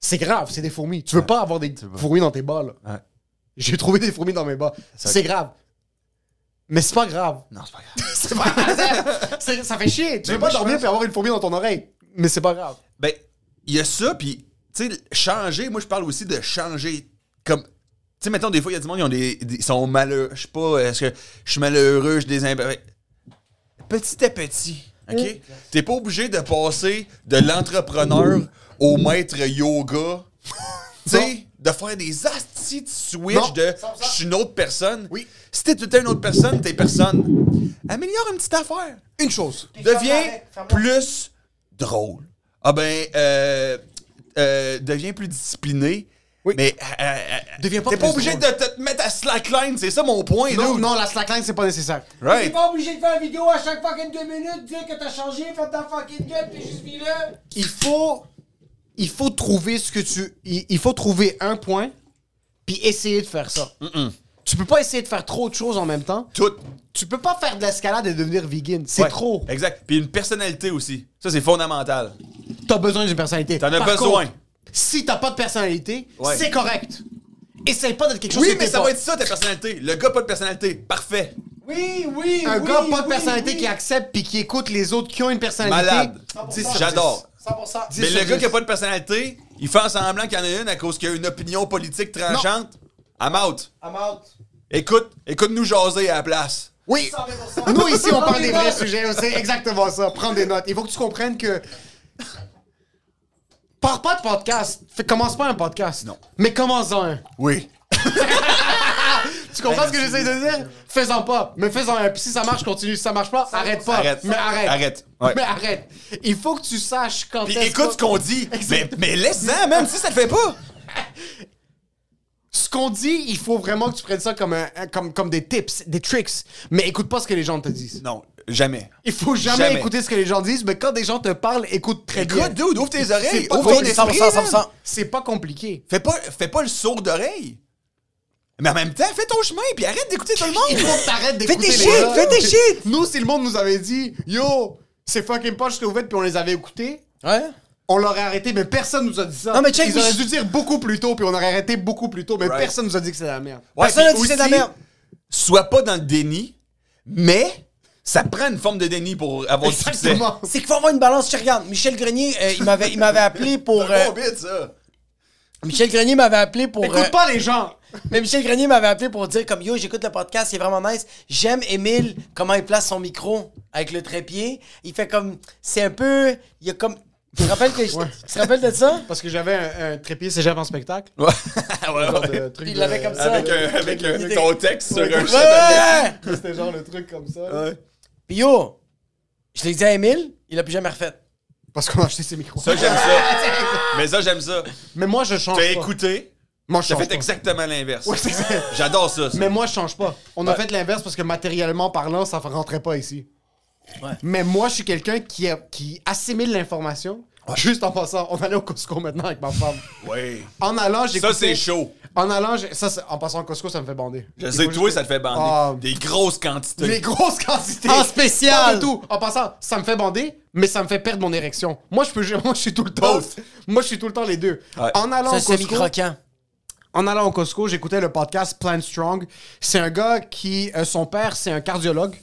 Speaker 3: C'est grave, c'est des fourmis. Ah, Tu veux pas avoir des fourmis dans tes bas, là.
Speaker 4: Ouais.
Speaker 3: J'ai trouvé des fourmis dans mes bas.
Speaker 4: Ça-
Speaker 3: C'est grave. Mais c'est pas grave.
Speaker 4: Non, c'est pas grave.
Speaker 3: C'est pas grave. C'est- Ça fait chier. Tu
Speaker 4: Mais
Speaker 3: veux pas
Speaker 4: moi, je
Speaker 3: dormir
Speaker 4: pense-
Speaker 3: et avoir une fourmi dans ton oreille. Mais c'est pas grave.
Speaker 4: ben, il y a ça, puis, tu sais, changer, moi, je parle aussi de changer. Comme, tu sais, mettons, des fois, il y a du monde, ils ont des, des- ils sont malheureux. Je sais pas, est-ce que je suis malheureux, je désimp... Petit à petit, OK? T'es pas obligé de passer de l'entrepreneur au maître yoga. tu sais, de faire des astis de switch
Speaker 3: Non,
Speaker 4: de
Speaker 3: 100%.
Speaker 4: je suis une autre personne.
Speaker 3: Oui.
Speaker 4: Si t'es tout le temps une autre personne, t'es personne. Améliore une petite affaire.
Speaker 3: Une chose.
Speaker 4: Deviens
Speaker 2: ferme-la, ferme-la.
Speaker 4: plus drôle. Ah ben, euh, euh, deviens plus discipliné.
Speaker 3: Oui.
Speaker 4: Mais euh, euh,
Speaker 3: Deviens pas
Speaker 4: t'es pas
Speaker 3: plus
Speaker 4: obligé de
Speaker 3: drôle.
Speaker 4: te te mettre à slackline, c'est ça mon point.
Speaker 3: Non,
Speaker 4: dude.
Speaker 3: non, la slackline, c'est pas nécessaire.
Speaker 4: Right.
Speaker 2: pas obligé de faire une vidéo à chaque fucking 2 minutes, dire que t'as changé, faire ta fucking gueule pis juste vis là.
Speaker 3: Il faut. Il faut trouver ce que tu. Il, il faut trouver un point, puis essayer de faire ça. Tu peux pas essayer de faire trop de choses en même temps.
Speaker 4: Tout.
Speaker 3: Tu peux pas faire de l'escalade et devenir vegan. C'est
Speaker 4: Ouais,
Speaker 3: trop.
Speaker 4: Exact. Puis une personnalité aussi. Ça, c'est fondamental.
Speaker 3: T'as besoin d'une personnalité.
Speaker 4: T'en as
Speaker 3: Par
Speaker 4: besoin.
Speaker 3: contre, si t'as pas de personnalité,
Speaker 4: Ouais.
Speaker 3: c'est correct. Essaye pas d'être quelque chose
Speaker 4: Oui,
Speaker 3: que
Speaker 4: mais
Speaker 3: t'es
Speaker 4: ça
Speaker 3: pas.
Speaker 4: va être ça, ta personnalité. Le gars, pas de personnalité. Parfait.
Speaker 5: Oui, oui,
Speaker 3: Un
Speaker 5: oui,
Speaker 3: gars pas de
Speaker 5: oui,
Speaker 3: personnalité
Speaker 5: oui.
Speaker 3: qui accepte puis qui écoute les autres qui ont une personnalité.
Speaker 4: Malade.
Speaker 3: 10 sur 10.
Speaker 4: J'adore.
Speaker 5: 100%.
Speaker 4: Mais
Speaker 3: sur
Speaker 4: le gars qui
Speaker 3: 10.
Speaker 4: a pas de personnalité, il fait en semblant qu'il y en a une à cause qu'il a une opinion politique tranchante. I'm out.
Speaker 5: I'm out.
Speaker 4: Écoute, écoute-nous jaser à la place.
Speaker 3: Oui. Nous, ici, on parle des vrais sujets. C'est exactement ça. Prends des notes. Il faut que tu comprennes que. Pars pas de podcast. Fais- commence pas un podcast.
Speaker 4: Non.
Speaker 3: Mais commence-en un.
Speaker 4: Oui.
Speaker 3: Tu comprends ce que j'essaie de dire? Fais-en pas. Mais fais-en un. Puis si ça marche, continue. Si ça marche pas, arrête pas.
Speaker 4: Arrête.
Speaker 3: Mais arrête.
Speaker 4: Arrête. Ouais.
Speaker 3: Mais arrête. Il faut que tu saches quand
Speaker 4: Puis
Speaker 3: est-ce
Speaker 4: écoute
Speaker 3: que-
Speaker 4: ce qu'on dit. Mais, mais laisse-en, même si ça le fait pas.
Speaker 3: ce qu'on dit, il faut vraiment que tu prennes ça comme, un, un- comme, comme des tips, des tricks. Mais écoute pas ce que les gens te disent.
Speaker 4: Non, jamais.
Speaker 3: Il faut jamais,
Speaker 4: Jamais.
Speaker 3: écouter ce que les gens disent, mais quand des gens te parlent, écoute très Eh bien.
Speaker 4: Écoute, dude, ouvre tes oreilles.
Speaker 3: pas
Speaker 4: Ouvre ton
Speaker 3: compliqué,
Speaker 4: esprit.
Speaker 2: 100%,
Speaker 4: man.
Speaker 2: 100%.
Speaker 3: C'est pas compliqué.
Speaker 4: Fais pas, fais pas le sourd d'oreille. Mais en même temps, fais ton chemin, puis arrête d'écouter tout le
Speaker 3: Il faut
Speaker 4: monde.
Speaker 3: que t'arrêtes d'écouter
Speaker 2: tes
Speaker 3: les
Speaker 2: shit,
Speaker 3: gens.
Speaker 2: Oh. fais tes shit.
Speaker 3: Nous, si le monde nous avait dit, yo, c'est fucking poche ce que vous faites, puis on les avait écoutés,
Speaker 2: Ouais.
Speaker 3: on l'aurait arrêté, mais personne nous a dit ça.
Speaker 2: Non, mais check,
Speaker 3: Ils
Speaker 2: moi,
Speaker 3: auraient
Speaker 2: je-
Speaker 3: dû dire beaucoup plus tôt, puis on aurait arrêté beaucoup plus tôt, mais
Speaker 4: Right.
Speaker 3: personne nous a dit que c'est la merde.
Speaker 4: Ouais,
Speaker 2: Personne
Speaker 4: puis
Speaker 2: n'a dit que c'est de la
Speaker 4: aussi,
Speaker 2: merde.
Speaker 4: Sois pas dans le déni, mais ça prend une forme de déni pour avoir du succès.
Speaker 3: Exactement.
Speaker 2: C'est qu'il faut avoir une balance. Tu regardes, Michel Grenier, euh, il m'avait il m'avait appelé pour. euh,
Speaker 4: Bon bit, ça.
Speaker 2: Michel Grenier m'avait appelé pour. euh,
Speaker 3: Écoute pas les gens.
Speaker 2: Mais Michel Grenier m'avait appelé pour dire comme yo, j'écoute le podcast, c'est vraiment nice. J'aime Émile comment il place son micro avec le trépied. Il fait comme c'est un peu il y a comme tu te rappelles que je- tu te rappelles de ça
Speaker 3: Parce que j'avais un, un trépied cégep en spectacle.
Speaker 4: Ouais, ouais, ouais.
Speaker 3: Le truc
Speaker 2: Puis il l'avait
Speaker 3: de-
Speaker 2: comme ça.
Speaker 4: Avec un, avec un
Speaker 2: Idée.
Speaker 4: contexte sur un
Speaker 2: Ouais, ouais, ouais.
Speaker 3: C'était genre le truc comme ça. là.
Speaker 2: Puis yo, je l'ai dit à Émile, il l'a plus jamais refait.
Speaker 3: Parce qu'on a acheté ces micros.
Speaker 4: Ça, j'aime ça. Mais ça, j'aime ça.
Speaker 3: Mais moi, je change
Speaker 4: T'as
Speaker 3: pas.
Speaker 4: écouté,
Speaker 3: Moi, je
Speaker 4: t'as
Speaker 3: change
Speaker 4: fait
Speaker 3: pas.
Speaker 4: exactement l'inverse.
Speaker 3: Ouais, c'est ça.
Speaker 4: J'adore ça. ça.
Speaker 3: Mais moi, je change pas. On a fait l'inverse parce que matériellement parlant, ça rentrait pas ici.
Speaker 2: Ouais.
Speaker 3: Mais moi, je suis quelqu'un qui, a- qui assimile l'information. Juste en passant, on allait au Costco maintenant avec ma femme.
Speaker 4: Ouais.
Speaker 3: En allant, j'ai
Speaker 4: Ça, c'est chaud.
Speaker 3: En allant, j'ai- ça, c'est- en passant au Costco, ça me fait bander.
Speaker 4: Je
Speaker 3: Il
Speaker 4: sais,
Speaker 3: faut
Speaker 4: toi,
Speaker 3: juste-
Speaker 4: ça te fait bander.
Speaker 3: Ah.
Speaker 4: Des grosses quantités.
Speaker 3: Les grosses quantités.
Speaker 2: En spécial.
Speaker 3: Pas du tout. En passant, ça me fait bander, mais ça me fait perdre mon érection. Moi, je peux, moi, je suis tout le temps.
Speaker 4: Both.
Speaker 3: Moi, je suis tout le temps les deux.
Speaker 4: Ouais.
Speaker 3: En allant
Speaker 2: C'est
Speaker 3: au
Speaker 2: un semi
Speaker 3: Costco,
Speaker 2: croquant.
Speaker 3: en allant au Costco, j'écoutais le podcast Plan Strong. C'est un gars qui, euh, son père, c'est un cardiologue.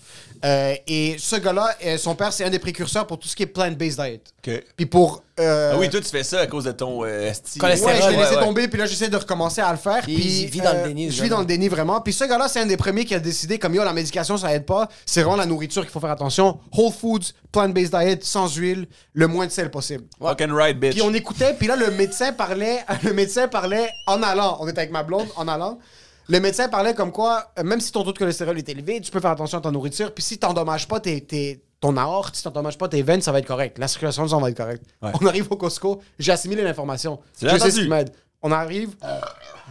Speaker 3: Euh, et ce gars-là, euh, son père, c'est un des précurseurs pour tout ce qui est plant-based diet.
Speaker 4: Ok.
Speaker 3: Puis pour. euh,
Speaker 4: Ah oui, toi, tu fais ça à cause de ton euh, esti.
Speaker 2: Cholestérol.
Speaker 3: Ouais, je l'ai
Speaker 2: Ouais,
Speaker 3: laissé tomber, puis là, j'essaie de recommencer à le faire.
Speaker 2: Il-
Speaker 3: puis, euh,
Speaker 2: il vit dans le déni, ce
Speaker 3: Je vis
Speaker 2: gars-là.
Speaker 3: dans le déni, vraiment. Puis ce gars-là, c'est un des premiers qui a décidé, comme yo, la médication, ça aide pas. C'est vraiment la nourriture qu'il faut faire attention. Whole foods, plant-based diet, sans huile, le moins de sel possible.
Speaker 4: Fucking right, bitch.
Speaker 3: Puis on écoutait, puis là, le médecin parlait, le médecin parlait en allant. On était avec ma blonde, en allant. Le médecin parlait comme quoi, euh, même si ton taux de cholestérol est élevé, tu peux faire attention à ta nourriture. Puis si t'endommages pas tes, tes- ton aorte, si t'endommages pas tes veines, ça va être correct. La circulation du sang va être correcte.
Speaker 4: Ouais.
Speaker 3: On arrive au Costco, j'ai assimilé l'information. Je
Speaker 4: Tu l'as
Speaker 3: sais ce
Speaker 4: entendu.
Speaker 3: qui m'aide. On arrive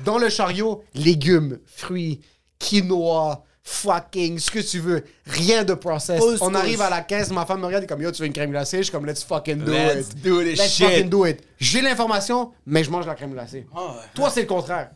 Speaker 3: dans le chariot, légumes, fruits, quinoa, fucking, ce que tu veux. Rien de process.
Speaker 2: Pousse,
Speaker 3: on arrive
Speaker 2: pousse.
Speaker 3: à la caisse, ma femme me regarde elle est comme, yo, tu veux une crème glacée? Je suis comme, let's fucking do
Speaker 4: Let's
Speaker 3: it.
Speaker 4: do this
Speaker 3: Let's
Speaker 4: shit.
Speaker 3: fucking do it. J'ai l'information, mais je mange la crème glacée.
Speaker 2: Ah.
Speaker 3: Toi, c'est le contraire.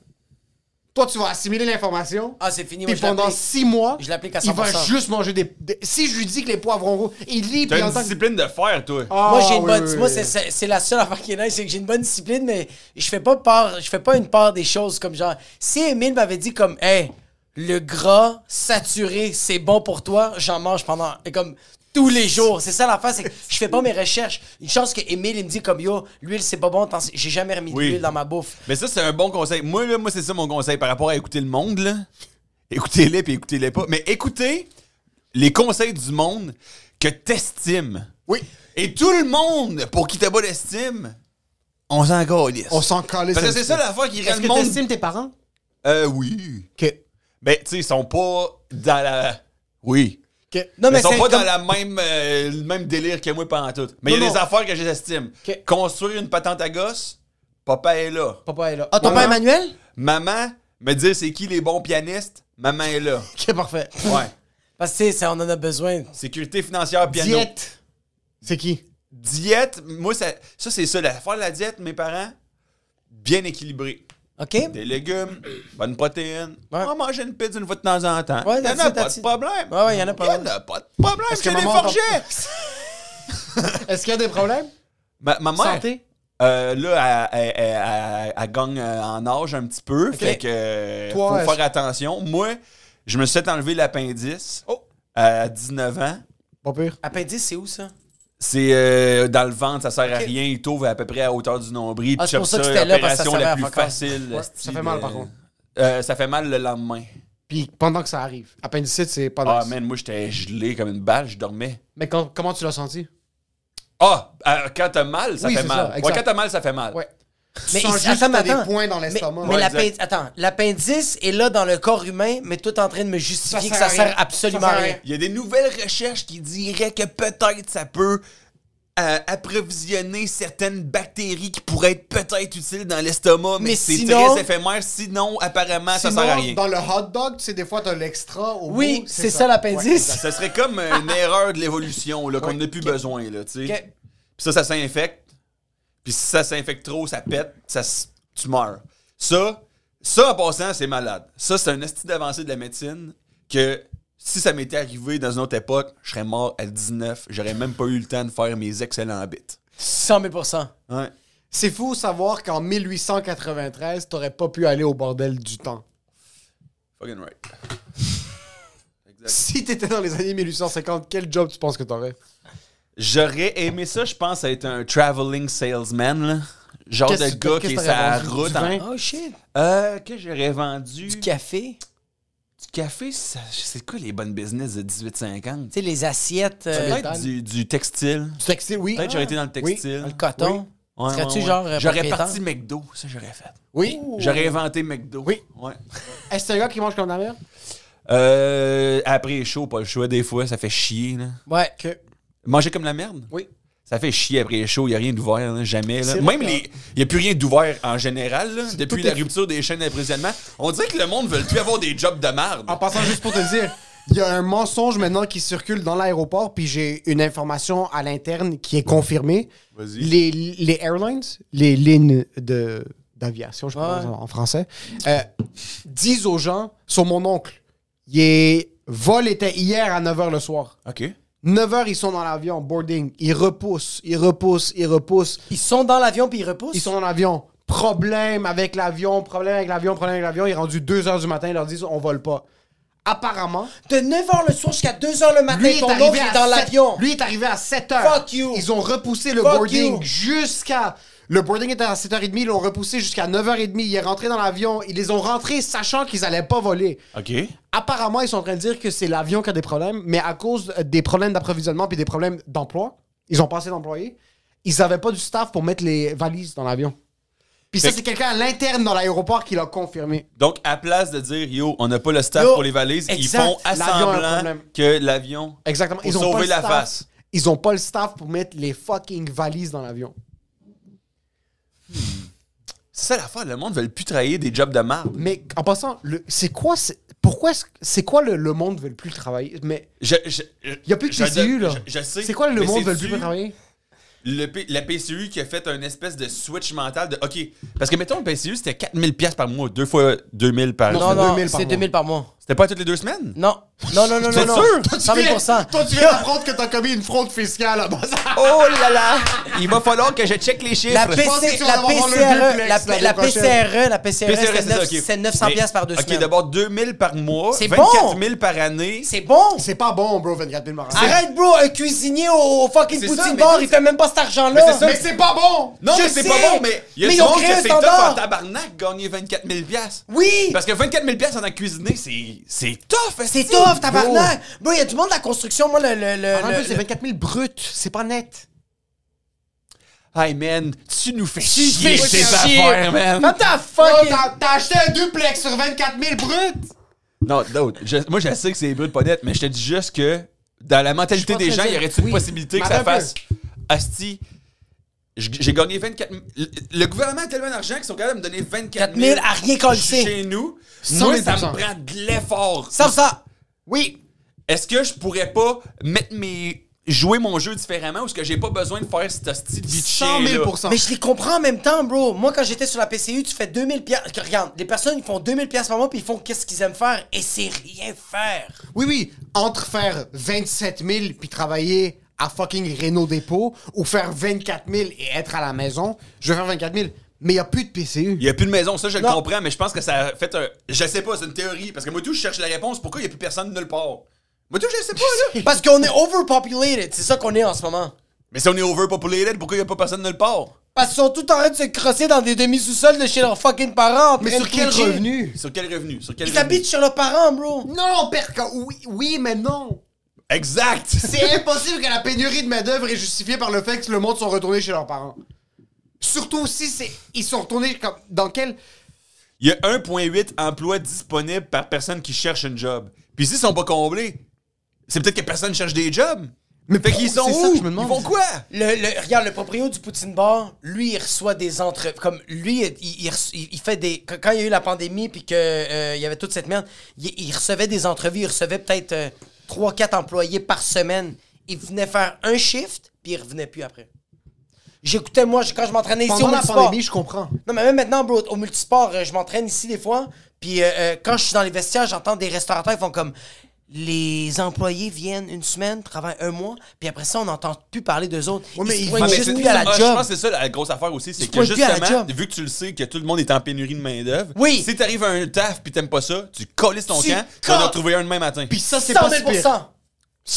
Speaker 3: Toi, tu vas assimiler l'information.
Speaker 2: Ah, c'est fini, moi,
Speaker 3: Puis
Speaker 2: je
Speaker 3: pendant
Speaker 2: l'applique.
Speaker 3: six mois,
Speaker 2: Je l'applique à
Speaker 3: il va
Speaker 2: 100%.
Speaker 3: juste manger des, des- Si je lui dis que les poivrons rouges, il lit. puis
Speaker 4: T'as
Speaker 3: en
Speaker 4: une
Speaker 3: tant que-
Speaker 4: discipline de fer, toi.
Speaker 3: Ah,
Speaker 2: moi j'ai une
Speaker 3: oui,
Speaker 2: bonne
Speaker 3: oui,
Speaker 2: moi
Speaker 3: oui.
Speaker 2: c'est- c'est c'est la seule affaire qui est nice, c'est que j'ai une bonne discipline mais je fais pas part je fais pas une part des choses comme genre si Émile m'avait dit comme hey le gras saturé c'est bon pour toi j'en mange pendant et comme tous les jours c'est ça l'affaire c'est que je fais pas mes recherches une chance que Émile il me dit comme yo l'huile c'est pas bon t'en sais- j'ai jamais remis de
Speaker 4: Oui.
Speaker 2: l'huile dans ma bouffe
Speaker 4: Mais ça, c'est un bon conseil. Moi, là, moi c'est ça mon conseil par rapport à écouter le monde. là. Écoutez-les puis écoutez-les pas. Mais écoutez les conseils du monde que t'estimes.
Speaker 3: Oui.
Speaker 4: Et tout le monde pour qui t'as pas d'estime, on s'en calisse.
Speaker 3: On s'en calait.
Speaker 4: Parce que c'est ça la fois qui rend
Speaker 3: Est-ce
Speaker 4: le
Speaker 3: que
Speaker 4: monde...
Speaker 3: t'estimes tes parents?
Speaker 4: Euh, oui.
Speaker 3: Que.
Speaker 4: Ben, tu sais, ils sont pas dans la... Oui.
Speaker 3: que-
Speaker 2: non
Speaker 4: ils sont
Speaker 2: c'est
Speaker 4: pas
Speaker 2: comme-
Speaker 4: dans la même, euh, le même délire que moi pendant tout. Mais il y a
Speaker 3: Non,
Speaker 4: des
Speaker 3: non.
Speaker 4: affaires que j'estime.
Speaker 3: Ok.
Speaker 4: Construire une patente à gosse, papa est là.
Speaker 3: Papa est là.
Speaker 2: ah ton père Emmanuel
Speaker 4: Maman, me dire c'est qui les bons pianistes, maman est là.
Speaker 3: Ok, parfait.
Speaker 4: Ouais.
Speaker 2: parce que tu sais, ça, on en a besoin
Speaker 4: Sécurité financière, piano.
Speaker 3: Diète. C'est qui?
Speaker 4: Diète, moi, ça, ça c'est ça. L'affaire de la diète, mes parents, bien équilibré.
Speaker 2: OK?
Speaker 4: Des légumes, bonne protéine.
Speaker 2: Ouais.
Speaker 4: On va manger une pizza une fois de temps en temps.
Speaker 2: Ouais,
Speaker 4: Il y en
Speaker 2: that's
Speaker 4: a
Speaker 2: it,
Speaker 4: pas
Speaker 2: that's
Speaker 4: de
Speaker 2: it.
Speaker 4: problème.
Speaker 2: Ouais, ouais, y en a pas,
Speaker 4: Il y en a pas de problème.
Speaker 3: Est-ce que
Speaker 4: J'ai des
Speaker 3: maman va-
Speaker 4: forgets.
Speaker 3: Est-ce qu'il y a des problèmes?
Speaker 4: Ma, ma mère,
Speaker 3: Santé?
Speaker 4: euh, là, elle, elle- elle- elle- elle gagne euh, en âge un petit peu. Fait que euh,
Speaker 3: Toi,
Speaker 4: faut
Speaker 3: est-ce-
Speaker 4: faire attention. Moi, je me suis fait enlever l'appendice
Speaker 2: Oh.
Speaker 4: euh, à 19 ans.
Speaker 3: Pas pire.
Speaker 2: Appendice, c'est où ça?
Speaker 4: C'est euh, dans le ventre, ça sert à rien. Il t'ouvre à peu près à hauteur du nombril.
Speaker 2: Ah,
Speaker 4: puis
Speaker 2: c'est pour
Speaker 4: chop
Speaker 2: ça que c'était là, parce que ça
Speaker 4: opération la
Speaker 2: servait
Speaker 4: plus
Speaker 2: à faire
Speaker 4: facile.
Speaker 3: Ouais,
Speaker 4: esti,
Speaker 3: ça fait mal,
Speaker 4: de-
Speaker 3: par contre.
Speaker 4: Euh, ça fait mal le lendemain.
Speaker 3: Puis pendant que ça arrive. Appendicite, c'est pas
Speaker 4: Ah,
Speaker 3: nice.
Speaker 4: man, moi, j'étais gelé comme une balle, je dormais.
Speaker 3: Mais quand- comment tu l'as senti?
Speaker 4: Ah, euh, quand t'as mal, ça
Speaker 3: Oui,
Speaker 4: fait
Speaker 3: c'est
Speaker 4: mal.
Speaker 3: ça,
Speaker 4: ouais,
Speaker 3: exact.
Speaker 4: quand t'as mal, ça fait mal.
Speaker 3: Ouais.
Speaker 2: Mais
Speaker 3: sens
Speaker 2: il-
Speaker 3: juste que t'as
Speaker 2: mais
Speaker 3: des points dans
Speaker 2: Mais-
Speaker 3: l'estomac.
Speaker 2: Mais,
Speaker 4: Ouais,
Speaker 2: l'append-
Speaker 4: exact.
Speaker 2: attends, l'appendice est là dans le corps humain, mais toi, t'es en train de me justifier
Speaker 3: Ça
Speaker 2: que ça
Speaker 3: sert à
Speaker 2: sert
Speaker 3: rien.
Speaker 2: absolument
Speaker 3: Ça sert
Speaker 2: à
Speaker 3: à
Speaker 2: rien.
Speaker 3: rien.
Speaker 4: Il y a des nouvelles recherches qui diraient que peut-être ça peut euh, approvisionner certaines bactéries qui pourraient être peut-être utiles dans l'estomac, mais,
Speaker 2: Mais
Speaker 4: c'est
Speaker 2: sinon-
Speaker 4: très éphémère. Sinon, apparemment, ça
Speaker 3: Sinon,
Speaker 4: sert à rien.
Speaker 3: dans le hot dog, tu sais, des fois, t'as l'extra au
Speaker 2: Oui,
Speaker 3: bout,
Speaker 2: c'est ça, l'appendice.
Speaker 4: Ça serait comme une erreur de l'évolution là, qu'on n'a plus besoin. Là, tu sais.
Speaker 2: Ok.
Speaker 4: Puis ça, ça s'infecte. Puis si ça s'infecte trop, ça pète, ça, s- tu meurs. Ça, ça en passant, c'est malade. Ça, c'est un esti d'avancée de la médecine que si ça m'était arrivé dans une autre époque, je serais mort à 19. J'aurais même pas eu le temps de faire mes excellents bits.
Speaker 2: 100 000
Speaker 4: Ouais.
Speaker 3: C'est fou savoir qu'en 1893, t'aurais pas pu aller au bordel du temps.
Speaker 4: Fucking right. Exact.
Speaker 3: Si t'étais dans les années 1850, quel job tu penses que t'aurais?
Speaker 4: J'aurais aimé ça, je pense, être un traveling salesman. là. Genre
Speaker 3: Qu'est-ce
Speaker 4: de
Speaker 3: que-
Speaker 4: gars
Speaker 3: qu'est-ce
Speaker 4: qui est
Speaker 3: que
Speaker 4: sur
Speaker 3: t'aurais
Speaker 4: la
Speaker 3: vendu?
Speaker 4: route.
Speaker 3: Du
Speaker 4: en-
Speaker 3: vin?
Speaker 2: Oh shit.
Speaker 4: Euh, que j'aurais vendu.
Speaker 2: Du café.
Speaker 4: Du café, ça- c'est quoi les bonnes business de 18-50?
Speaker 2: Tu sais, les assiettes, euh,
Speaker 4: Peut-être du, du textile.
Speaker 3: Du textile, oui.
Speaker 4: Peut-être j'aurais été dans le
Speaker 3: Oui,
Speaker 4: textile.
Speaker 2: dans le coton.
Speaker 4: Ouais,
Speaker 2: Serais-tu
Speaker 4: ouais, ouais.
Speaker 2: genre, euh,
Speaker 4: J'aurais
Speaker 2: propriétaire?
Speaker 4: parti McDo, ça j'aurais fait.
Speaker 3: Oui.
Speaker 4: J'aurais inventé McDo.
Speaker 3: Oh. Oui.
Speaker 4: Ouais.
Speaker 3: Est-ce que c'est un gars qui mange comme de la merde?
Speaker 4: Euh, après chaud, pas le choix des fois, ça fait chier. Là.
Speaker 2: Ouais.
Speaker 4: Manger comme la merde?
Speaker 3: Oui.
Speaker 4: Ça fait chier après chaud, il n'y a rien d'ouvert, là, jamais. Là.
Speaker 3: C'est
Speaker 4: Même
Speaker 3: vrai,
Speaker 4: les. Il n'y a plus rien d'ouvert en général, là, depuis
Speaker 3: tout
Speaker 4: la
Speaker 3: est-
Speaker 4: rupture des chaînes d'emprisonnement. On dirait que le monde veut plus avoir des jobs de merde.
Speaker 3: En passant juste pour te dire, il y a un mensonge maintenant qui circule dans l'aéroport, puis j'ai une information à l'interne qui est confirmée.
Speaker 4: Vas-y.
Speaker 3: Les, les airlines, les lignes de d'aviation, je pense
Speaker 2: Ouais.
Speaker 3: en français, euh, disent aux gens, sur mon oncle, il est, vol était hier à 9h le soir.
Speaker 4: OK.
Speaker 3: 9h, ils sont dans l'avion, boarding. Ils repoussent, ils repoussent, ils repoussent.
Speaker 2: Ils sont dans l'avion puis ils repoussent.
Speaker 3: Ils sont dans l'avion. Problème avec l'avion, problème avec l'avion, problème avec l'avion. Il est rendu 2h du matin, ils leur disent, on vole pas. Apparemment,
Speaker 2: De 9h le soir jusqu'à 2h le matin,
Speaker 3: lui est
Speaker 2: ton
Speaker 3: arrivé
Speaker 2: oncle est
Speaker 3: à
Speaker 2: dans
Speaker 3: sept-
Speaker 2: l'avion.
Speaker 3: Lui est arrivé à 7h.
Speaker 2: Fuck you.
Speaker 3: Ils ont repoussé le
Speaker 2: Fuck
Speaker 3: boarding
Speaker 2: you.
Speaker 3: jusqu'à. Le boarding était à 7h30, ils l'ont repoussé jusqu'à 9h30. Il est rentré dans l'avion. Ils les ont rentrés sachant qu'ils allaient pas voler.
Speaker 4: OK.
Speaker 3: Apparemment, ils sont en train de dire que c'est l'avion qui a des problèmes, mais à cause euh, des problèmes d'approvisionnement puis des problèmes d'emploi, ils ont passé d'employés. Ils n'avaient pas du staff pour mettre les valises dans l'avion. Puis ça,
Speaker 4: Fait que-
Speaker 3: c'est quelqu'un à l'interne dans l'aéroport qui l'a confirmé.
Speaker 4: Donc, à place de dire, yo, on n'a pas le staff
Speaker 2: Yo,
Speaker 4: pour les valises,
Speaker 2: exact,
Speaker 4: ils font
Speaker 3: l'avion a un
Speaker 4: assemblant
Speaker 3: problème.
Speaker 4: que l'avion.
Speaker 3: Exactement.
Speaker 4: Pour sauver
Speaker 3: pas le
Speaker 4: la
Speaker 3: staff.
Speaker 4: face.
Speaker 3: Ils ont pas le staff pour mettre les fucking valises dans l'avion.
Speaker 4: C'est ça l'affaire, le monde ne veut plus travailler des jobs de marde.
Speaker 3: Mais en passant, le- c'est quoi, c'est- pourquoi, est-ce que- c'est quoi le, le monde veut le plus travailler Mais
Speaker 4: Je, je, je-
Speaker 3: il y a plus de
Speaker 4: je-
Speaker 3: PCU
Speaker 4: je-
Speaker 3: là.
Speaker 4: Je, je sais.
Speaker 3: C'est quoi le
Speaker 4: mais
Speaker 3: monde veut le
Speaker 4: c'est-tu
Speaker 3: plus travailler
Speaker 4: le P- la PCU qui a fait un espèce de switch mental de OK. Parce que mettons, le PCU, c'était 4000$ pièces par mois, deux fois 2000$ par
Speaker 2: Non,
Speaker 4: mois.
Speaker 2: non,
Speaker 3: 2000 par
Speaker 2: c'est
Speaker 3: mois.
Speaker 2: 2000 par mois.
Speaker 4: C'était pas toutes les deux semaines?
Speaker 2: Non. Non, non, non,
Speaker 4: T'es
Speaker 2: non. non.
Speaker 4: sûr?
Speaker 2: 100 000
Speaker 3: Toi, tu viens d'apprendre que t'as commis une fraude fiscale à
Speaker 4: Oh là là! Il va falloir que je check les chiffres.
Speaker 2: La,
Speaker 3: pense que
Speaker 2: PC,
Speaker 3: tu vas
Speaker 2: E, la,
Speaker 3: avoir le
Speaker 2: PCRE,
Speaker 3: duplex
Speaker 2: la,
Speaker 3: l'année
Speaker 2: la
Speaker 3: prochaine.
Speaker 2: PCRE, E, la PCRE,
Speaker 4: PCRE,
Speaker 2: c'est
Speaker 4: E, ça,
Speaker 2: neuf-
Speaker 4: ok.
Speaker 2: c'est 900
Speaker 4: Mais-
Speaker 2: pièces par deux
Speaker 4: OK,
Speaker 2: semaines.
Speaker 4: d'abord 2000$ par mois,
Speaker 2: C'est
Speaker 4: 24
Speaker 2: bon!
Speaker 4: 000$ par année.
Speaker 2: C'est bon!
Speaker 3: C'est pas bon, bro, 24 000 morales.
Speaker 2: Arrête, bro, un cuisinier au, au fucking
Speaker 4: C'est
Speaker 2: poutine
Speaker 4: ça, mais
Speaker 2: bar,
Speaker 4: tu-
Speaker 2: il fait même pas cet
Speaker 4: Mais
Speaker 2: argent-là.
Speaker 4: c'est ça,
Speaker 3: Mais c'est pas bon
Speaker 4: Non,
Speaker 2: Je
Speaker 4: mais c'est
Speaker 2: sais,
Speaker 4: pas bon, mais il y a
Speaker 2: mais
Speaker 4: du
Speaker 2: ils ont
Speaker 4: monde
Speaker 2: créé
Speaker 4: que
Speaker 2: un
Speaker 4: c'est top
Speaker 2: standard.
Speaker 4: en tabarnak gagner 24 000$.
Speaker 2: Oui!
Speaker 4: Parce que 24 000$ en a cuisiné, c'est c'est tough.
Speaker 2: C'est
Speaker 4: esti.
Speaker 2: tough, tabarnak! Bro, il y a du monde de la construction, moi, le... le, le-
Speaker 3: Attends un peu,
Speaker 2: le-
Speaker 3: c'est 24 000 bruts, c'est pas net.
Speaker 4: Hey man, tu nous fais
Speaker 2: Tu fais
Speaker 4: chier ces
Speaker 2: chier.
Speaker 4: affaires, man.
Speaker 2: What the
Speaker 3: Oh,
Speaker 2: fuck?
Speaker 3: T'as t'as acheté un duplex sur 24 000 bruts
Speaker 4: Non, d'autres. Je- Moi, je sais que c'est brut pas net, mais je te dis juste que dans la mentalité
Speaker 3: Je suis pas en
Speaker 4: des gens,
Speaker 3: train de
Speaker 4: y
Speaker 3: dire-
Speaker 4: aurait-il une
Speaker 3: oui.
Speaker 4: possibilité que
Speaker 3: Mais
Speaker 4: ça
Speaker 3: attends un
Speaker 4: fasse Asti, j- j'ai gagné 24 000. Le- Le gouvernement a tellement d'argent qu'ils sont capables de me donner 24 000,
Speaker 2: 4000 à rien coller.
Speaker 4: chez nous.
Speaker 3: 100
Speaker 4: Moi,
Speaker 3: 000
Speaker 4: ça me prend de l'effort.
Speaker 2: Ça, ça!
Speaker 3: Oui
Speaker 4: Est-ce que je pourrais pas mettre mes. jouer mon jeu différemment ou est-ce que j'ai pas besoin de faire cette hostie de vie
Speaker 3: 100
Speaker 4: de chien, là?
Speaker 3: 000
Speaker 2: Mais je les comprends en même temps, bro. Moi, quand j'étais sur la PCU, tu fais 2000 piastres. Regarde, les personnes, ils font 2000 piastres par mois, puis ils font qu'est-ce qu'ils aiment faire, et c'est rien faire.
Speaker 3: Oui, oui, entre faire 27 000 puis travailler à fucking Renault Dépôt ou faire 24 000 et être à la maison, je vais faire 24 000, mais il n'y a plus de PCU.
Speaker 4: Il n'y a plus de maison, ça je le
Speaker 3: Non.
Speaker 4: comprends, mais je pense que ça a fait un. Je sais pas, c'est une théorie. Parce que moi, tout, je cherche la réponse. Pourquoi il n'y a plus personne nulle part? Moi, tout, je sais pas, là.
Speaker 2: Parce qu'on est overpopulated, c'est ça qu'on est en ce moment.
Speaker 4: Mais si on est overpopulated, pourquoi il n'y a pas personne nulle part?
Speaker 2: Parce qu'ils sont tout en train de se crosser dans des demi-sous-sols de chez leurs fucking parents. en
Speaker 3: Mais
Speaker 2: train
Speaker 3: sur
Speaker 2: de
Speaker 3: quel
Speaker 2: twitcher.
Speaker 3: revenu?
Speaker 4: Sur quel revenu? Sur quel
Speaker 2: Ils
Speaker 4: revenu?
Speaker 2: habitent chez leurs parents, bro.
Speaker 3: Non, Perca, oui, oui, mais non.
Speaker 4: Exact!
Speaker 3: C'est impossible que la pénurie de main-d'œuvre est justifiée par le fait que le monde sont retournés chez leurs parents. Surtout si c'est ils sont retournés comme dans quel
Speaker 4: Il y a 1,8 emplois disponibles par personne qui cherche un job. Puis s'ils sont pas comblés, c'est peut-être que personne cherche des jobs. Mais fait qu'ils sont
Speaker 3: c'est ça
Speaker 4: où?
Speaker 3: que je me demande.
Speaker 4: Ils font quoi?
Speaker 2: Le, le- regarde, le proprio du Poutine Bar, lui, il reçoit des entre... Comme lui, il, il reç- il- il fait des... Quand quand il y a eu la pandémie, puis que euh, il y avait toute cette merde, il, il recevait des entrevues, il recevait peut-être 3-4 employés par semaine. Il venait faire un shift, puis il revenait plus après. J'écoutais, moi, je- quand je m'entraînais ici au
Speaker 3: pendant la
Speaker 2: multisport-
Speaker 3: pandémie, je comprends.
Speaker 2: Non, mais même maintenant, bro, au multisport, euh, je m'entraîne ici des fois. Puis euh, euh, quand je suis dans les vestiaires, j'entends des restaurateurs qui font comme les employés viennent une semaine, travaillent un mois, puis après ça, on n'entend plus parler d'eux autres.
Speaker 3: Ouais, mais
Speaker 2: ils se
Speaker 3: ils
Speaker 2: pointent
Speaker 3: vont-
Speaker 2: juste
Speaker 4: mais
Speaker 2: plus
Speaker 4: c'est-
Speaker 2: à la
Speaker 4: ah, Je
Speaker 2: job.
Speaker 4: pense que c'est ça la grosse affaire aussi, c'est
Speaker 2: se
Speaker 4: que
Speaker 2: pointent plus à la
Speaker 4: justement,
Speaker 2: job.
Speaker 4: vu que tu le sais que tout le monde est en pénurie de main-d'œuvre,
Speaker 2: Oui.
Speaker 4: si t'arrives à un taf puis t'aimes pas ça, tu colles ton
Speaker 2: Tu
Speaker 4: camp, tu vas en
Speaker 2: colles.
Speaker 4: trouver un demain matin.
Speaker 3: Puis ça c'est
Speaker 2: 100
Speaker 3: pas
Speaker 2: 000
Speaker 3: si pire.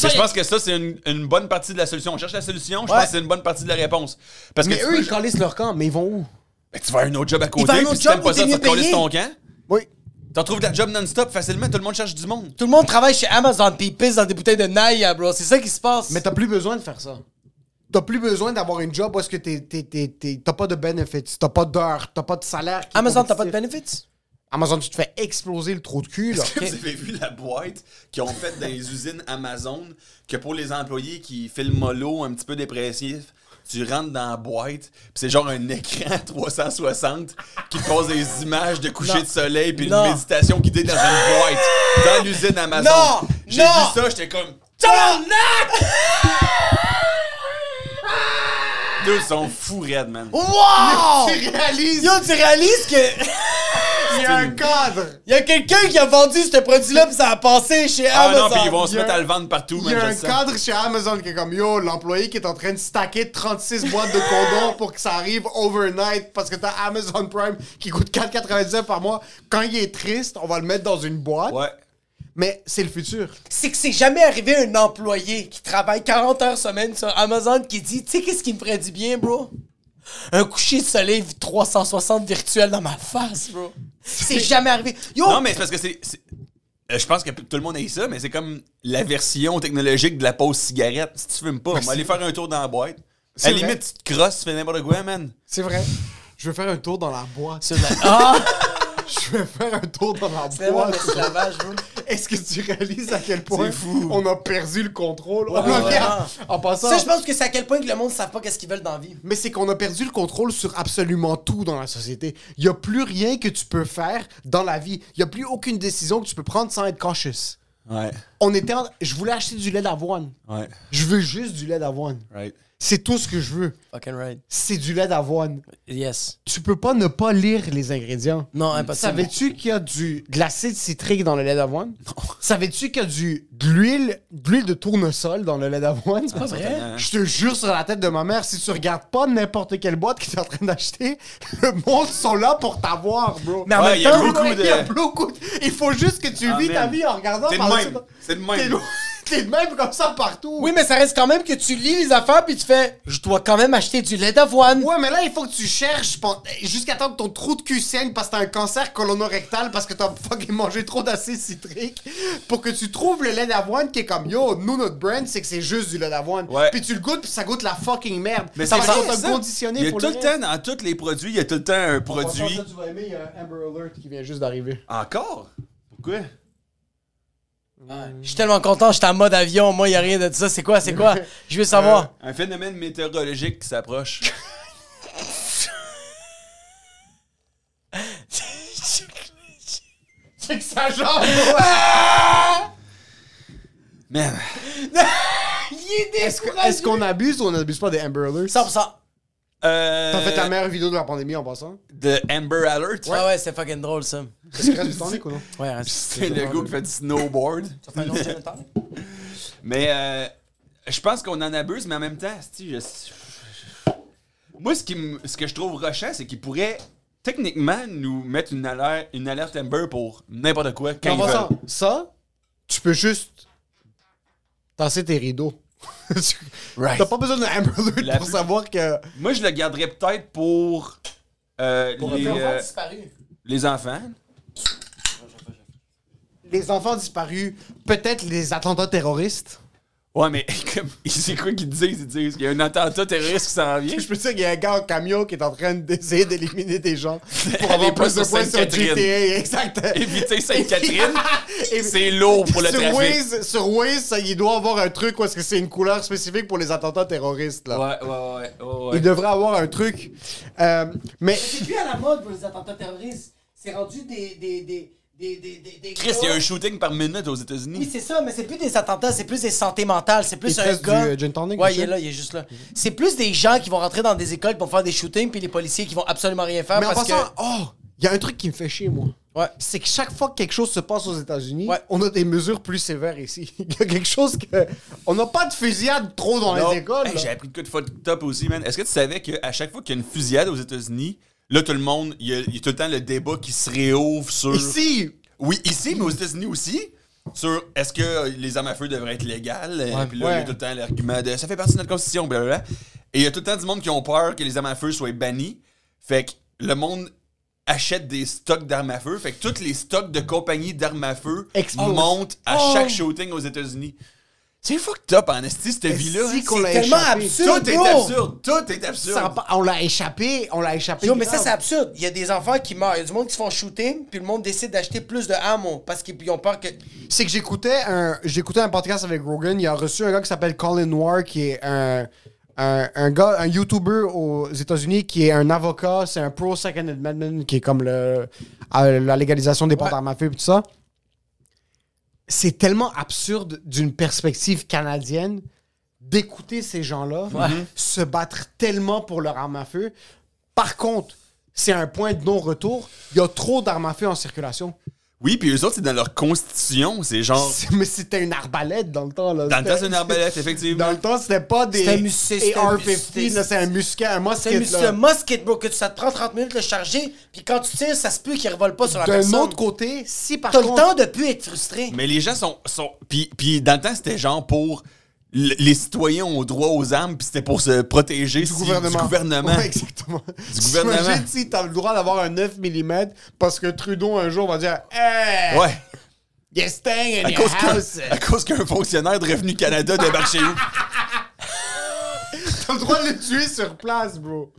Speaker 4: Mais je pense que ça, c'est une, une bonne partie de la solution. On cherche la solution, je
Speaker 2: Ouais.
Speaker 4: pense que c'est une bonne partie de la réponse. Parce que
Speaker 3: Mais
Speaker 4: tu,
Speaker 3: eux ils calissent leur camp, mais ils vont où
Speaker 4: ben, tu vas à un autre job à côté,
Speaker 2: va à un
Speaker 4: puis
Speaker 2: autre
Speaker 4: si
Speaker 2: job
Speaker 4: t'aimes pas
Speaker 2: où
Speaker 4: ça,
Speaker 2: t'es
Speaker 4: tu
Speaker 2: mieux
Speaker 4: te colles
Speaker 2: payé.
Speaker 4: ton camp.
Speaker 3: Oui.
Speaker 4: T'en trouves de la job non-stop facilement, tout le monde cherche du monde.
Speaker 2: Tout le monde travaille chez Amazon, puis ils pissent dans des bouteilles de Naya, bro. C'est ça qui se passe.
Speaker 3: Mais t'as plus besoin de faire ça. T'as plus besoin d'avoir une job parce que t'es- t'es- t'es- t'es- t'as pas de benefits, t'as pas d'heures, t'as pas de salaire. qui est
Speaker 2: Amazon, t'as pas de
Speaker 3: compétitif.
Speaker 2: benefits?
Speaker 3: Amazon, tu te fais exploser le trou de cul, là.
Speaker 4: Est-ce que vous avez vu la boîte qu'ils ont faite dans les usines Amazon que pour les employés qui filment mollo, un petit peu dépressif, tu rentres dans la boîte, puis c'est genre un écran 360 qui te pose des images de coucher
Speaker 2: Non.
Speaker 4: de soleil puis
Speaker 2: Non.
Speaker 4: une méditation guidée dans une boîte dans l'usine Amazon.
Speaker 2: Non.
Speaker 4: J'ai
Speaker 2: Non.
Speaker 4: vu ça, j'étais comme
Speaker 2: Tabarnak!
Speaker 4: deux sont fous raides, man.
Speaker 2: Oh, Wow!
Speaker 3: Tu réalises,
Speaker 2: Yo, tu réalises que...
Speaker 3: il y a un cadre!
Speaker 2: Il y a quelqu'un qui a vendu ce produit-là, puis ça a passé chez
Speaker 4: ah
Speaker 2: Amazon.
Speaker 4: non, puis ils vont se
Speaker 3: Il y a-
Speaker 4: mettre à le vendre partout,
Speaker 3: Il y a
Speaker 4: man,
Speaker 3: un
Speaker 4: je le sens.
Speaker 3: cadre chez Amazon qui est comme yo, l'employé qui est en train de stacker 36 boîtes de condoms pour que ça arrive overnight parce que t'as Amazon Prime qui coûte 4,99 par mois. Quand il est triste, on va le mettre dans une boîte.
Speaker 4: Ouais.
Speaker 3: Mais c'est le futur.
Speaker 2: c'est que c'est jamais arrivé un employé qui travaille 40 heures semaine sur Amazon qui dit, tu sais qu'est-ce qui me ferait du bien, bro? Un coucher de soleil 360 virtuel dans ma face, bro. C'est jamais arrivé. Yo,
Speaker 4: Non, mais c'est parce que c'est. c'est- euh, Je pense que tout le monde a ça, mais c'est comme la version technologique de la pause cigarette. Si tu fumes pas, on va aller faire un tour dans la boîte. À la
Speaker 3: vrai.
Speaker 4: limite, tu te crosses, tu fais n'importe quoi, man.
Speaker 3: C'est vrai. Je vais faire un tour dans la boîte.
Speaker 2: Sur la- Ah!
Speaker 3: Je vais faire un tour dans la
Speaker 2: Vraiment,
Speaker 3: boîte.
Speaker 2: l'esclavage, bro.
Speaker 3: Est-ce que tu réalises à quel point
Speaker 4: C'est fou.
Speaker 3: on a perdu le contrôle? On
Speaker 2: ouais.
Speaker 3: en vient- En passant.
Speaker 2: Ça, je pense que c'est à quel point que le monde ne savent pas qu'est-ce qu'ils veulent dans la vie.
Speaker 3: Mais c'est qu'on a perdu le contrôle sur absolument tout dans la société. Il n'y a plus rien que tu peux faire dans la vie. Il n'y a plus aucune décision que tu peux prendre sans être cautious.
Speaker 4: Ouais.
Speaker 3: On était en- Je voulais acheter du lait d'avoine.
Speaker 4: Ouais.
Speaker 3: Je veux juste du lait d'avoine.
Speaker 4: Right.
Speaker 3: C'est tout ce que je veux.
Speaker 2: Fucking right.
Speaker 3: C'est du lait d'avoine.
Speaker 2: Yes.
Speaker 3: Tu peux pas ne pas lire les ingrédients.
Speaker 2: Non, impossible.
Speaker 3: Savais-tu qu'il y a du, de l'acide citrique dans le lait d'avoine? Savais-tu qu'il y a du, de l'huile de l'huile de tournesol dans le lait d'avoine? C'est pas vrai?
Speaker 4: certainement.
Speaker 3: Je te jure sur la tête de ma mère, si tu regardes pas n'importe quelle boîte que tu es en train d'acheter, le monde sont là pour t'avoir, bro.
Speaker 2: Mais en
Speaker 4: Ouais,
Speaker 2: même
Speaker 4: il y a
Speaker 2: temps,
Speaker 4: beaucoup
Speaker 3: Il y a
Speaker 4: de-
Speaker 3: beaucoup de- Il faut juste que tu vis ta
Speaker 4: Amen.
Speaker 3: vie en regardant
Speaker 4: C'est
Speaker 3: par-dessus
Speaker 4: de même.
Speaker 3: ton-
Speaker 4: C'est de
Speaker 3: T'es
Speaker 4: même.
Speaker 3: t'es de même comme ça partout.
Speaker 2: oui, mais ça reste quand même que tu lis les affaires puis tu fais, je dois quand même acheter du lait d'avoine.
Speaker 3: Ouais, mais là, il faut que tu cherches pour- jusqu'à temps que ton trou de cul saigne parce que t'as un cancer colonorectal parce que t'as fucking mangé trop d'acide citrique pour que tu trouves le lait d'avoine qui est comme yo, nous, notre brand, c'est que c'est juste du lait d'avoine.
Speaker 4: Ouais.
Speaker 3: Puis tu le goûtes, puis ça goûte la fucking merde.
Speaker 4: Mais
Speaker 3: ça
Speaker 4: c'est
Speaker 3: va
Speaker 4: vrai,
Speaker 3: te
Speaker 4: ça.
Speaker 3: conditionné
Speaker 4: Il y a
Speaker 3: pour
Speaker 4: tout le
Speaker 3: reste.
Speaker 4: temps, dans tous les produits, il y a tout le temps un produit.
Speaker 3: Ça, tu vas aimer, il y a un Amber Alert qui vient juste d'arriver.
Speaker 4: Encore? Pourquoi?
Speaker 2: Je suis tellement content, j'étais en mode avion. Moi, il a rien de ça. C'est quoi, c'est quoi? Je veux savoir.
Speaker 4: Un phénomène météorologique qui s'approche.
Speaker 3: C'est que ça genre.
Speaker 4: Man.
Speaker 2: est
Speaker 3: Est-ce que-
Speaker 2: découragé.
Speaker 3: est-ce qu'on abuse ou on n'abuse pas des Amber Alerts?
Speaker 2: 100%.
Speaker 4: Euh,
Speaker 3: T'as fait la meilleure vidéo de la pandémie en passant?
Speaker 4: De Amber Alert.
Speaker 2: Ah Ouais, ouais, c'est fucking drôle, ça.
Speaker 3: Est-ce que reste du Sonic ou non?
Speaker 2: Ouais, hein. reste.
Speaker 4: C'est le gars qui fait du snowboard.
Speaker 2: Ça fait un autre commentaire.
Speaker 4: Mais euh, je pense qu'on en abuse, mais en même temps, asti, je... moi, ce, qui me- ce que je trouve rochant, c'est qu'ils pourraient techniquement nous mettre une alerte, une alerte Amber pour n'importe quoi quand
Speaker 3: En
Speaker 4: ils
Speaker 3: passant,
Speaker 4: veulent.
Speaker 3: ça, tu peux juste tasser tes rideaux. Tu-
Speaker 4: Right.
Speaker 3: T'as pas besoin d'un Amber Alert
Speaker 4: La
Speaker 3: pour
Speaker 4: plus-
Speaker 3: savoir que.
Speaker 4: Moi, je le garderais peut-être pour, euh, les, euh,
Speaker 2: disparu.
Speaker 4: les enfants.
Speaker 3: Les enfants disparus, peut-être les attentats terroristes.
Speaker 4: Ouais, mais comme- c'est quoi qu'ils disent? Ils disent qu'il y a un attentat terroriste qui s'en vient.
Speaker 3: Je peux te dire qu'il y a un gars en camion qui est en train d'essayer d'éliminer des gens pour
Speaker 4: Aller
Speaker 3: avoir
Speaker 4: pas
Speaker 3: plus de
Speaker 4: sur
Speaker 3: points sur
Speaker 4: Sainte-Catherine.
Speaker 3: GTA. Exact.
Speaker 4: Éviter Sainte-Catherine,
Speaker 3: Et-
Speaker 4: c'est lourd pour le
Speaker 3: sur
Speaker 4: trafic.
Speaker 3: Waze, sur Waze, ça, il doit avoir un truc où est-ce que c'est une couleur spécifique pour les attentats terroristes. Là.
Speaker 4: Ouais, ouais, ouais. ouais, ouais.
Speaker 3: Il devrait avoir un truc. Euh, mais
Speaker 2: C'est plus à la mode pour les attentats terroristes. C'est rendu des. des, des, des, des, des, des
Speaker 4: Chris, il y a
Speaker 2: gars-
Speaker 4: un shooting par minute aux
Speaker 2: Oui,
Speaker 4: États-Unis.
Speaker 2: c'est ça, mais c'est plus des attentats, c'est plus des santé mentale, c'est plus
Speaker 3: Il te
Speaker 2: un
Speaker 3: reste
Speaker 2: gars.
Speaker 3: du, euh, gin tonic,
Speaker 2: ouais,
Speaker 3: monsieur?
Speaker 2: il est là, il est juste là. C'est plus des gens qui vont rentrer dans des écoles pour faire des shootings, puis les policiers qui vont absolument rien faire
Speaker 3: Mais en
Speaker 2: parce
Speaker 3: passant, oh, il y a un truc qui me fait chier, moi.
Speaker 2: que. Ouais.
Speaker 3: C'est que chaque fois que quelque chose se passe aux États-Unis,
Speaker 2: Ouais.
Speaker 3: on a des mesures plus sévères ici. Il y a quelque chose que. On n'a pas de fusillade trop dans
Speaker 4: Non.
Speaker 3: les écoles.
Speaker 4: Hey,
Speaker 3: là.
Speaker 4: J'ai appris de quoi de fucked up aussi, man. Est-ce que tu savais qu'à chaque fois qu'il y a une fusillade aux États-Unis, là, tout le monde, il y, a- il y a tout le temps le débat qui se réouvre sur.
Speaker 3: Ici,
Speaker 4: Oui, ici, mais aux États-Unis aussi. Sur est-ce que euh, les armes à feu devraient être légales. euh,
Speaker 2: Ouais.
Speaker 4: puis là, il y
Speaker 3: Ouais.
Speaker 4: a tout le temps l'argument de ça fait partie de notre constitution, blablabla. Et il y a tout le temps du monde qui ont peur que les armes à feu soient bannies. Fait que le monde achète des stocks d'armes à feu. Fait que tous les stocks de compagnies d'armes à feu
Speaker 3: Explosent.
Speaker 4: montent à chaque
Speaker 3: Oh.
Speaker 4: shooting aux États-Unis. C'est fucked up en esti, cette vie-là.
Speaker 3: si
Speaker 4: hein.
Speaker 3: qu'on l'a
Speaker 2: tellement
Speaker 3: échappé.
Speaker 2: absurde.
Speaker 4: Tout est
Speaker 2: bro.
Speaker 4: absurde, tout est
Speaker 3: Ça a
Speaker 4: absurde.
Speaker 3: pas- on l'a échappé, on l'a échappé.
Speaker 2: Yo, mais ça,
Speaker 3: grave.
Speaker 2: c'est absurde. Il y a des enfants qui meurent, il y a du monde qui se font shooter, puis le monde décide d'acheter plus de ammo parce qu'ils ont peur que.
Speaker 3: c'est que j'écoutais un j'écoutais un podcast avec Rogan. Il a reçu un gars qui s'appelle Colin Noir, qui est un, un, un gars, un YouTuber aux États-Unis, qui est un avocat, c'est un pro Second Amendment, qui est comme le euh, la légalisation des portes armes à feu et tout ça. C'est tellement absurde d'une perspective canadienne d'écouter ces gens-là Mm-hmm. se battre tellement pour leur arme à feu. Par contre, c'est un point de non-retour. Il y a trop d'armes à feu en circulation.
Speaker 4: Oui, puis eux autres, c'est dans leur constitution. C'est genre.
Speaker 3: C'est- Mais c'était une arbalète dans le temps. Là.
Speaker 4: Oh. Dans le temps,
Speaker 3: C'était-
Speaker 4: c'est une arbalète, effectivement.
Speaker 3: Dans le temps, c'était pas des
Speaker 2: C'était un mus- c'était un
Speaker 3: AR-15, là, c'est un musquet, un
Speaker 2: C'est
Speaker 3: musket.
Speaker 2: le-
Speaker 3: là.
Speaker 2: le musket, bro, que tu- ça te prend 30 minutes de le charger, puis quand tu tires, ça se peut qu'il revole pas sur la
Speaker 3: D'un
Speaker 2: personne.
Speaker 3: autre côté, si par
Speaker 2: T'as
Speaker 3: contre...
Speaker 2: le temps de plus être frustré.
Speaker 4: Mais les gens sont. sont puis, puis dans le temps, c'était genre pour. l- Les citoyens ont droit aux armes, puis c'était pour se protéger si-
Speaker 3: Du gouvernement.
Speaker 4: Du gouvernement.
Speaker 3: Ouais, exactement. Du
Speaker 4: gouvernement.
Speaker 3: T'imagines si t'as le droit d'avoir un 9 mm parce que Trudeau, un jour, va dire « Hey!
Speaker 4: Ouais.
Speaker 3: You staying in
Speaker 4: À
Speaker 3: your
Speaker 4: cause, qu'un,
Speaker 3: house!
Speaker 4: à cause qu'un fonctionnaire de Revenu Canada débarque chez vous. »
Speaker 3: T'as le droit de le tuer sur place, bro.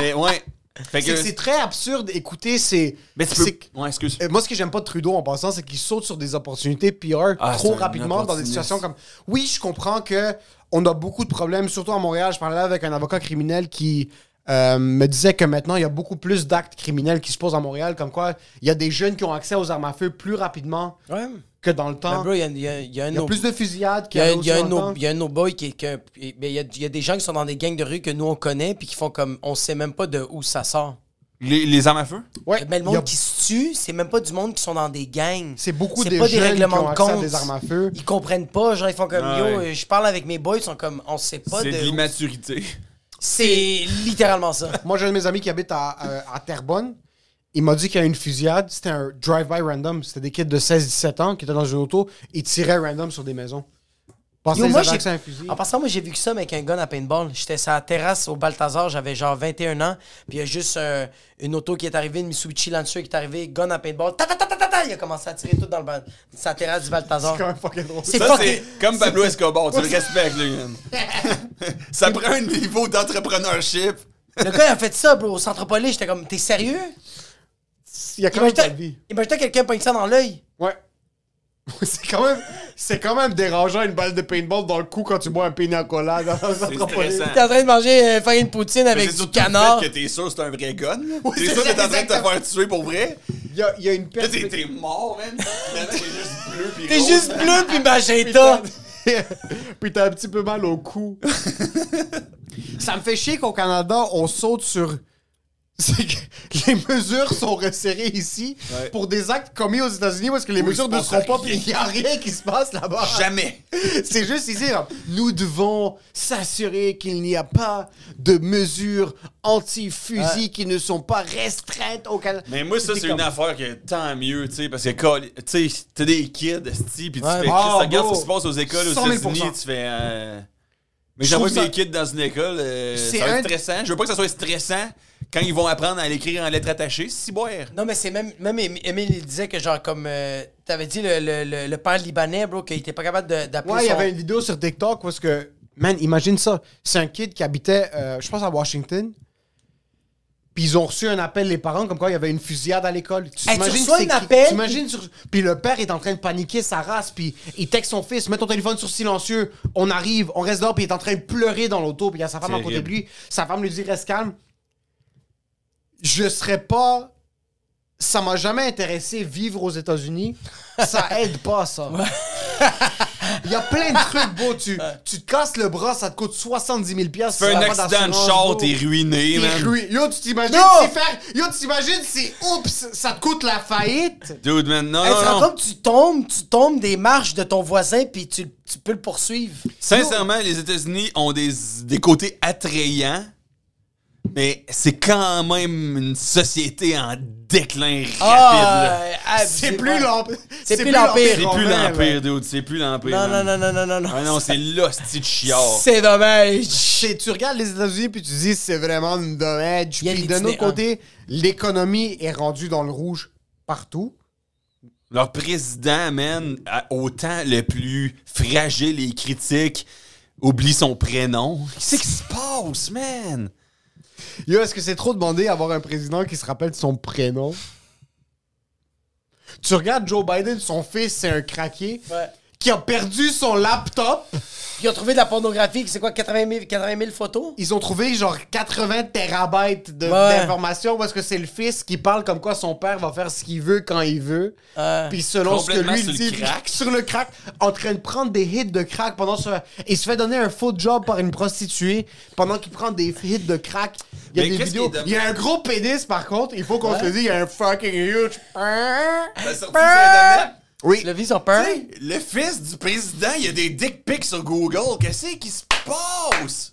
Speaker 4: Mais ouais. Fait
Speaker 3: C'est
Speaker 4: que.
Speaker 3: que c'est très absurde. Écoutez, c'est...
Speaker 4: mais tu peux-
Speaker 3: c'est-
Speaker 4: Ouais, excuse.
Speaker 3: Euh, Moi, ce que j'aime pas de Trudeau en passant, c'est qu'il saute sur des opportunités PR
Speaker 4: Ah,
Speaker 3: trop
Speaker 4: c'est un
Speaker 3: rapidement dans des
Speaker 4: opportuniste.
Speaker 3: situations comme. Oui, je comprends que on a beaucoup de problèmes, surtout à Montréal. Je parlais avec un avocat criminel qui euh, me disait que maintenant, il y a beaucoup plus d'actes criminels qui se posent à Montréal, comme quoi il y a des jeunes qui ont accès aux armes à feu plus rapidement
Speaker 2: Ouais.
Speaker 3: que dans le temps.
Speaker 2: Mais bro, il y a, il y a- il y a un
Speaker 3: il y a
Speaker 2: autre-
Speaker 3: plus de fusillades qu'il
Speaker 2: Il y
Speaker 3: y
Speaker 2: a,
Speaker 3: a,
Speaker 2: il y a
Speaker 3: aussi
Speaker 2: un
Speaker 3: dans le
Speaker 2: no-
Speaker 3: temps.
Speaker 2: il y a un no-boy qui est. qui est- mais il, y a, il y a des gens qui sont dans des gangs de rue que nous on connaît puis qui font comme. On sait même pas de où ça sort.
Speaker 4: Les, les armes à feu?
Speaker 3: Ouais,
Speaker 2: Mais le
Speaker 3: il y
Speaker 2: monde
Speaker 3: a-
Speaker 2: qui se tue, c'est même pas du monde qui sont dans des gangs.
Speaker 3: C'est beaucoup
Speaker 2: C'est
Speaker 3: des
Speaker 2: pas des
Speaker 3: jeunes qui
Speaker 2: règlements
Speaker 3: ont
Speaker 2: de
Speaker 3: accès à
Speaker 2: compte.
Speaker 3: des armes à feu.
Speaker 2: Ils comprennent pas, genre ils font comme
Speaker 4: Ah
Speaker 2: yo,
Speaker 4: ouais.
Speaker 2: euh, je parle avec mes boys, ils sont comme on sait pas
Speaker 4: c'est de,
Speaker 2: de.
Speaker 4: l'immaturité.
Speaker 2: C'est littéralement ça.
Speaker 3: Moi, j'ai un de mes amis qui habite à, euh, à- à Terrebonne. Il m'a dit qu'il y a eu une fusillade. C'était un drive-by random. C'était des kids de 16-17 ans qui étaient dans une auto. Ils tiraient random sur des maisons. Pensez
Speaker 2: Yo,
Speaker 3: qu'ils
Speaker 2: moi,
Speaker 3: avaient
Speaker 2: j'ai- Ah,
Speaker 3: accès à un fusil.
Speaker 2: En passant, moi, j'ai vu que ça, mais avec un gun à paintball. J'étais sur la terrasse au Balthazar, j'avais genre 21 ans, puis il y a juste euh, une auto qui est arrivée, une Mitsubishi Lancer qui est arrivée, gun à paintball, ta ta ta ta ta, ta, il a commencé à tirer tout dans le ban- sa terrasse du Balthazar.
Speaker 3: C'est quand même fucking drôle.
Speaker 2: C'est
Speaker 4: Ça,
Speaker 2: fucking...
Speaker 4: c'est comme Pablo Escobar, tu le respectes, lui. man. ça prend un niveau d'entrepreneurship.
Speaker 2: Le gars, il a fait ça, bro, au centre police, j'étais comme, t'es sérieux?
Speaker 3: Il y a quand même pas de
Speaker 2: Imagine
Speaker 3: vie.
Speaker 2: imagine-toi quelqu'un pogne ça dans l'œil.
Speaker 3: Ouais. c'est quand même... C'est quand même dérangeant une balle de paintball dans le cou quand tu bois un pina colada.
Speaker 4: C'est stressant.
Speaker 2: T'es en train de manger euh, faire une poutine
Speaker 4: Mais
Speaker 2: avec
Speaker 4: c'est
Speaker 2: du
Speaker 4: surtout le fait
Speaker 2: canard.
Speaker 4: que t'es sûr que c'est un vrai gun. t'es
Speaker 3: c'est
Speaker 4: sûr que t'es
Speaker 3: ça,
Speaker 4: en train de te
Speaker 3: exactement.
Speaker 4: faire tuer pour vrai.
Speaker 3: Il y a, il y a une
Speaker 4: Là, t'es,
Speaker 3: perspective...
Speaker 4: t'es mort, man. Finalement, t'es juste bleu pis
Speaker 2: T'es
Speaker 4: rose.
Speaker 2: juste bleu puis magenta.
Speaker 3: puis t'as un petit peu mal au cou. ça me fait chier qu'au Canada, on saute sur. C'est que les mesures sont resserrées ici
Speaker 4: Ouais.
Speaker 3: pour des actes commis aux États-Unis parce que les
Speaker 4: Où il
Speaker 3: mesures
Speaker 4: se
Speaker 3: ne
Speaker 4: passe
Speaker 3: seront pas.
Speaker 4: rien.
Speaker 3: Il n'y a rien qui se passe là-bas.
Speaker 4: Jamais.
Speaker 3: C'est juste ici, genre, nous devons s'assurer qu'il n'y a pas de mesures anti-fusils qui ne sont pas restreintes au Canada.
Speaker 4: Mais moi, ça, c'est une affaire que tant mieux, tu sais, parce que, call- tu sais, t'as des kids, esti, puis tu
Speaker 2: Ouais.
Speaker 4: fais, Chris,
Speaker 3: Ah,
Speaker 4: regarde
Speaker 3: bro.
Speaker 4: ce qui se passe aux écoles aux
Speaker 3: 100 000
Speaker 4: États-Unis, tu fais. euh, Mais
Speaker 3: Je
Speaker 4: j'envoie
Speaker 3: trouve ça-
Speaker 4: mes kids dans une école, euh,
Speaker 3: C'est
Speaker 4: ça va être
Speaker 3: un-
Speaker 4: stressant. Je veux pas que ça soit stressant quand ils vont apprendre à l'écrire en lettres attachées, si boire.
Speaker 2: Non, mais c'est même. Même Émi- Émile, il disait que, genre, comme. euh, T'avais dit le, le, le, le père libanais, bro, qu'il était pas capable de- d'appeler
Speaker 3: Ouais, il y
Speaker 2: son-
Speaker 3: avait une vidéo sur TikTok parce que, man, imagine ça. C'est un kid qui habitait, euh, je pense, à Washington. Puis ils ont reçu un appel, les parents, comme quoi il y avait une fusillade à l'école. Tu
Speaker 2: Hey, tu
Speaker 3: t'imagines
Speaker 2: reçois
Speaker 3: c'est
Speaker 2: un
Speaker 3: qui-
Speaker 2: appel,
Speaker 3: T'imagines sur- Puis le père est en train de paniquer sa race, puis il texte son fils, mets ton téléphone sur silencieux, on arrive, on reste dehors, puis il est en train de pleurer dans l'auto, puis il y a sa femme à côté de
Speaker 4: Terrible.
Speaker 3: lui. Sa femme lui dit, reste calme. Je serais pas ça m'a jamais intéressé vivre aux États-Unis. Ça aide pas, ça. Il y a plein de trucs, beau. Tu, tu te casses le bras, ça te coûte 70 000 pièces.
Speaker 4: Tu fais un accident de char, t'es ruiné, man.
Speaker 3: Yo, tu t'imagines
Speaker 2: Non!
Speaker 3: si faire... Yo, tu t'imagines si... Oups, ça te coûte la faillite.
Speaker 4: Dude, man, non,
Speaker 2: Hey, tu te
Speaker 4: non,
Speaker 2: rends
Speaker 4: non.
Speaker 2: compte, tu tombes, tu tombes des marches de ton voisin, puis tu, tu peux le poursuivre.
Speaker 4: Sincèrement, les États-Unis ont des, des côtés attrayants, mais c'est quand même une société en déclin rapide. là.
Speaker 2: Ah, euh,
Speaker 3: C'est
Speaker 2: abusé-
Speaker 3: plus l'empire.
Speaker 2: C'est plus l'empire.
Speaker 4: C'est plus l'empire, dude. C'est plus l'empire.
Speaker 2: Non, non,
Speaker 4: man.
Speaker 2: non, non, non, non, non.
Speaker 4: Ah non, c'est l'hostie de chiard.
Speaker 2: C'est dommage.
Speaker 3: C'est- tu regardes les États-Unis puis tu dis c'est vraiment une dommage.
Speaker 2: Il y a
Speaker 3: Puis
Speaker 2: des
Speaker 3: d'un autre
Speaker 2: itinérants.
Speaker 3: côté, l'économie est rendue dans le rouge partout.
Speaker 4: Leur président, man, a- autant le plus fragile et critique, oublie son prénom. Qu'est-ce qui se passe, man?
Speaker 3: Yo, est-ce que c'est trop demandé d'avoir un président qui se rappelle de son prénom? Tu regardes Joe Biden, son fils, c'est un craqué
Speaker 2: Ouais.
Speaker 3: qui a perdu son laptop.
Speaker 2: Ils ont trouvé de la pornographie, c'est quoi, 80 000, 80 000 photos?
Speaker 3: Ils ont trouvé genre 80 terabytes de-
Speaker 2: Ouais.
Speaker 3: d'informations parce que c'est le fils qui parle comme quoi son père va faire ce qu'il veut quand il veut.
Speaker 2: Euh,
Speaker 3: Puis selon ce que
Speaker 4: Complètement
Speaker 3: lui
Speaker 4: sur le
Speaker 3: dit,
Speaker 4: crack.
Speaker 3: sur le crack, en train de prendre des hits de crack pendant ce. Il se fait donner un faux job par une prostituée pendant qu'il prend des hits de crack. Il y a
Speaker 4: Mais
Speaker 3: des
Speaker 4: qu'est-ce
Speaker 3: vidéos.
Speaker 4: qui est de-
Speaker 3: Il y a un gros pénis par contre, il faut qu'on se le dise, il y a un fucking huge.
Speaker 4: Ça sortit sur Internet.
Speaker 3: Oui.
Speaker 2: tu l'as vu, ils ont peur?
Speaker 4: Hey, Le fils du président, il y a des dick pics sur Google. Qu'est-ce qui se passe?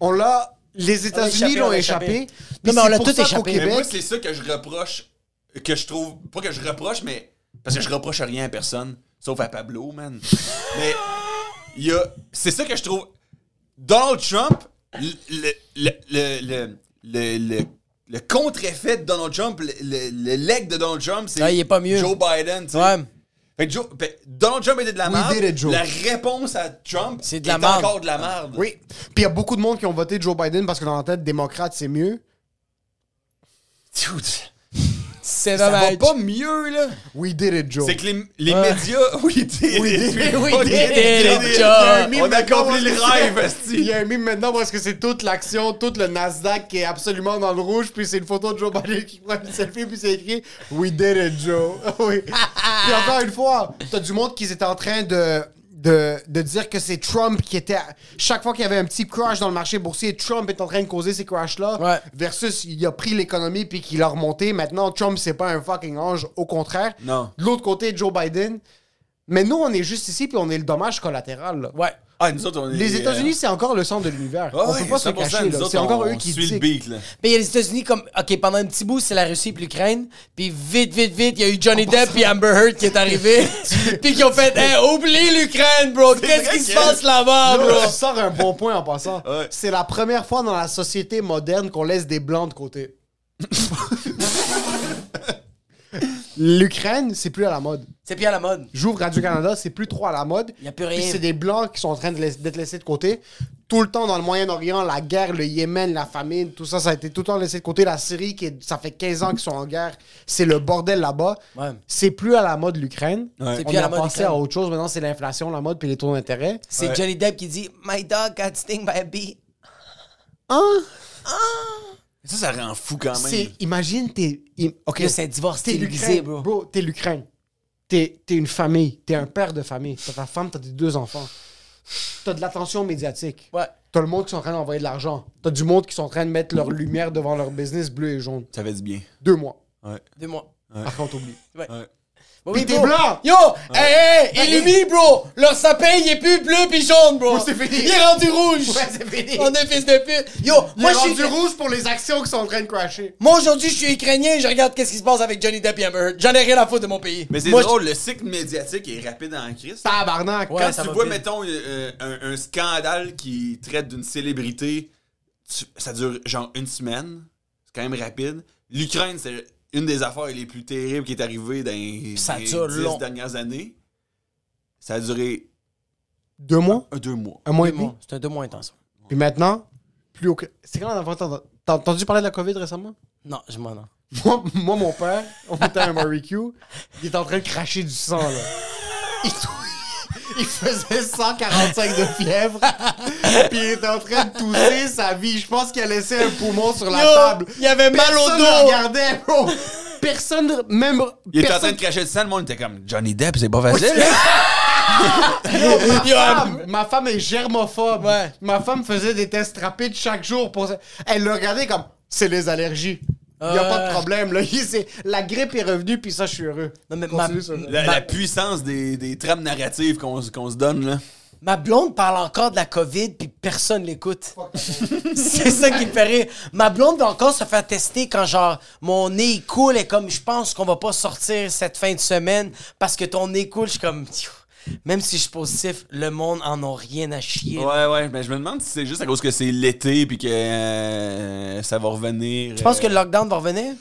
Speaker 3: On l'a. Les
Speaker 2: On l'a
Speaker 3: États-Unis
Speaker 2: échappé, on
Speaker 3: l'ont
Speaker 2: l'a
Speaker 3: échappé.
Speaker 2: échappé.
Speaker 3: Puis
Speaker 2: Non, mais
Speaker 3: c'est
Speaker 2: on l'a
Speaker 3: pour
Speaker 2: tout
Speaker 3: ça qu'au
Speaker 2: échappé.
Speaker 4: Mais moi,
Speaker 3: Québec,
Speaker 4: c'est ça que je reproche, que je trouve, pas que je reproche, mais parce que je reproche rien à personne, sauf à Pablo, man. mais il y a, c'est ça que je trouve. Donald Trump, le, le, le, le, le, le- le contre-effet de Donald Trump, le, le, le leg de Donald Trump, c'est
Speaker 2: Ouais, Ah, il est pas mieux.
Speaker 4: Joe Biden. tu sais.
Speaker 2: Ouais.
Speaker 4: Fait que Joe- fait- Donald Trump était de la
Speaker 3: We
Speaker 4: merde.
Speaker 3: did it, Joe.
Speaker 4: La réponse à Trump,
Speaker 2: C'est de la
Speaker 4: est
Speaker 2: merde.
Speaker 4: encore de la merde.
Speaker 3: Oui. Puis il y a beaucoup de monde qui ont voté Joe Biden parce que dans la tête démocrate, c'est mieux.
Speaker 4: Dude,
Speaker 2: C'est
Speaker 4: ça va
Speaker 2: dommage.
Speaker 4: pas mieux, là.
Speaker 3: We did it, Joe.
Speaker 4: C'est que les, les
Speaker 2: Ouais.
Speaker 4: médias. Oui, t'es.
Speaker 3: Oui,
Speaker 4: t'es-
Speaker 3: t'es- oui,
Speaker 4: on
Speaker 3: t'es-
Speaker 4: est-
Speaker 2: t'es-
Speaker 4: on est-
Speaker 2: t'es- Ah,
Speaker 3: mime
Speaker 4: on a
Speaker 3: maintenant
Speaker 4: accompli le
Speaker 3: parce que-
Speaker 4: rêve,
Speaker 3: Il y
Speaker 4: asti.
Speaker 3: a un mime maintenant parce que c'est toute l'action, tout le Nasdaq qui est absolument dans le rouge, puis c'est une photo de Joe Biden qui prend une selfie, puis c'est écrit We did it, Joe. oui. Puis encore une fois, t'as du monde qui était en train de. De, de dire que c'est Trump qui était. à- Chaque fois qu'il y avait un petit crash dans le marché boursier, Trump est en train de causer ces crashs-là.
Speaker 2: Ouais.
Speaker 3: Versus, il a pris l'économie puis qu'il l'a remonté. Maintenant, Trump, c'est pas un fucking ange. Au contraire.
Speaker 4: Non.
Speaker 3: De l'autre côté, Joe Biden. Mais nous, on est juste ici puis on est le dommage collatéral. là.
Speaker 2: Ouais.
Speaker 4: Ah, nous autres, on est.
Speaker 3: Les
Speaker 4: euh,
Speaker 3: États-Unis, c'est encore le centre de l'univers.
Speaker 4: ah
Speaker 3: on
Speaker 4: ouais,
Speaker 3: peut pas se le
Speaker 4: 100%,
Speaker 3: cacher.
Speaker 4: nous
Speaker 3: là.
Speaker 4: autres,
Speaker 3: C'est encore
Speaker 4: on
Speaker 3: eux qui
Speaker 4: suit le
Speaker 3: dictent.
Speaker 4: beat, là.
Speaker 2: Mais il y a les États-Unis comme. Ok, pendant un petit bout, c'est la Russie puis l'Ukraine. Puis vite, vite, vite, il y a eu Johnny Depp puis Amber Heard qui est arrivé. puis qui ont fait Hey, oublie l'Ukraine, bro. Qu'est-ce
Speaker 4: vrai
Speaker 2: qui se
Speaker 4: que-
Speaker 2: passe là-bas,
Speaker 3: Là,
Speaker 2: bro?
Speaker 3: on sort un bon point en passant.
Speaker 4: Ouais.
Speaker 3: C'est la première fois dans la société moderne qu'on laisse des blancs de côté. L'Ukraine, c'est plus à la mode.
Speaker 2: C'est plus à la mode.
Speaker 3: J'ouvre Radio-Canada, c'est plus trop à la mode.
Speaker 2: Y a plus
Speaker 3: Puis
Speaker 2: rien.
Speaker 3: c'est des blancs qui sont en train de laiss- d'être laissés de côté. Tout le temps dans le Moyen-Orient, la guerre, le Yémen, la famine, tout ça, ça a été tout le temps laissé de côté. La Syrie, qui est- ça fait 15 ans qu'ils sont en guerre, c'est le bordel là-bas.
Speaker 2: Ouais.
Speaker 3: C'est plus à la mode l'Ukraine.
Speaker 2: C'est
Speaker 3: On
Speaker 2: plus à
Speaker 3: a
Speaker 2: la mode
Speaker 3: passé à
Speaker 2: l'Ukraine.
Speaker 3: autre chose. Maintenant, c'est l'inflation, la mode, puis les taux d'intérêt.
Speaker 2: C'est
Speaker 4: Ouais.
Speaker 2: Johnny Depp qui dit My dog got stung by a bee.
Speaker 3: Ah,
Speaker 4: Ça, ça rend fou quand même.
Speaker 3: C'est, imagine, t'es. im- ok.
Speaker 2: Ah, Là, c'est un divorce
Speaker 3: T'es
Speaker 2: télévisé,
Speaker 3: l'Ukraine,
Speaker 2: bro.
Speaker 3: bro. t'es l'Ukraine. T'es t'es une famille. T'es un père de famille. T'as ta femme, t'as tes deux enfants. T'as de l'attention médiatique.
Speaker 2: Ouais.
Speaker 3: T'as le monde qui sont en train d'envoyer de l'argent. T'as du monde qui sont en train de mettre leur lumière devant leur business bleu et jaune.
Speaker 4: Ça fait du bien.
Speaker 3: Deux mois.
Speaker 4: Ouais.
Speaker 2: Deux mois.
Speaker 3: Par contre, oublie.
Speaker 4: ouais.
Speaker 2: Bon,
Speaker 3: Pis
Speaker 2: oui,
Speaker 3: t'es
Speaker 2: bro.
Speaker 3: blanc!
Speaker 5: Yo, hey, hey, illumine, bro! Leur sapin, il est plus bleu pis jaune, bro!
Speaker 3: c'est fini.
Speaker 5: Il est rendu rouge!
Speaker 3: Ouais, c'est fini.
Speaker 5: On est fils de pute! Yo, moi, je suis...
Speaker 3: rouge pour les actions qui sont en train de crasher.
Speaker 5: Moi, aujourd'hui, je suis ukrainien, je regarde qu'est-ce qui se passe avec Johnny Depp et Amber Heard. J'en ai rien à foutre de mon pays.
Speaker 4: Mais c'est
Speaker 5: Moi,
Speaker 4: drôle, le cycle médiatique est rapide en crise.
Speaker 3: Tabarnak!
Speaker 2: Ouais.
Speaker 4: Quand
Speaker 2: ça
Speaker 4: tu
Speaker 2: va
Speaker 4: vois,
Speaker 2: vite.
Speaker 4: mettons, euh, un, un scandale qui traite d'une célébrité, tu- ça dure genre une semaine. C'est quand même rapide. L'Ukraine, c'est une des affaires les plus terribles qui est arrivée dans les,
Speaker 2: Ça
Speaker 4: dans les
Speaker 2: dure long.
Speaker 4: dernières années. Ça a duré
Speaker 3: Deux mois?
Speaker 4: un, deux mois.
Speaker 3: Un mois et
Speaker 2: Deux
Speaker 3: demi?
Speaker 2: mois. C'est un deux mois intense.
Speaker 3: Puis maintenant, plus aucun. C'est quand la dernière fois que t'as- T'as entendu parler de la COVID récemment?
Speaker 2: Non, je m'en ai.
Speaker 3: Moi, moi, mon père, on était à un barbecue, il était en train de cracher du sang, là. Il, il faisait 145 de fièvre, puis il était en train de tousser sa vie. Je pense qu'il a laissé un poumon sur la
Speaker 5: Yo,
Speaker 3: table.
Speaker 5: Il avait mal au
Speaker 3: Personne le
Speaker 5: dos!
Speaker 3: regardait, bro. Personne, même.
Speaker 4: Il était en train
Speaker 3: personne-
Speaker 4: de cracher du sang, le monde était comme Johnny Depp, c'est pas facile. hein?
Speaker 3: Yo, ma, femme, ma femme est germophobe.
Speaker 5: Ouais.
Speaker 3: Ma femme faisait des tests rapides chaque jour pour. ça. Elle le regardait comme c'est les allergies. Il n'y a
Speaker 2: Ouais.
Speaker 3: pas de problème. Là. Il- c'est- La grippe est revenue, puis ça, je suis heureux.
Speaker 2: Non, mais ma,
Speaker 3: Continue sur-
Speaker 4: la, la puissance des, des trames narratives qu'on se- qu'on se donne, là.
Speaker 2: ma blonde parle encore de la COVID, puis personne l'écoute. C'est ça qui me fait rire. Ma blonde va encore se faire tester quand, genre, mon nez il coule et comme, je pense qu'on va pas sortir cette fin de semaine parce que ton nez coule. Je suis comme, Pfiou. même si je suis positif, le monde en a rien à chier.
Speaker 4: Ouais, ouais, mais je me demande si c'est juste à cause que c'est l'été puis que euh, ça va revenir. euh,
Speaker 2: Je pense que le lockdown va revenir.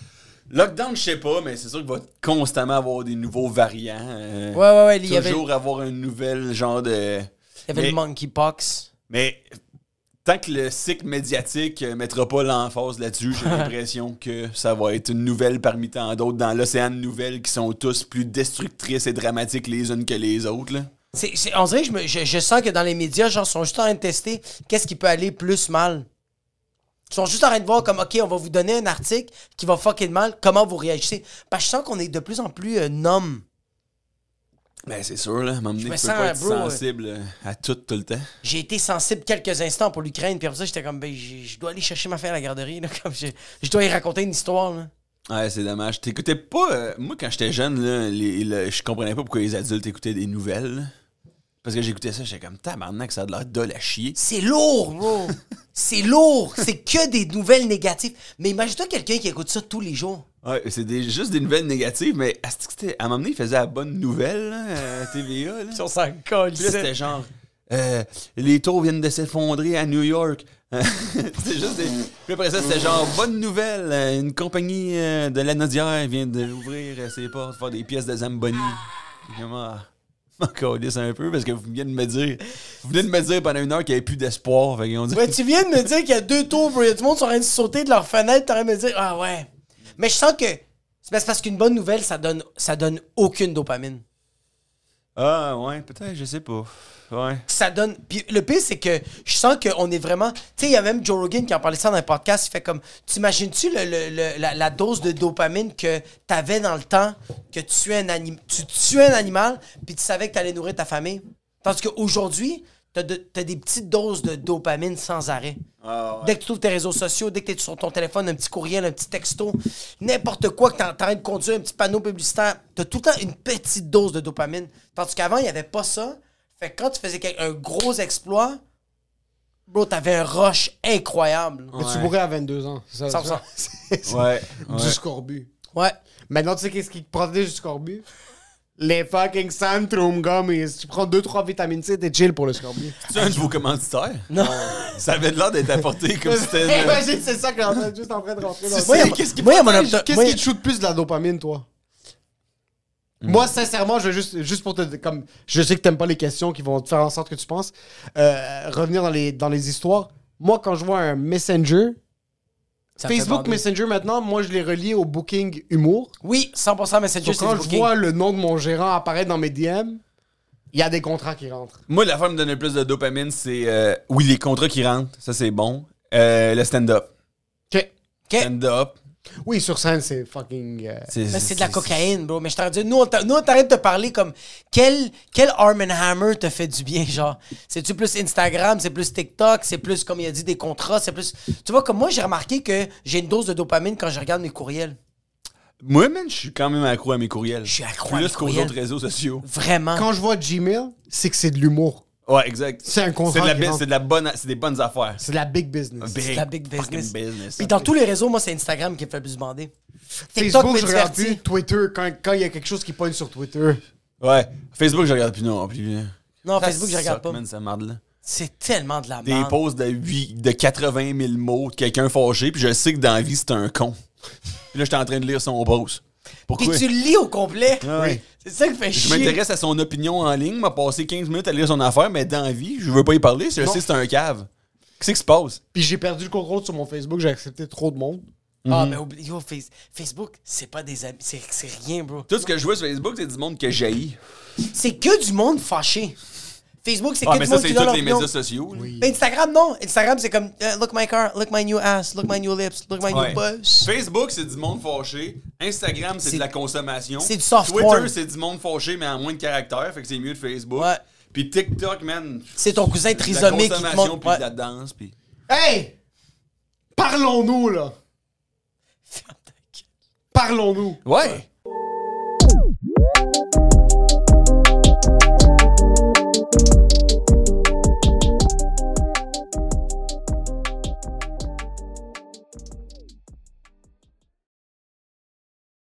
Speaker 4: Lockdown, je sais pas, mais c'est sûr qu'il va constamment avoir des nouveaux variants. euh,
Speaker 2: Ouais, ouais, ouais. Il y avait, il
Speaker 4: toujours avoir un nouvel genre de.
Speaker 2: y avait
Speaker 4: mais-
Speaker 2: le monkeypox.
Speaker 4: Mais tant que le cycle médiatique euh, mettra pas l'emphase là-dessus, j'ai l'impression que ça va être une nouvelle parmi tant d'autres dans l'océan de nouvelles qui sont tous plus destructrices et dramatiques les unes que les autres. Là.
Speaker 2: C'est- c'est- on dirait que je, me- je- je sens que dans les médias, genre, sont juste en train de tester qu'est-ce qui peut aller plus mal. Ils sont juste en train de voir comme, OK, on va vous donner un article qui va fucking mal, comment vous réagissez. Parce que je sens qu'on est de plus en plus euh, numb.
Speaker 4: Ben, c'est sûr, là. M'emmener,
Speaker 2: Je
Speaker 4: tu
Speaker 2: me
Speaker 4: peux
Speaker 2: sens,
Speaker 4: pas être
Speaker 2: bro, ouais.
Speaker 4: sensible euh, à tout, tout le temps.
Speaker 2: J'ai été sensible quelques instants pour l'Ukraine, puis après ça, j'étais comme, ben, j'ai- je dois aller chercher ma fille à la garderie, là, comme je, je dois y raconter une histoire. là.
Speaker 4: Ouais, c'est dommage. T'écoutais pas. euh, moi, quand j'étais jeune, là, les- le- je comprenais pas pourquoi les adultes écoutaient des nouvelles. là. Parce que j'écoutais ça, j'étais comme tabarnak, ça a de l'air dole à chier.
Speaker 2: C'est lourd, bro. C'est lourd. C'est que des nouvelles négatives. Mais imagine-toi quelqu'un qui écoute ça tous les jours.
Speaker 4: Ouais, c'est des- juste des nouvelles négatives, mais à, ce que c'était- à un moment donné, ils faisaient la bonne nouvelle là, à TVA. Là.
Speaker 2: s'en colle.
Speaker 4: Puis là, c'était genre. euh, les taux viennent de s'effondrer à New York. c'est juste des. Puis après ça, c'était genre bonne nouvelle. euh, Une compagnie euh, de la Nodière vient d'ouvrir euh, ses portes, faire des pièces de Zamboni. Vraiment. M'en calisse un peu parce que vous venez de me dire. Vous venez de me dire pendant une heure qu'il n'y avait plus d'espoir. Fait qu'ils ont dit.
Speaker 2: Ouais, tu viens de me dire qu'il y a deux tours, bro. Il y a du monde qui sont en train de sauter de leur fenêtre. T'aurais me dire, ah ouais. Mais je sens que. C'est parce- parce qu'une bonne nouvelle, ça donne, ça donne aucune dopamine.
Speaker 4: Ah ouais, peut-être, je sais pas. Ouais.
Speaker 2: Ça donne. Puis le pire, c'est que je sens qu'on est vraiment. Tu sais, il y a même Joe Rogan qui en parlait ça dans un podcast. Il fait comme. T'imagines-tu le- le- le- la, la dose de dopamine que t'avais dans le temps que tu tuais un, anim- tu tuais un animal, puis tu savais que t'allais nourrir ta famille? Parce qu'aujourd'hui, t'as de- t'as des petites doses de dopamine sans arrêt. Dès que tu trouves tes réseaux sociaux, dès que tu es sur ton téléphone, un petit courriel, un petit texto, n'importe quoi que tu es en train de conduire, un petit panneau publicitaire, tu as tout le temps une petite dose de dopamine. Tandis qu'avant, il n'y avait pas ça. Fait que quand tu faisais quel- un gros exploit, bro, tu avais un rush incroyable.
Speaker 3: Mais tu mourrais à 22 ans. c'est ça,
Speaker 2: 100%.
Speaker 3: c'est ça.
Speaker 4: Ouais.
Speaker 3: Du scorbut.
Speaker 2: Ouais.
Speaker 3: Maintenant, tu sais qu'est-ce qui te protège du scorbut? Les fucking Santrum Gummies. Tu prends 2-3 vitamines C, t'es chill pour le scorbut.
Speaker 4: C'est un de vos commanditaires?
Speaker 2: Non.
Speaker 4: Ça avait l'air d'être apporté comme si c'était. une-
Speaker 3: Imagine, c'est ça que t'es en train- juste en train de rentrer dans
Speaker 4: Tu
Speaker 3: le
Speaker 4: sais,
Speaker 2: Moi, il y a-
Speaker 4: qu'est-ce qui
Speaker 2: moi, il y a mon
Speaker 3: Qu'est-ce
Speaker 2: opto-
Speaker 3: qu'est-ce
Speaker 2: moi, il y
Speaker 3: qui te shoot plus de la dopamine, toi?
Speaker 2: Hmm.
Speaker 3: Moi, sincèrement, je veux juste, juste pour te. Comme, je sais que t'aimes pas les questions qui vont te faire en sorte que tu penses. euh, revenir dans les, dans les histoires. Moi, quand je vois un Messenger,
Speaker 2: a-
Speaker 3: Facebook Messenger maintenant, moi, je les relie au Booking Humour.
Speaker 2: Oui, 100% Messenger,
Speaker 3: Donc,
Speaker 2: c'est
Speaker 3: quand
Speaker 2: du
Speaker 3: je
Speaker 2: booking.
Speaker 3: vois le nom de mon gérant apparaître dans mes DM, il y a des contrats qui rentrent.
Speaker 4: Moi, l'affaire qui me donne le plus de dopamine, c'est euh, oui, les contrats qui rentrent, ça c'est bon. Euh, le stand-up.
Speaker 2: OK.
Speaker 4: Stand-up.
Speaker 3: Oui, sur scène, c'est fucking. euh,
Speaker 2: Mais Ben, c'est de la cocaïne, bro. Mais je t'arrête de dire, nous, on t'a- nous, on t'arrête de te parler comme quel, quel Arm Hammer te fait du bien, genre. C'est-tu plus Instagram, c'est plus TikTok, c'est plus, comme il a dit, des contrats, c'est plus. Tu vois, comme moi, j'ai remarqué que j'ai une dose de dopamine quand je regarde mes courriels.
Speaker 4: Moi, man, je suis quand même accro à mes courriels.
Speaker 2: Je suis accro à mes
Speaker 4: Plus qu'aux
Speaker 2: courriels.
Speaker 4: autres réseaux sociaux.
Speaker 2: Vraiment.
Speaker 3: Quand je vois Gmail, c'est que c'est de l'humour.
Speaker 4: Ouais, exact.
Speaker 3: C'est un contrat
Speaker 4: C'est de la
Speaker 3: qui
Speaker 4: bi-
Speaker 3: rentre.
Speaker 4: C'est de la bonne, c'est des bonnes affaires.
Speaker 3: C'est de la big business.
Speaker 2: C'est de la big
Speaker 4: fucking
Speaker 2: business. Puis dans tous les réseaux, moi, c'est Instagram qui me fait le plus bander. TikTok
Speaker 3: Facebook,
Speaker 2: me
Speaker 3: je regarde
Speaker 2: divertit.
Speaker 3: plus. Twitter, quand quand il y a quelque chose qui pogne sur Twitter.
Speaker 4: Ouais. Facebook, je regarde plus non plus.
Speaker 2: Non,
Speaker 4: Ça
Speaker 2: Ah, Facebook, je regarde
Speaker 4: suck,
Speaker 2: pas.
Speaker 4: Man, ça marde, là.
Speaker 2: C'est tellement de la
Speaker 4: Des
Speaker 2: merde.
Speaker 4: posts de, huit- de 80 000 mots de quelqu'un fâché, puis je sais que dans la vie, c'est un con. Puis là, j'étais en train de lire son post.
Speaker 2: Puis
Speaker 4: Pourquoi?
Speaker 2: tu le lis au complet.
Speaker 4: Ah ouais.
Speaker 2: C'est ça qui fait
Speaker 4: Je
Speaker 2: chier.
Speaker 4: m'intéresse à son opinion en ligne, m'a passé 15 minutes à lire son affaire, mais dans la vie, je veux pas y parler, je sais que c'est un cave. Qu'est-ce qui se passe?
Speaker 3: Puis j'ai perdu le contrôle sur mon Facebook, j'ai accepté trop de monde.
Speaker 4: Mm-hmm.
Speaker 2: Ah, mais oublie, yo, Face- Facebook, c'est pas des amis, c'est c'est rien, bro.
Speaker 4: Tout ce que je vois sur Facebook, c'est du monde que jaillit.
Speaker 2: C'est que du monde fâché. Facebook, c'est
Speaker 4: Ah,
Speaker 2: que du
Speaker 4: mais ça,
Speaker 2: monde
Speaker 4: c'est
Speaker 2: qui donne
Speaker 4: tous
Speaker 2: leur
Speaker 4: les
Speaker 2: opinion.
Speaker 4: médias sociaux. là.
Speaker 2: Mais Instagram, non. Instagram, c'est comme eh, Look my car, look my new ass, look my new lips, look my
Speaker 4: Ouais.
Speaker 2: new buzz.
Speaker 4: Facebook, c'est du monde fâché. Instagram, c'est
Speaker 2: C'est-
Speaker 4: de la consommation.
Speaker 2: c'est du soft
Speaker 4: Twitter,
Speaker 2: porn.
Speaker 4: c'est du monde fâché, mais en moins de caractère, fait que c'est mieux de Facebook.
Speaker 2: Ouais.
Speaker 4: Puis TikTok, man.
Speaker 2: C'est ton cousin
Speaker 4: trisomé
Speaker 2: trisomique qui te
Speaker 4: consommation,
Speaker 2: montre.
Speaker 4: puis
Speaker 2: Ouais.
Speaker 4: de la danse, puis...
Speaker 3: Hey! Parlons-nous, là!
Speaker 2: Ferme ta gueule.
Speaker 3: Parlons-nous!
Speaker 4: Ouais!